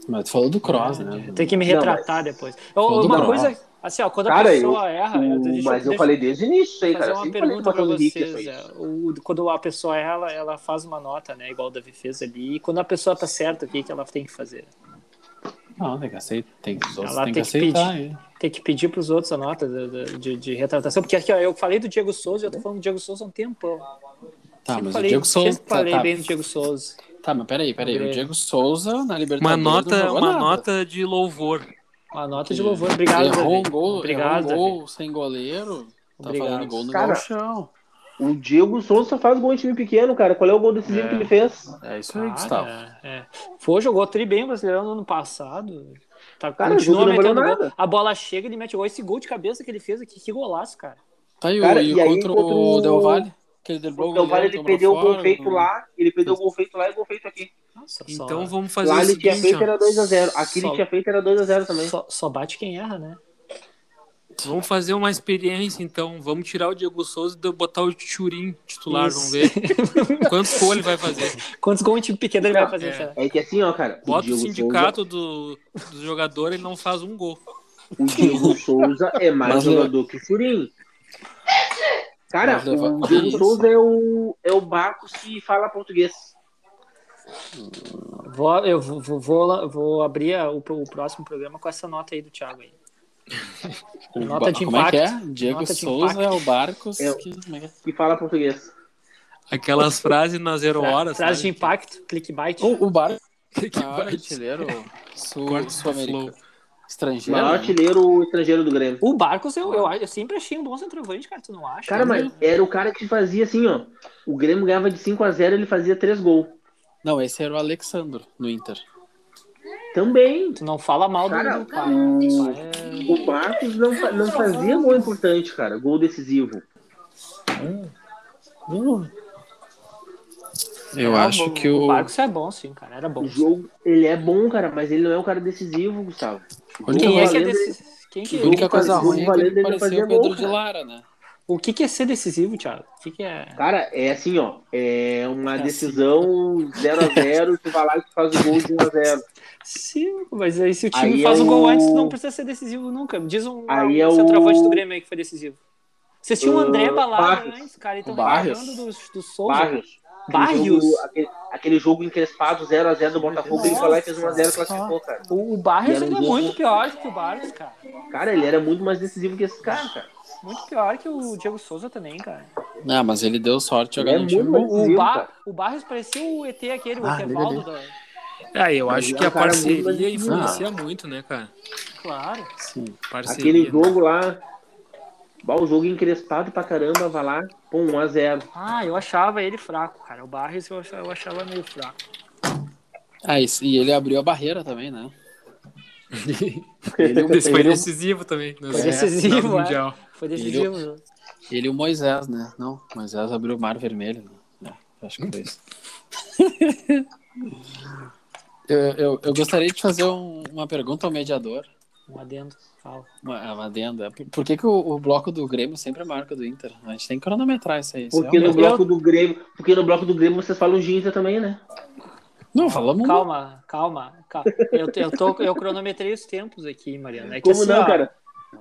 [SPEAKER 3] Mas tu falou do Cross, né?
[SPEAKER 1] É, Tem que me
[SPEAKER 2] Não,
[SPEAKER 1] retratar depois. Eu-
[SPEAKER 3] Tudo
[SPEAKER 1] uma
[SPEAKER 3] bom.
[SPEAKER 1] coisa, assim, ó, quando a
[SPEAKER 2] Cara,
[SPEAKER 1] pessoa erra. Ah, eu-
[SPEAKER 2] O-
[SPEAKER 1] deixa-
[SPEAKER 2] mas eu
[SPEAKER 1] deixa-
[SPEAKER 2] falei desde o início isso aí,
[SPEAKER 1] fazer
[SPEAKER 2] cara.
[SPEAKER 1] uma
[SPEAKER 2] Sempre falei do
[SPEAKER 1] pergunta pra
[SPEAKER 2] Matheus Henrique,
[SPEAKER 1] vocês.
[SPEAKER 2] isso aí.
[SPEAKER 1] é, o- quando a pessoa erra, ela, ela faz uma nota, né? Igual o Davi fez ali. E quando a pessoa tá certa, o que, que ela tem que fazer?
[SPEAKER 3] Não, tem que aceitar. Tem, os outros
[SPEAKER 1] Ela
[SPEAKER 3] têm que
[SPEAKER 1] tem que
[SPEAKER 3] aceitar. hein?
[SPEAKER 1] Tem que pedir pros outros a nota de, de- de retratação. Porque aqui, ó, eu falei do Diego Souza e eu tô falando do Diego Souza há um tempão.
[SPEAKER 3] Tá,
[SPEAKER 1] sempre
[SPEAKER 3] mas
[SPEAKER 1] falei,
[SPEAKER 3] o Diego Souza.
[SPEAKER 1] sempre falei
[SPEAKER 3] tá, tá.
[SPEAKER 1] bem do Diego Souza.
[SPEAKER 3] Tá, mas peraí, peraí. O Diego Souza na Libertadores.
[SPEAKER 5] Uma
[SPEAKER 3] não
[SPEAKER 5] nota,
[SPEAKER 3] jogou
[SPEAKER 5] uma
[SPEAKER 3] nada.
[SPEAKER 5] nota de louvor.
[SPEAKER 1] Uma nota de louvor. Obrigado,
[SPEAKER 3] errou um
[SPEAKER 1] Davi.
[SPEAKER 3] gol,
[SPEAKER 1] Obrigado,
[SPEAKER 3] errou um gol sem goleiro. Tá
[SPEAKER 1] Obrigado.
[SPEAKER 3] fazendo gol no
[SPEAKER 2] Cara.
[SPEAKER 3] galchão.
[SPEAKER 2] O Diego Souza faz gol em time pequeno, cara. Qual é o gol decisivo
[SPEAKER 3] É.
[SPEAKER 2] que ele fez?
[SPEAKER 3] É isso aí,
[SPEAKER 1] Cara,
[SPEAKER 3] Gustavo.
[SPEAKER 1] é. Foi, jogou tri bem o Brasileirão no ano passado. Tá,
[SPEAKER 2] Cara,
[SPEAKER 1] continua
[SPEAKER 2] o jogo não valeu
[SPEAKER 1] metendo gol.
[SPEAKER 2] nada.
[SPEAKER 1] A bola chega, ele mete gol. Esse gol de cabeça que ele fez aqui, que golaço, cara.
[SPEAKER 3] Tá, e, o-
[SPEAKER 2] Cara,
[SPEAKER 3] e
[SPEAKER 2] e aí
[SPEAKER 3] contra
[SPEAKER 2] contra
[SPEAKER 3] o
[SPEAKER 2] o-
[SPEAKER 3] Del Valle? Que ele driblou
[SPEAKER 2] Então, vale,
[SPEAKER 3] goleiro,
[SPEAKER 2] ele
[SPEAKER 3] tomou
[SPEAKER 2] perdeu o gol
[SPEAKER 3] fora,
[SPEAKER 2] feito
[SPEAKER 3] não-
[SPEAKER 2] lá, ele perdeu o gol feito lá e o gol feito aqui.
[SPEAKER 1] Nossa, só-
[SPEAKER 5] Então vamos fazer
[SPEAKER 2] Lá
[SPEAKER 5] o
[SPEAKER 2] ele tinha
[SPEAKER 5] seguinte,
[SPEAKER 2] feito
[SPEAKER 5] ó.
[SPEAKER 2] era 2x0. Aqui
[SPEAKER 1] Só-
[SPEAKER 2] ele tinha feito era 2x0 também.
[SPEAKER 1] só, só bate quem erra, né?
[SPEAKER 5] Vamos fazer uma experiência, então. Vamos tirar o Diego Souza e de- botar o Churin titular. Vamos ver quantos gols ele vai fazer.
[SPEAKER 1] Quantos gols em time pequeno ele
[SPEAKER 2] Não,
[SPEAKER 1] vai fazer,
[SPEAKER 5] é.
[SPEAKER 1] será?
[SPEAKER 2] É que assim, ó, cara.
[SPEAKER 5] Bota o
[SPEAKER 2] Diego
[SPEAKER 5] sindicato do, do jogador, ele não faz um gol.
[SPEAKER 2] Souza- o Diego Souza é mais
[SPEAKER 3] Mas
[SPEAKER 2] jogador que o Churin. Cara,
[SPEAKER 3] Mas leva-
[SPEAKER 2] o Diego
[SPEAKER 3] Isso.
[SPEAKER 2] Souza é o, é o Barcos que fala português.
[SPEAKER 1] Vou, eu vou, vou- vou, lá- vou abrir a- o, o próximo programa com essa nota aí do Thiago aí. Nota de
[SPEAKER 3] Como é que
[SPEAKER 1] impacto.
[SPEAKER 3] é? Diego
[SPEAKER 1] Nota de
[SPEAKER 3] Souza é o Barcos.
[SPEAKER 2] É.
[SPEAKER 3] Que... como é que é?
[SPEAKER 2] Que fala português.
[SPEAKER 5] Aquelas frases na zero hora.
[SPEAKER 1] Traz de
[SPEAKER 5] sabe?
[SPEAKER 1] impacto, clickbait.
[SPEAKER 3] O, o Barcos
[SPEAKER 5] Que
[SPEAKER 3] é o maior
[SPEAKER 5] vai-
[SPEAKER 3] artilheiro
[SPEAKER 5] Corta o
[SPEAKER 3] sul-
[SPEAKER 5] flow.
[SPEAKER 3] sul-americano.
[SPEAKER 2] O
[SPEAKER 3] Estrangeiro.
[SPEAKER 2] maior
[SPEAKER 3] né?
[SPEAKER 2] artilheiro estrangeiro do Grêmio.
[SPEAKER 1] O Barcos, eu, eu, eu sempre achei um bom centroavante, cara. Tu não acha?
[SPEAKER 2] Cara, mas era o cara que fazia assim, ó. O Grêmio ganhava de 5x0, ele fazia 3 gols.
[SPEAKER 3] Não, esse era o Alexandro no Inter.
[SPEAKER 2] Também.
[SPEAKER 1] Tu não fala mal do-
[SPEAKER 2] Cara,
[SPEAKER 1] do pai. O pai é-
[SPEAKER 2] O Marcos não, fa- não fazia gol importante, cara. Gol decisivo.
[SPEAKER 3] Eu
[SPEAKER 1] Ah,
[SPEAKER 3] acho
[SPEAKER 1] bom,
[SPEAKER 3] que o.
[SPEAKER 1] O Barcos é bom, sim, cara. Era bom.
[SPEAKER 2] O jogo, ele é bom, cara, mas ele não é um cara decisivo, Gustavo.
[SPEAKER 3] Quem
[SPEAKER 1] Quem é que é
[SPEAKER 2] Valendo,
[SPEAKER 1] decisivo? Quem que-
[SPEAKER 3] A única coisa
[SPEAKER 2] Valendo,
[SPEAKER 3] ruim é que
[SPEAKER 2] Valendo,
[SPEAKER 3] ele
[SPEAKER 2] ele
[SPEAKER 3] parecia
[SPEAKER 2] fazia
[SPEAKER 3] o Pedro
[SPEAKER 2] gol,
[SPEAKER 3] de Lara, né?
[SPEAKER 1] O que, que é ser decisivo, Thiago? O que, que é.
[SPEAKER 2] Cara, é assim, ó. É uma
[SPEAKER 1] É assim.
[SPEAKER 2] decisão 0x0, tu vai lá e tu faz o gol de 1x0.
[SPEAKER 1] Sim, mas aí se o time
[SPEAKER 2] Aí
[SPEAKER 1] faz
[SPEAKER 2] é
[SPEAKER 1] um gol
[SPEAKER 2] o-
[SPEAKER 1] antes, não precisa ser decisivo nunca. Me Diz um,
[SPEAKER 2] Aí
[SPEAKER 1] um
[SPEAKER 2] é o-
[SPEAKER 1] centroavante do Grêmio aí que foi decisivo. Vocês tinham o
[SPEAKER 2] Ah,
[SPEAKER 1] André Balada
[SPEAKER 2] Barrios.
[SPEAKER 1] antes, cara, e estão
[SPEAKER 3] O Barrios.
[SPEAKER 1] reclamando do, do Souza.
[SPEAKER 2] Barrios. Aquele
[SPEAKER 1] Barrios?
[SPEAKER 2] jogo- Aquele, aquele jogo encrespado 0x0 do Botafogo, ele foi lá e fez 1x0 e classificou, cara.
[SPEAKER 1] O, o Barrios
[SPEAKER 2] E era um
[SPEAKER 1] ainda é
[SPEAKER 2] jogo-
[SPEAKER 1] muito pior que o Barrios, cara.
[SPEAKER 2] Cara, ele era muito mais decisivo que esse cara, cara.
[SPEAKER 1] Muito pior que o Diego Souza também, cara.
[SPEAKER 3] Não, Ah, mas ele deu sorte
[SPEAKER 2] Ele é
[SPEAKER 3] jogando no time.
[SPEAKER 2] muito
[SPEAKER 3] bom.
[SPEAKER 2] mais
[SPEAKER 1] O,
[SPEAKER 2] decisivo, cara.
[SPEAKER 1] Bar... o Barrios parecia o ET aquele, o
[SPEAKER 3] Ah,
[SPEAKER 1] Etevaldo. Da...
[SPEAKER 5] Ah, eu acho que a
[SPEAKER 2] Cara, muito
[SPEAKER 5] parceria
[SPEAKER 2] mais-
[SPEAKER 5] influencia muito, né, cara?
[SPEAKER 1] Claro.
[SPEAKER 3] Sim.
[SPEAKER 5] Parceria.
[SPEAKER 2] Aquele jogo lá. Bah, o jogo encrespado pra caramba, vai lá, pum, 1x0.
[SPEAKER 1] Ah, eu achava ele fraco, cara. O Barrios eu achava, eu achava meio fraco.
[SPEAKER 3] Ah, e, e ele abriu a barreira também, né?
[SPEAKER 5] Esse um foi decisivo também. né?
[SPEAKER 1] Foi
[SPEAKER 5] É,
[SPEAKER 1] decisivo,
[SPEAKER 5] final do
[SPEAKER 1] é.
[SPEAKER 5] Mundial.
[SPEAKER 1] Foi decisivo. né?
[SPEAKER 3] Ele e o Moisés, né? Não, Moisés abriu o Mar Vermelho. Né? É, acho que foi isso. eu, eu, eu gostaria de fazer um- uma pergunta ao mediador,
[SPEAKER 1] Um adendo. Fala.
[SPEAKER 3] uma, uma adenda. Por, por que, que o, o bloco do Grêmio sempre é maior que o do Inter? A gente tem que cronometrar isso aí. isso é
[SPEAKER 2] Porque
[SPEAKER 3] um-
[SPEAKER 2] no bloco do Grêmio. Porque no bloco do Grêmio vocês falam de Inter também, né?
[SPEAKER 3] Não, falamos muito.
[SPEAKER 1] Calma, calma, calma. Eu, eu, tô, eu cronometrei os tempos aqui, Mariana. É que
[SPEAKER 2] Como
[SPEAKER 1] assim,
[SPEAKER 2] não,
[SPEAKER 1] ó,
[SPEAKER 2] cara?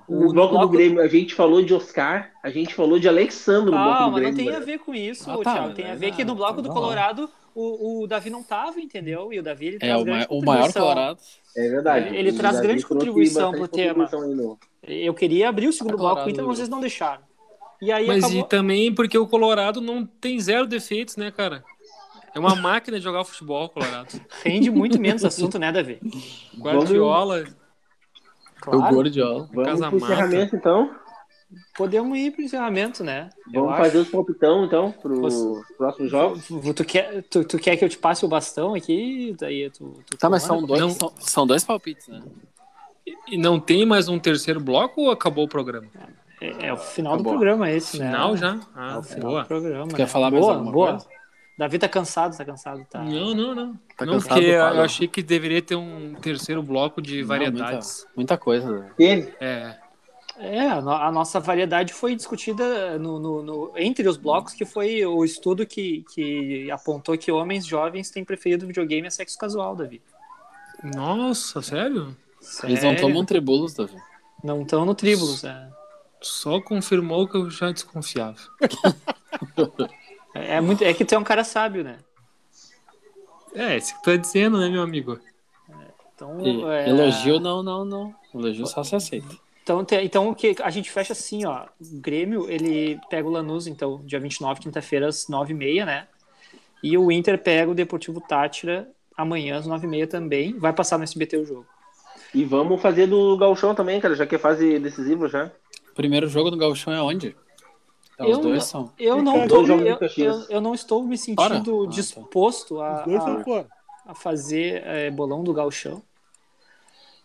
[SPEAKER 1] o
[SPEAKER 2] No bloco,
[SPEAKER 1] bloco-
[SPEAKER 2] do Grêmio, a gente falou de Oscar, a gente falou de Alexandre no bloco do
[SPEAKER 1] Calma,
[SPEAKER 2] Grêmio.
[SPEAKER 1] não tem a
[SPEAKER 2] né?
[SPEAKER 1] ver com isso,
[SPEAKER 3] Ah, tá,
[SPEAKER 1] Thiago. Tem a
[SPEAKER 3] mas
[SPEAKER 1] ver que no
[SPEAKER 3] não,
[SPEAKER 1] bloco do
[SPEAKER 3] não.
[SPEAKER 1] Colorado o, o Davi não tava, entendeu? E o Davi ele
[SPEAKER 3] É,
[SPEAKER 1] traz
[SPEAKER 3] o,
[SPEAKER 1] grande
[SPEAKER 3] ma- o maior
[SPEAKER 1] contribuição.
[SPEAKER 3] Colorado.
[SPEAKER 2] É verdade.
[SPEAKER 1] Ele
[SPEAKER 2] O
[SPEAKER 1] traz
[SPEAKER 2] Davi
[SPEAKER 1] grande
[SPEAKER 2] trouxe
[SPEAKER 1] contribuição
[SPEAKER 2] bastante
[SPEAKER 1] pro tema.
[SPEAKER 2] contribuição aí no-
[SPEAKER 1] Eu queria abrir o segundo
[SPEAKER 3] Colorado,
[SPEAKER 1] bloco, então
[SPEAKER 3] viu?
[SPEAKER 1] vocês não deixaram. E aí
[SPEAKER 5] Mas
[SPEAKER 1] acabou.
[SPEAKER 5] e também porque o Colorado não tem zero defeitos, né, cara? É uma máquina de jogar futebol, Colorado.
[SPEAKER 1] Rende muito menos assunto, né, Davi?
[SPEAKER 5] Guardiola.
[SPEAKER 3] É O
[SPEAKER 1] Claro.
[SPEAKER 3] Gordiola.
[SPEAKER 2] Vamos
[SPEAKER 5] Casa
[SPEAKER 2] pro
[SPEAKER 5] Mata.
[SPEAKER 2] encerramento, então.
[SPEAKER 1] Podemos ir pro encerramento, né? Eu
[SPEAKER 2] Vamos
[SPEAKER 1] acho.
[SPEAKER 2] fazer os palpitão, então, pro
[SPEAKER 1] Você-
[SPEAKER 2] próximo jogo.
[SPEAKER 1] Tu quer, tu, tu quer que eu te passe o bastão aqui? Daí tu, tu
[SPEAKER 3] Tá, mas
[SPEAKER 1] comanda?
[SPEAKER 3] são dois,
[SPEAKER 5] Não.
[SPEAKER 3] são, são dois palpites, né?
[SPEAKER 5] E não tem mais um terceiro bloco ou acabou o programa?
[SPEAKER 1] É, é o final do
[SPEAKER 3] Acabou.
[SPEAKER 1] programa esse, né?
[SPEAKER 5] Final já? Ah,
[SPEAKER 1] É o final
[SPEAKER 5] boa.
[SPEAKER 1] do programa.
[SPEAKER 3] Quer
[SPEAKER 1] né?
[SPEAKER 3] falar mais
[SPEAKER 1] boa,
[SPEAKER 3] alguma
[SPEAKER 1] boa.
[SPEAKER 3] coisa?
[SPEAKER 1] Davi tá cansado, tá cansado, tá.
[SPEAKER 5] Não, não, não.
[SPEAKER 3] Tá
[SPEAKER 5] não,
[SPEAKER 3] cansado,
[SPEAKER 5] porque
[SPEAKER 3] Paulo?
[SPEAKER 5] eu achei que deveria ter um terceiro bloco de
[SPEAKER 3] Não,
[SPEAKER 5] variedades.
[SPEAKER 3] muita, muita coisa. né?
[SPEAKER 2] Ele,
[SPEAKER 5] É.
[SPEAKER 1] É, a no- a nossa variedade foi discutida no, no- no- entre os blocos, que foi o estudo que, que apontou que homens jovens têm preferido videogame a sexo casual, Davi.
[SPEAKER 5] Nossa, sério?
[SPEAKER 3] Eles não
[SPEAKER 1] Sério?
[SPEAKER 3] tomam tribulos, Davi.
[SPEAKER 1] Não estão no Tribulus, é.
[SPEAKER 5] Só confirmou que eu já desconfiava.
[SPEAKER 1] É, é muito, é que tu é um cara sábio, né?
[SPEAKER 5] É, isso que tu tá dizendo, né, meu amigo?
[SPEAKER 1] Então,
[SPEAKER 3] E-
[SPEAKER 1] é,
[SPEAKER 3] Elogio, não, não, não. Elogio só se aceita.
[SPEAKER 1] Então, te- então o que a gente fecha assim, ó. O Grêmio, ele pega o Lanús, então, dia 29, quinta-feira, às 9h30, né? E o Inter pega o Deportivo Tátira amanhã, às 9h30 também. Vai passar no SBT o jogo.
[SPEAKER 2] E vamos fazer do Galchão também, cara, já que é fase decisiva já.
[SPEAKER 3] Primeiro jogo do Gauchão é onde? Tá, os
[SPEAKER 1] Eu
[SPEAKER 3] dois
[SPEAKER 1] não-
[SPEAKER 3] são.
[SPEAKER 1] Eu não,
[SPEAKER 2] Dois
[SPEAKER 1] tô,
[SPEAKER 2] jogos do
[SPEAKER 1] eu,
[SPEAKER 2] Caxias.
[SPEAKER 1] eu- eu não estou me
[SPEAKER 3] Para. Ah,
[SPEAKER 1] sentindo
[SPEAKER 3] tá.
[SPEAKER 1] disposto a,
[SPEAKER 7] Os dois
[SPEAKER 1] a-
[SPEAKER 7] são fora.
[SPEAKER 1] a fazer eh, bolão do gauchão.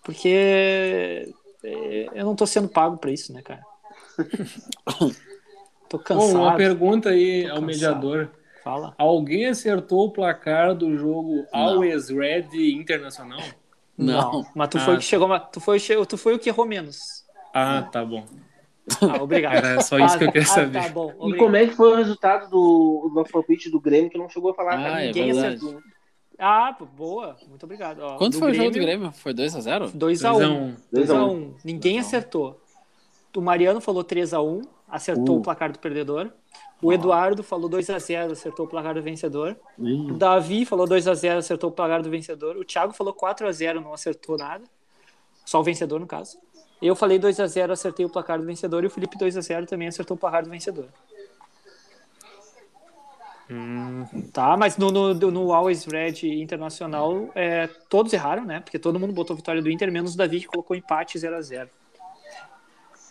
[SPEAKER 1] Porque eh, eu não tô sendo pago pra isso, né, cara? tô
[SPEAKER 7] Bom,
[SPEAKER 1] cansado.
[SPEAKER 7] uma pergunta aí
[SPEAKER 1] Tô
[SPEAKER 7] ao
[SPEAKER 1] cansado.
[SPEAKER 7] mediador.
[SPEAKER 1] Fala.
[SPEAKER 7] Alguém acertou o placar do jogo
[SPEAKER 3] Não.
[SPEAKER 7] Always Red Internacional?
[SPEAKER 3] Não.
[SPEAKER 1] Mas tu
[SPEAKER 7] Ah.
[SPEAKER 1] foi o que chegou, ma- tu foi, o che- tu foi o que errou menos.
[SPEAKER 7] Ah, tá bom.
[SPEAKER 1] Ah, obrigado.
[SPEAKER 7] Era só isso que eu quero
[SPEAKER 1] Ah,
[SPEAKER 7] saber.
[SPEAKER 1] tá bom,
[SPEAKER 2] E
[SPEAKER 1] obrigado.
[SPEAKER 2] como é que foi o resultado do, do palpite do Grêmio que não chegou a falar?
[SPEAKER 3] Ah,
[SPEAKER 2] cara?
[SPEAKER 3] é
[SPEAKER 2] Ninguém
[SPEAKER 3] verdade.
[SPEAKER 2] acertou.
[SPEAKER 1] Ah, pô, boa. Muito obrigado. Ó,
[SPEAKER 3] Quanto
[SPEAKER 1] do
[SPEAKER 3] foi o jogo do Grêmio? Foi 2x0?
[SPEAKER 1] 2x1.
[SPEAKER 7] 2x1.
[SPEAKER 2] 2x1.
[SPEAKER 1] 2x1. Ninguém acertou. O Mariano falou 3x1, acertou
[SPEAKER 3] Uh.
[SPEAKER 1] o placar do perdedor. O Eduardo falou 2x0, acertou o placar do vencedor. O Davi falou 2x0, acertou o placar do vencedor. O Thiago falou 4x0, não acertou nada. Só o vencedor, no caso. Eu falei 2x0, acertei o placar do vencedor. E o Felipe 2x0 também acertou o placar do vencedor. Tá, mas no, no, no Always Red Internacional, é, todos erraram, né? Porque todo mundo botou vitória do Inter, menos o Davi, que colocou empate 0x0.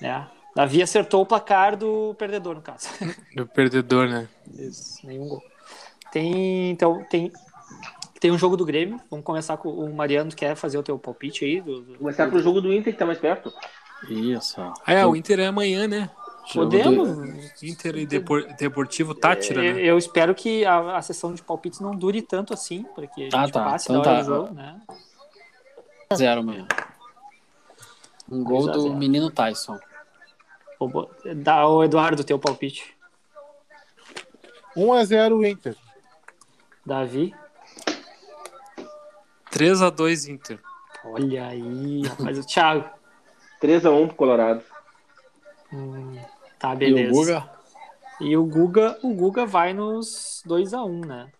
[SPEAKER 1] Né? Davi acertou o placar do perdedor, no caso.
[SPEAKER 5] Do perdedor, né?
[SPEAKER 1] Isso, nenhum gol. Tem, então, tem, tem um jogo do Grêmio. Vamos começar com o Mariano. tu Quer fazer o teu palpite aí? Do, do-
[SPEAKER 2] Começar pro jogo do Inter, que tá mais perto.
[SPEAKER 3] Isso. ó.
[SPEAKER 5] Ah, é, o Inter é amanhã, né?
[SPEAKER 3] Jogo
[SPEAKER 1] Podemos?
[SPEAKER 3] do-
[SPEAKER 5] Inter e Depor- Deportivo Tátira,
[SPEAKER 1] Eu,
[SPEAKER 7] É.
[SPEAKER 5] né?
[SPEAKER 1] eu espero que a, a sessão de palpites não dure tanto assim, porque a gente
[SPEAKER 3] Ah, tá.
[SPEAKER 1] passe
[SPEAKER 3] Então
[SPEAKER 1] da hora
[SPEAKER 3] tá.
[SPEAKER 1] do jogo, né?
[SPEAKER 3] 0 amanhã. Um gol
[SPEAKER 1] 2 a 0.
[SPEAKER 3] do menino Tyson.
[SPEAKER 1] Vou bo- Dá o Eduardo teu palpite.
[SPEAKER 4] 1x0 Inter.
[SPEAKER 1] Davi.
[SPEAKER 5] 3x2 Inter.
[SPEAKER 1] Olha aí, rapaz. O Thiago.
[SPEAKER 2] 3x1 pro Colorado.
[SPEAKER 1] Hum, tá,
[SPEAKER 3] E o
[SPEAKER 1] beleza.
[SPEAKER 3] Guga?
[SPEAKER 1] E o Guga, o Guga vai nos 2x1, né?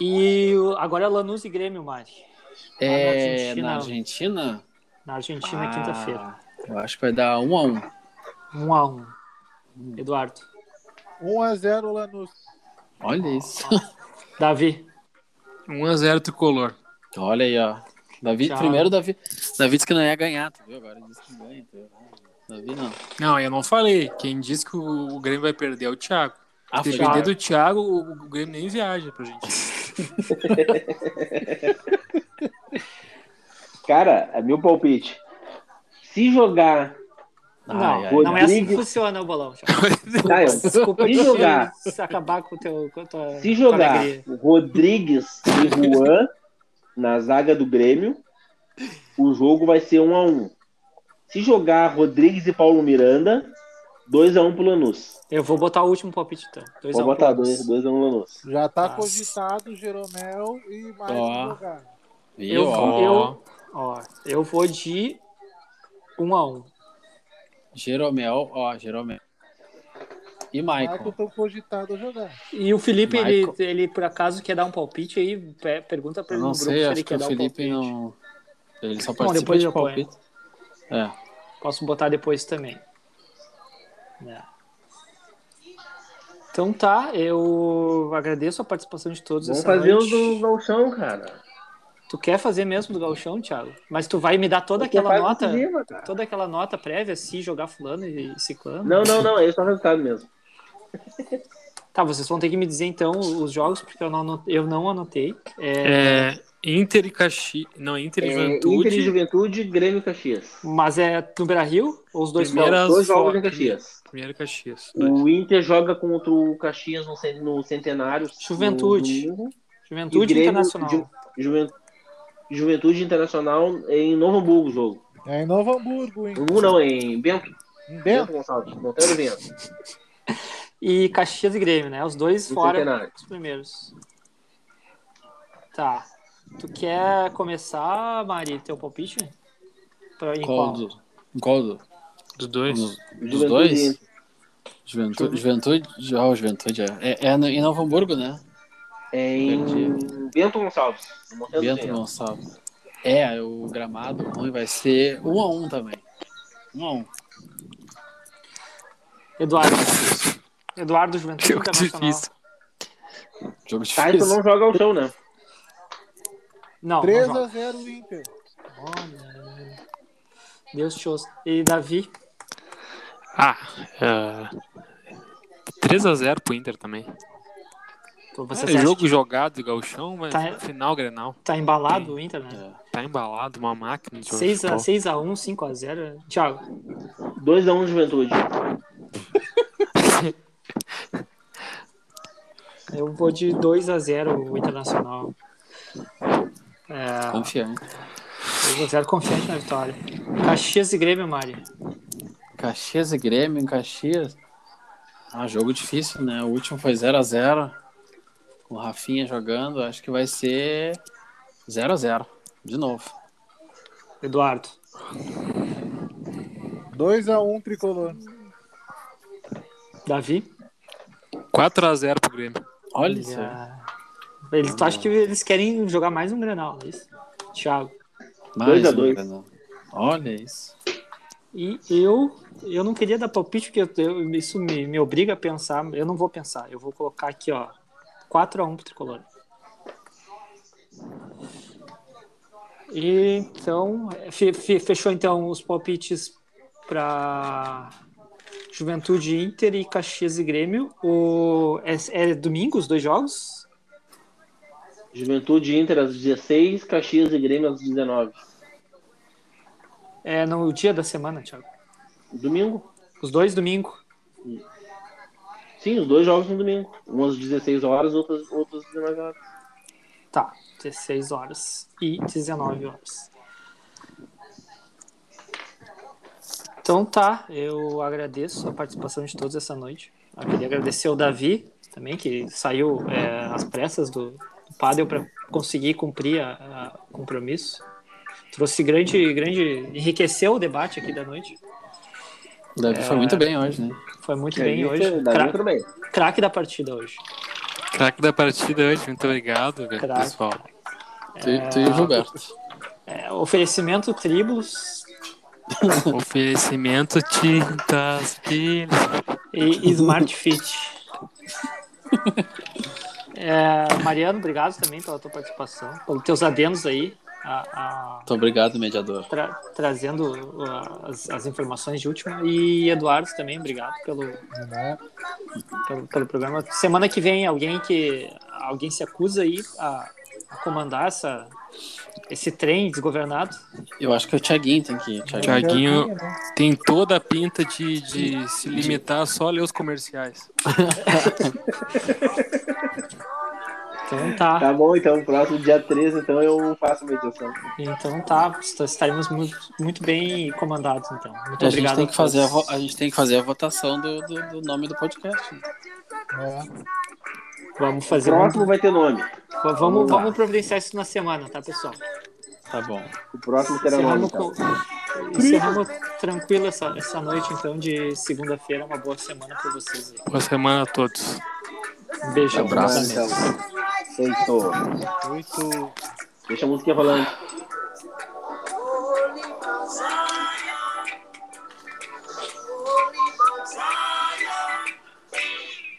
[SPEAKER 1] E o- agora é Lanús e Grêmio, Mari.
[SPEAKER 3] É, na
[SPEAKER 1] na
[SPEAKER 3] Argentina? Ah,
[SPEAKER 1] Na Argentina,
[SPEAKER 2] Ah.
[SPEAKER 1] quinta-feira.
[SPEAKER 3] Eu acho que vai dar 1 a 1
[SPEAKER 1] 1x1.
[SPEAKER 2] Hum.
[SPEAKER 1] Eduardo.
[SPEAKER 4] 1x0 Lanús.
[SPEAKER 3] Olha isso.
[SPEAKER 1] Davi.
[SPEAKER 5] 1x0 Tricolor.
[SPEAKER 3] Olha aí, ó. Davi,
[SPEAKER 1] Tchau.
[SPEAKER 3] primeiro Davi. Davi disse que não ia ganhar, tu viu? Agora disse que ganha. tu viu? Davi não.
[SPEAKER 5] Não, eu não falei. Quem disse que o o Grêmio vai perder é o Thiago.
[SPEAKER 3] Ah, foi
[SPEAKER 5] Depender
[SPEAKER 1] Thiago.
[SPEAKER 5] do Thiago, o o Grêmio nem viaja pra gente.
[SPEAKER 2] Cara, é meu palpite. Se jogar.
[SPEAKER 3] Ai, ai,
[SPEAKER 2] Rodrigo.
[SPEAKER 1] Não é assim que funciona o bolão. Thiago.
[SPEAKER 2] Tá, eu-
[SPEAKER 1] Desculpa
[SPEAKER 2] Se
[SPEAKER 1] te
[SPEAKER 2] jogar.
[SPEAKER 1] se acabar com o teu. Com a tua, com
[SPEAKER 2] Se
[SPEAKER 1] a
[SPEAKER 2] jogar
[SPEAKER 1] alegria.
[SPEAKER 2] Rodrigues e Juan na zaga do Grêmio, o jogo vai ser 1 a 1 Se jogar Rodrigues e Paulo Miranda, 2x1 pro Lanús.
[SPEAKER 1] Eu vou botar o último palpite então. 2
[SPEAKER 2] Vou botar 2x1 Lanús.
[SPEAKER 4] Já tá
[SPEAKER 1] Nossa.
[SPEAKER 4] cogitado Jeromel e mais
[SPEAKER 3] Ó.
[SPEAKER 4] um lugar.
[SPEAKER 3] viu,
[SPEAKER 1] Eu,
[SPEAKER 3] ó.
[SPEAKER 1] vou- eu, ó, eu vou de 1x1.
[SPEAKER 3] Jeromel, ó, Jeromel. E
[SPEAKER 4] Michael
[SPEAKER 3] Maicon.
[SPEAKER 4] tão cogitado a jogar.
[SPEAKER 1] E o Felipe, ele,
[SPEAKER 3] Michael.
[SPEAKER 1] ele por acaso quer dar um palpite aí? Pe- Pergunta pra
[SPEAKER 3] Eu
[SPEAKER 1] ele
[SPEAKER 3] não
[SPEAKER 1] no grupo
[SPEAKER 3] sei,
[SPEAKER 1] se
[SPEAKER 3] acho
[SPEAKER 1] ele
[SPEAKER 3] que
[SPEAKER 1] quer
[SPEAKER 3] o
[SPEAKER 1] dar
[SPEAKER 3] Felipe
[SPEAKER 1] um palpite.
[SPEAKER 3] não. Ele só participa
[SPEAKER 1] depois
[SPEAKER 3] de
[SPEAKER 1] eu ponho.
[SPEAKER 3] palpite. É.
[SPEAKER 1] Posso botar depois também. É. Então tá, eu agradeço a participação de todos.
[SPEAKER 2] Vamos
[SPEAKER 1] essa
[SPEAKER 2] fazer o
[SPEAKER 1] noite.
[SPEAKER 2] do Galchão, cara.
[SPEAKER 1] Tu quer fazer mesmo do Galchão, Thiago? Mas tu vai me dar toda
[SPEAKER 2] Porque
[SPEAKER 1] aquela
[SPEAKER 2] faz
[SPEAKER 1] nota,
[SPEAKER 2] decisiva, cara.
[SPEAKER 1] toda aquela nota prévia, se jogar fulano e e ciclano?
[SPEAKER 2] Não, não, não, é só o resultado mesmo.
[SPEAKER 1] Tá, vocês vão ter que me dizer então os jogos, porque eu não anotei. Eu não anotei. É,
[SPEAKER 5] É, Inter e Caxi... Não, Inter e
[SPEAKER 2] É, Inter e
[SPEAKER 5] Juventude.
[SPEAKER 2] Juventude, Grêmio e Caxias.
[SPEAKER 1] Mas é no Brasil ou os dois
[SPEAKER 5] Primeira-
[SPEAKER 1] fora?
[SPEAKER 5] As
[SPEAKER 2] Dois jogos em
[SPEAKER 5] fotos.
[SPEAKER 2] Caxias.
[SPEAKER 5] Primeiro Caxias.
[SPEAKER 2] O Inter joga contra o Caxias no, cen- no Centenário. no
[SPEAKER 1] Juventude.
[SPEAKER 2] domingo.
[SPEAKER 1] Juventude
[SPEAKER 2] E Grêmio, um-
[SPEAKER 1] Internacional.
[SPEAKER 2] Ju- Juven- Juventude Internacional em Novo Hamburgo o jogo.
[SPEAKER 4] É em Novo Hamburgo, hein?
[SPEAKER 2] Não, não, em Bento,
[SPEAKER 4] Em
[SPEAKER 2] Bento
[SPEAKER 4] Bento.
[SPEAKER 2] Gonçalves, Monteiro Bento,
[SPEAKER 1] E Caxias e Grêmio, né? Os dois
[SPEAKER 2] no
[SPEAKER 1] fora
[SPEAKER 2] Centenário.
[SPEAKER 1] os primeiros. Tá. Tu quer começar, Mari, teu palpite? Pra em qual?
[SPEAKER 3] Qual do. Qual do.
[SPEAKER 5] Dos dois.
[SPEAKER 7] Hum.
[SPEAKER 3] Nos- Dos
[SPEAKER 2] Juventude
[SPEAKER 3] dois?
[SPEAKER 2] e-
[SPEAKER 3] Juventude. Juventude. Ó, Juventude é. É, é no- em Novo Hamburgo, né?
[SPEAKER 2] Em Bento Gonçalves, no Monteiro
[SPEAKER 3] Bento
[SPEAKER 2] Bento.
[SPEAKER 3] Gonçalves. É, o gramado ruim vai ser 1 a 1 também. 1 a 1.
[SPEAKER 1] Eduardo. é Eduardo Juventude
[SPEAKER 5] Jogo
[SPEAKER 1] Internacional.
[SPEAKER 5] difícil.
[SPEAKER 3] Jogo
[SPEAKER 2] Tyson
[SPEAKER 3] difícil.
[SPEAKER 2] não joga ao chão, né?
[SPEAKER 1] Não, não
[SPEAKER 4] 3
[SPEAKER 1] joga.
[SPEAKER 4] a 0 Inter.
[SPEAKER 1] Olha, Deus te ouça. E Davi,
[SPEAKER 5] Ah, é, 3x0 pro Inter também.
[SPEAKER 1] pô,
[SPEAKER 5] É,
[SPEAKER 1] você acha
[SPEAKER 5] jogo
[SPEAKER 1] que
[SPEAKER 5] jogado, gauchão, mas
[SPEAKER 1] Tá-
[SPEAKER 5] final, Grenal.
[SPEAKER 1] tá embalado o Inter, né?
[SPEAKER 5] Tá embalado, uma máquina de jogo.
[SPEAKER 1] 6x1,
[SPEAKER 5] de futebol.
[SPEAKER 1] 5x0. Thiago,
[SPEAKER 2] 2x1 Juventude.
[SPEAKER 1] eu vou de 2x0 o Internacional. É,
[SPEAKER 3] Confiante.
[SPEAKER 1] 2x0 confiante na vitória. Caxias e Grêmio, Mari.
[SPEAKER 3] Caxias e Grêmio em Caxias. Ah, jogo difícil, né? O último foi 0x0. Com o Rafinha jogando. Acho que vai ser 0x0. De novo.
[SPEAKER 1] Eduardo.
[SPEAKER 4] 2 a 1 tricolor.
[SPEAKER 1] Davi?
[SPEAKER 5] 4x0 pro Grêmio.
[SPEAKER 3] Olha isso aí.
[SPEAKER 1] Ah, Eles, tu acha que eles querem jogar mais um Grenal, é isso? Thiago.
[SPEAKER 3] Mais
[SPEAKER 2] Dois a
[SPEAKER 3] um
[SPEAKER 2] dois.
[SPEAKER 3] Grenal. Olha isso.
[SPEAKER 1] E eu, eu não queria dar palpite, porque eu- eu- isso me, me obriga a pensar. Eu não vou pensar. Eu vou colocar aqui, ó. 4x1 pro Tricolor. E, então, fe- fe- fechou então os palpites para Juventude Inter e Caxias e Grêmio. O, é, é domingo os dois jogos?
[SPEAKER 2] Juventude Inter às 16, Caxias e Grêmio às 19.
[SPEAKER 1] É no dia da semana, Thiago.
[SPEAKER 2] Domingo?
[SPEAKER 1] Os dois domingo.
[SPEAKER 2] Sim, os dois jogos no domingo. Um às 16 horas, outro às outro às 19 horas.
[SPEAKER 1] Tá, 16 horas e 19 horas. Então tá, eu agradeço a participação de todos essa noite. Eu queria agradecer ao Davi também, que saiu é, às pressas do, do Padel para conseguir cumprir a- a- o compromisso. Trouxe grande, grande. enriqueceu o debate aqui da noite.
[SPEAKER 3] O Davi foi muito bem hoje, né?
[SPEAKER 1] Foi muito
[SPEAKER 2] É,
[SPEAKER 1] bem
[SPEAKER 2] Inter,
[SPEAKER 1] hoje.
[SPEAKER 2] Davi
[SPEAKER 1] Cra-
[SPEAKER 2] tudo bem.
[SPEAKER 1] Craque da partida hoje.
[SPEAKER 5] Craque da partida hoje, muito obrigado, velho,
[SPEAKER 1] Craque.
[SPEAKER 5] pessoal.
[SPEAKER 3] Tu, tu e o Gilberto.
[SPEAKER 1] É, oferecimento tribos
[SPEAKER 5] Oferecimento tintas pilhas.
[SPEAKER 1] E Smart Fit. É, Mariano, obrigado também pela tua participação, pelos teus adendos aí, a- a-
[SPEAKER 3] Muito obrigado, mediador.
[SPEAKER 1] tra- trazendo uh, as, as informações de última. E Eduardo também, obrigado pelo, pelo, pelo programa. Semana que vem, alguém que alguém se acusa aí a, a comandar essa, esse trem desgovernado.
[SPEAKER 3] Eu acho que o Thiaguinho tem que ir. Thiaguinho.
[SPEAKER 5] Tiaguinho
[SPEAKER 1] né?
[SPEAKER 5] tem toda a pinta de, de se limitar a só a ler os comerciais.
[SPEAKER 1] Então tá.
[SPEAKER 2] Tá bom, então, próximo dia 13, então eu faço meditação.
[SPEAKER 1] Então tá, est- estaremos muito, muito bem comandados, então. Muito
[SPEAKER 3] A gente,
[SPEAKER 1] obrigado.
[SPEAKER 3] tem
[SPEAKER 1] a
[SPEAKER 3] que fazer a,
[SPEAKER 1] todos.
[SPEAKER 3] vo- a gente tem que fazer a votação do, do- do nome do podcast. né?
[SPEAKER 1] Vamos fazer um
[SPEAKER 2] Próximo vai ter nome.
[SPEAKER 1] Va- Vamos,
[SPEAKER 2] Vamos lá.
[SPEAKER 1] vamos providenciar isso na semana, tá, pessoal?
[SPEAKER 3] Tá bom.
[SPEAKER 2] O próximo terá nome.
[SPEAKER 1] Encerramos,
[SPEAKER 2] Então.
[SPEAKER 1] com- encerramos tranquilo essa, essa noite, então, de segunda-feira. Uma boa semana pra vocês aí.
[SPEAKER 5] Boa semana a todos.
[SPEAKER 1] Um beijão.
[SPEAKER 3] Abraço.
[SPEAKER 1] meus
[SPEAKER 2] Então,
[SPEAKER 1] amigos.
[SPEAKER 2] Feito. Deixa a música rolando.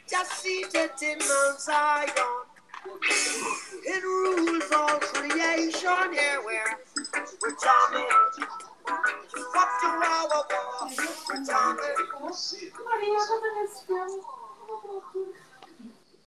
[SPEAKER 8] Just seated in Mount Zion, it rules all creation. Here we're we're charming. Up to our war, we're charming.